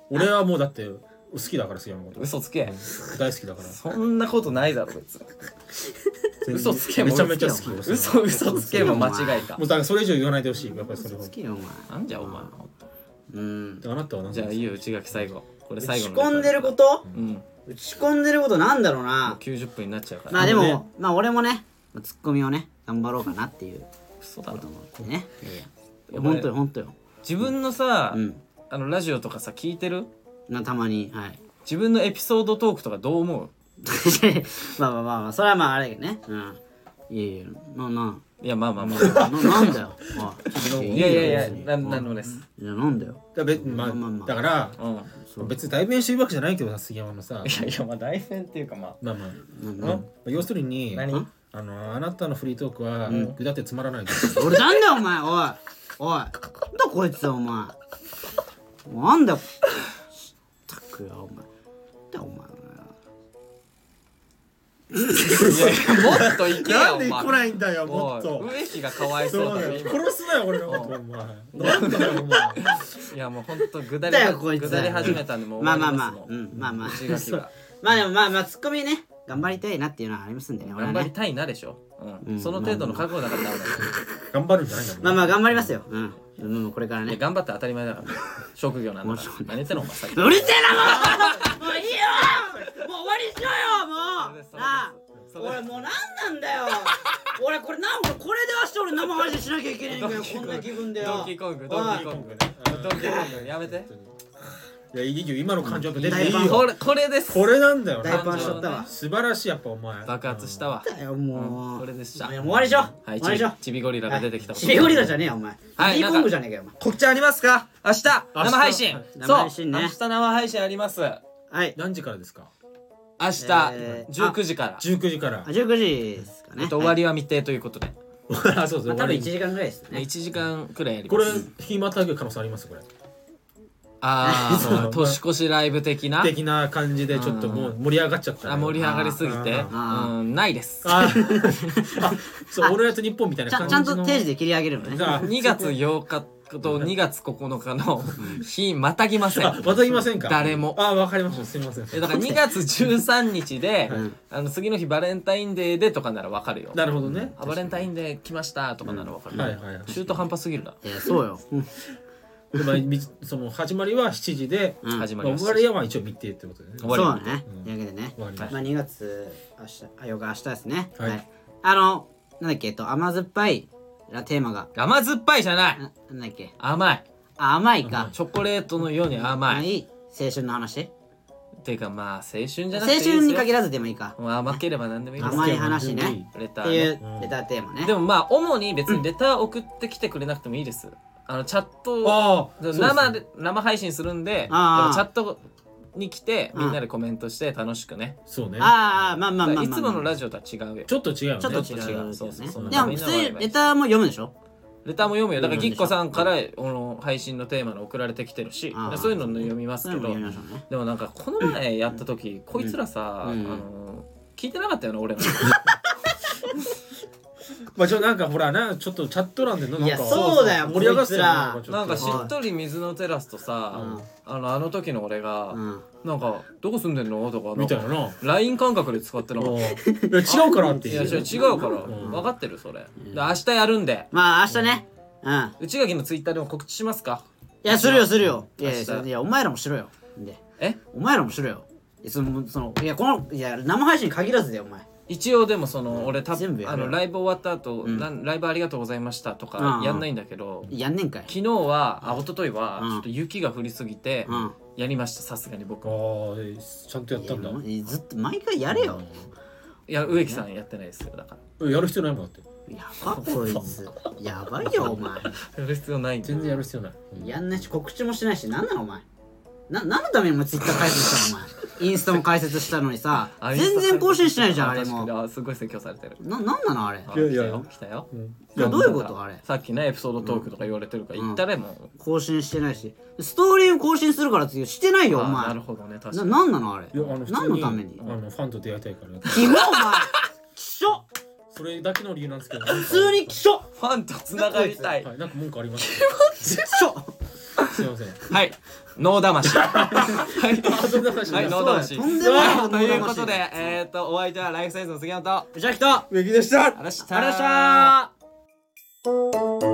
S3: 俺はもうだって好きだから杉山のこと
S2: 嘘つけ
S3: 大好きだから
S2: そんなことないだろ別に嘘つけも
S3: めちゃめちゃ好きよ
S2: 嘘嘘つけも間違えた
S3: もうだからそれ以上言わないでほしいやっぱりそれは
S1: 好きよ、お前。
S2: なんじゃお前
S1: うん。
S3: あなたは何
S2: じゃあいい
S3: よ
S2: よ内垣最後これ
S1: 打
S2: 最
S1: ち
S2: 後の
S1: 込んでること
S2: うんも
S1: 打ち込んでることなんだろう
S2: う
S1: な。
S2: 90分になっちゃうから
S1: まあで
S3: あのね
S1: も、まあ俺もね、まあツッコミをね、頑張ろうかなっていう
S2: 嘘だ
S1: こ
S2: ろ
S1: ともあってね。いやいやいや、
S2: お前
S1: 本当よ、本当よ。
S2: 自分のさ
S1: うん。
S2: あのラジオとかさ聞いてる
S1: なたまに、はい。
S2: 自分のエピソードトークとかどう思う
S1: まあまあまあまあ、それはまああれやけどね。うん。いやいや、な、な、
S2: いやまあまあま
S1: な、なんだよ。お
S2: あいやいやいや
S1: いいよ
S2: ななんでもないです
S1: いや、なんだよ。
S3: だからべま
S1: まあま
S3: あ
S1: あ
S3: だから
S2: うんい
S3: 別に代弁してるわけじゃないけどさ杉山のさ
S2: やいやまあ大変っていうかまあ
S3: まあま
S1: な
S3: あ
S1: な
S3: な要するに
S2: 何
S3: あのあなたのフリートークはぐだってつまらないです
S1: 俺なんだよ、お前、おい。おい。なんだこいつ、お前。なんだよ。ったくよ、お前。だ、お前。
S2: もっといけよ
S3: なんで
S2: お前
S3: 来ないんだよもっ
S2: お
S3: と
S2: い植木がかわい
S3: そ
S2: そうだ
S3: う
S2: よ
S3: だよ
S2: 今
S3: 殺すなよ俺のことお前なんだよお前
S2: いやもうほんとぐだ
S1: だ
S2: り
S1: よこいつ
S2: ぐだり始めたんでもう
S1: まあ
S2: 終
S1: ま
S2: わ
S1: あ
S2: りま
S1: ますあ
S2: も、
S1: う、
S2: うん
S1: まあまあ。
S2: 内垣が
S1: まあでもまあまあ、ツッコミね、頑張りたいなっていうのはありますんでね、俺は
S2: 頑張り
S1: ね。
S2: たいなでしょう
S1: うん
S2: んその程度の覚悟だからダメだよ
S3: 頑張るんじゃないんだもん
S1: まあまあ、頑張りますよ。うん。うん、これから
S2: いや
S1: ね。
S2: 頑張って当たり前だから職業なんだ
S1: も
S2: か
S1: ちろん
S2: ら何言ってんのお前さっき
S1: うるせえな、もうもういいよもう終わりにしようよ、もうな あ。
S2: それ
S1: 俺もう何なんだよ 俺これなんかこれで明日俺生配信しなきゃいけないんだよこんな気分でよ
S2: ドンキーコングドンキーコングドンキーコングやめて
S3: いやいいよ今の感情が出ていい
S1: 大
S2: こ
S3: よ
S2: れこれです
S3: これなんだよ
S1: 大
S3: な
S1: パンしちゃったわ
S3: 素晴らしいやっぱお前
S2: 爆発したわ
S1: だよもう
S2: これでし
S1: い
S2: た
S1: やもう終わりでしょ
S2: は
S1: 終
S2: い
S1: わりでしょ
S2: ちびちびゴリラが出てきた
S1: ちびゴリラじゃねえよお前
S2: はい
S1: ビーコン
S2: なん
S1: グ
S2: か
S1: じゃねえかよお前
S2: 告知ありますか明日
S3: 明
S2: 生
S3: 日
S2: 配信
S1: 生
S2: そう
S1: 配信ね
S2: 明日生配信あります明
S1: はい
S3: 何時からですか
S2: 日
S1: えー
S2: 19時から
S3: 19時から
S1: あ19時ですかね
S2: えっと終わりは未定ということで
S3: あそうそ
S1: はい
S3: う
S1: まあ多分1時間ぐらいですね
S2: 1時間くらいやり
S3: こ
S2: ま
S3: れ
S2: す
S3: 日またぐ可能性ありますこれ
S2: あ
S3: そう
S2: あ年越しライブ的な
S3: 的な感じでちょっともう盛り上がっちゃったね
S2: あ盛り上がりすぎて
S3: あ
S1: ー
S2: うんないです
S3: あ あそうオールナイトニッポンみたいな
S1: ちゃ
S3: 感
S1: んち
S3: じ
S1: ゃ
S3: の
S1: んと定時で切り上げるのね
S3: が
S2: 2月8日と2月9日の日またぎません
S3: あまたいませんか
S2: 誰も
S3: あわかりましたすみません
S2: えだから2月13日で、
S1: ん
S2: あの次の日バレンタインデーでとかならわかるよ
S3: なるほどね
S2: あバレンタインデー来ましたとかならわかる、
S3: はいはいはい
S2: 中途半端すぎるな、
S1: いやそう ようん
S3: でまあみその始まりは7時で
S1: うん
S2: 始
S3: ま
S2: ま
S3: あ
S2: りま
S3: 終
S2: す
S3: わりは一応未定ってことでね
S2: 終
S1: そ
S2: わ
S1: う
S2: り
S1: だね
S3: うん
S1: というわけでね
S3: 終わり
S1: まあ2月明日あ8日明日ですね
S3: はい
S1: はいあのなんだっけえっと甘酸っぱいなテーマが
S2: 甘酸っぱいじゃない
S1: ななんだっけ
S2: 甘い
S1: あ甘いか
S2: チョコレートのように甘
S1: 甘
S2: い、
S1: い青春の話
S2: ていうかまあ青春じゃな
S1: 青
S2: くていいですよ
S1: 春に限らずでもいいか
S2: もう甘ければ何でもいいです
S1: 甘い話ね
S2: レタ
S1: っ
S2: ー
S1: て
S2: ね
S1: いう
S3: うん
S1: レターテーマね
S2: でもまあ主に別にレター送ってきてくれなくてもいいですあのチャット
S3: ああそう
S2: 生で生配信するんで
S1: ああ
S2: チャットに来てみんなでコメントして楽しくね
S3: そうね
S1: ああまあまあまあまあ
S2: いつものラ
S1: ジ
S2: ジオとは違うよ
S3: ちょっと違うよね
S1: ちょっと違う
S2: ちょっと違う
S1: そ
S2: そううそうそう
S1: でも普通にレターも読むでしょ
S2: レターも読むよだからぎっこさんからこの配信のテーマの送られてきてるし
S1: ああ
S2: そういうの読みます
S1: そう
S2: け
S1: いうのも
S2: ど
S1: 読みましょうね
S2: でもなんかこの前やった時こいつらさあ
S1: うん
S2: の聞いてなかったよな俺の
S3: まあちょなんかほらなちょっとチャット欄でななんか
S1: いやそうだよ
S3: 盛り上がってたよ
S1: こいつ
S3: ちょっと
S2: なんかしっとり水のテラスとさ、あのあの時の俺が、
S1: うん
S2: なんか「どこ住んでんの?」とか
S3: みたい
S2: な
S3: なんな
S2: か
S3: あ
S2: LINE 感覚で使ってなかっ
S3: ー
S2: た
S3: いや違うからって
S2: い
S3: い
S2: や
S3: う
S2: 違う違うから分かってるそれで明日やるんで
S1: まあ明日ねうん
S2: 内垣のツイッターでも告知しますか
S1: いやするよするよいやい
S2: 明
S1: や
S2: 日
S1: それいやお前らもしろよで
S2: え
S1: お前らもしろよいやそのそのいやこのいや生配信限らずだよお前
S2: 一応でもその俺た
S1: 全部や
S2: あ
S1: るよ
S2: のライブ終わった後、なんライブありがとうございましたと
S1: うん
S2: か
S1: うん
S2: やんないんだけど
S1: やんねんかい
S2: 昨日はあ一昨日は
S1: うん
S2: ちょっと雪が降りすぎて
S1: うん
S2: やりましたさすがに僕
S3: あ
S2: は
S3: ーちゃんとやったんだ
S1: いやもうずっと毎回やれよ
S2: いや植木さんやってないですよ だか
S3: えやる必要ないもんだって
S1: やばこいつやばいよお前
S2: らやる必要ないんで
S3: 全然やる必要ない
S1: やんないし告知もしないし何なのお前な何のためにもツイッター解説したのお 前インスタも解説したのにさ
S2: あ
S1: 全然更新しないじゃんあれ
S2: 確
S1: も
S2: かにあすごい説教されてる
S1: な何なのあれ
S2: あ
S3: いやいや
S2: 来たよ来たよ
S3: うん
S1: いやどういうことあれ
S2: さっきねエピソードトークとか言われてるから
S1: うん
S2: 言ったれもう
S1: 更新してないしストーリーを更新するから次してないよお
S2: あ
S1: 前
S2: なる
S1: な
S2: ほどね確か
S1: 何
S2: に
S1: なのあれ
S3: いやあの普通に
S1: 何のために
S3: あのファンと出会いたいからやった
S1: キモお前きしょ
S3: それだけの理由なんですけど
S1: 普通にきしょ
S2: ファンとつながりたい
S3: はいなんか文句あります
S1: きしょ
S3: すいません
S2: はい脳騙しはい
S3: あそんな話
S2: はい脳
S1: だ
S2: 騙し
S1: とんでもない
S2: はいということ
S1: 脳
S2: で
S1: 騙
S2: えーっとお相手はライフサイズの杉山と
S1: じゃあきた
S3: 植木でした
S2: あらし
S1: あらしたー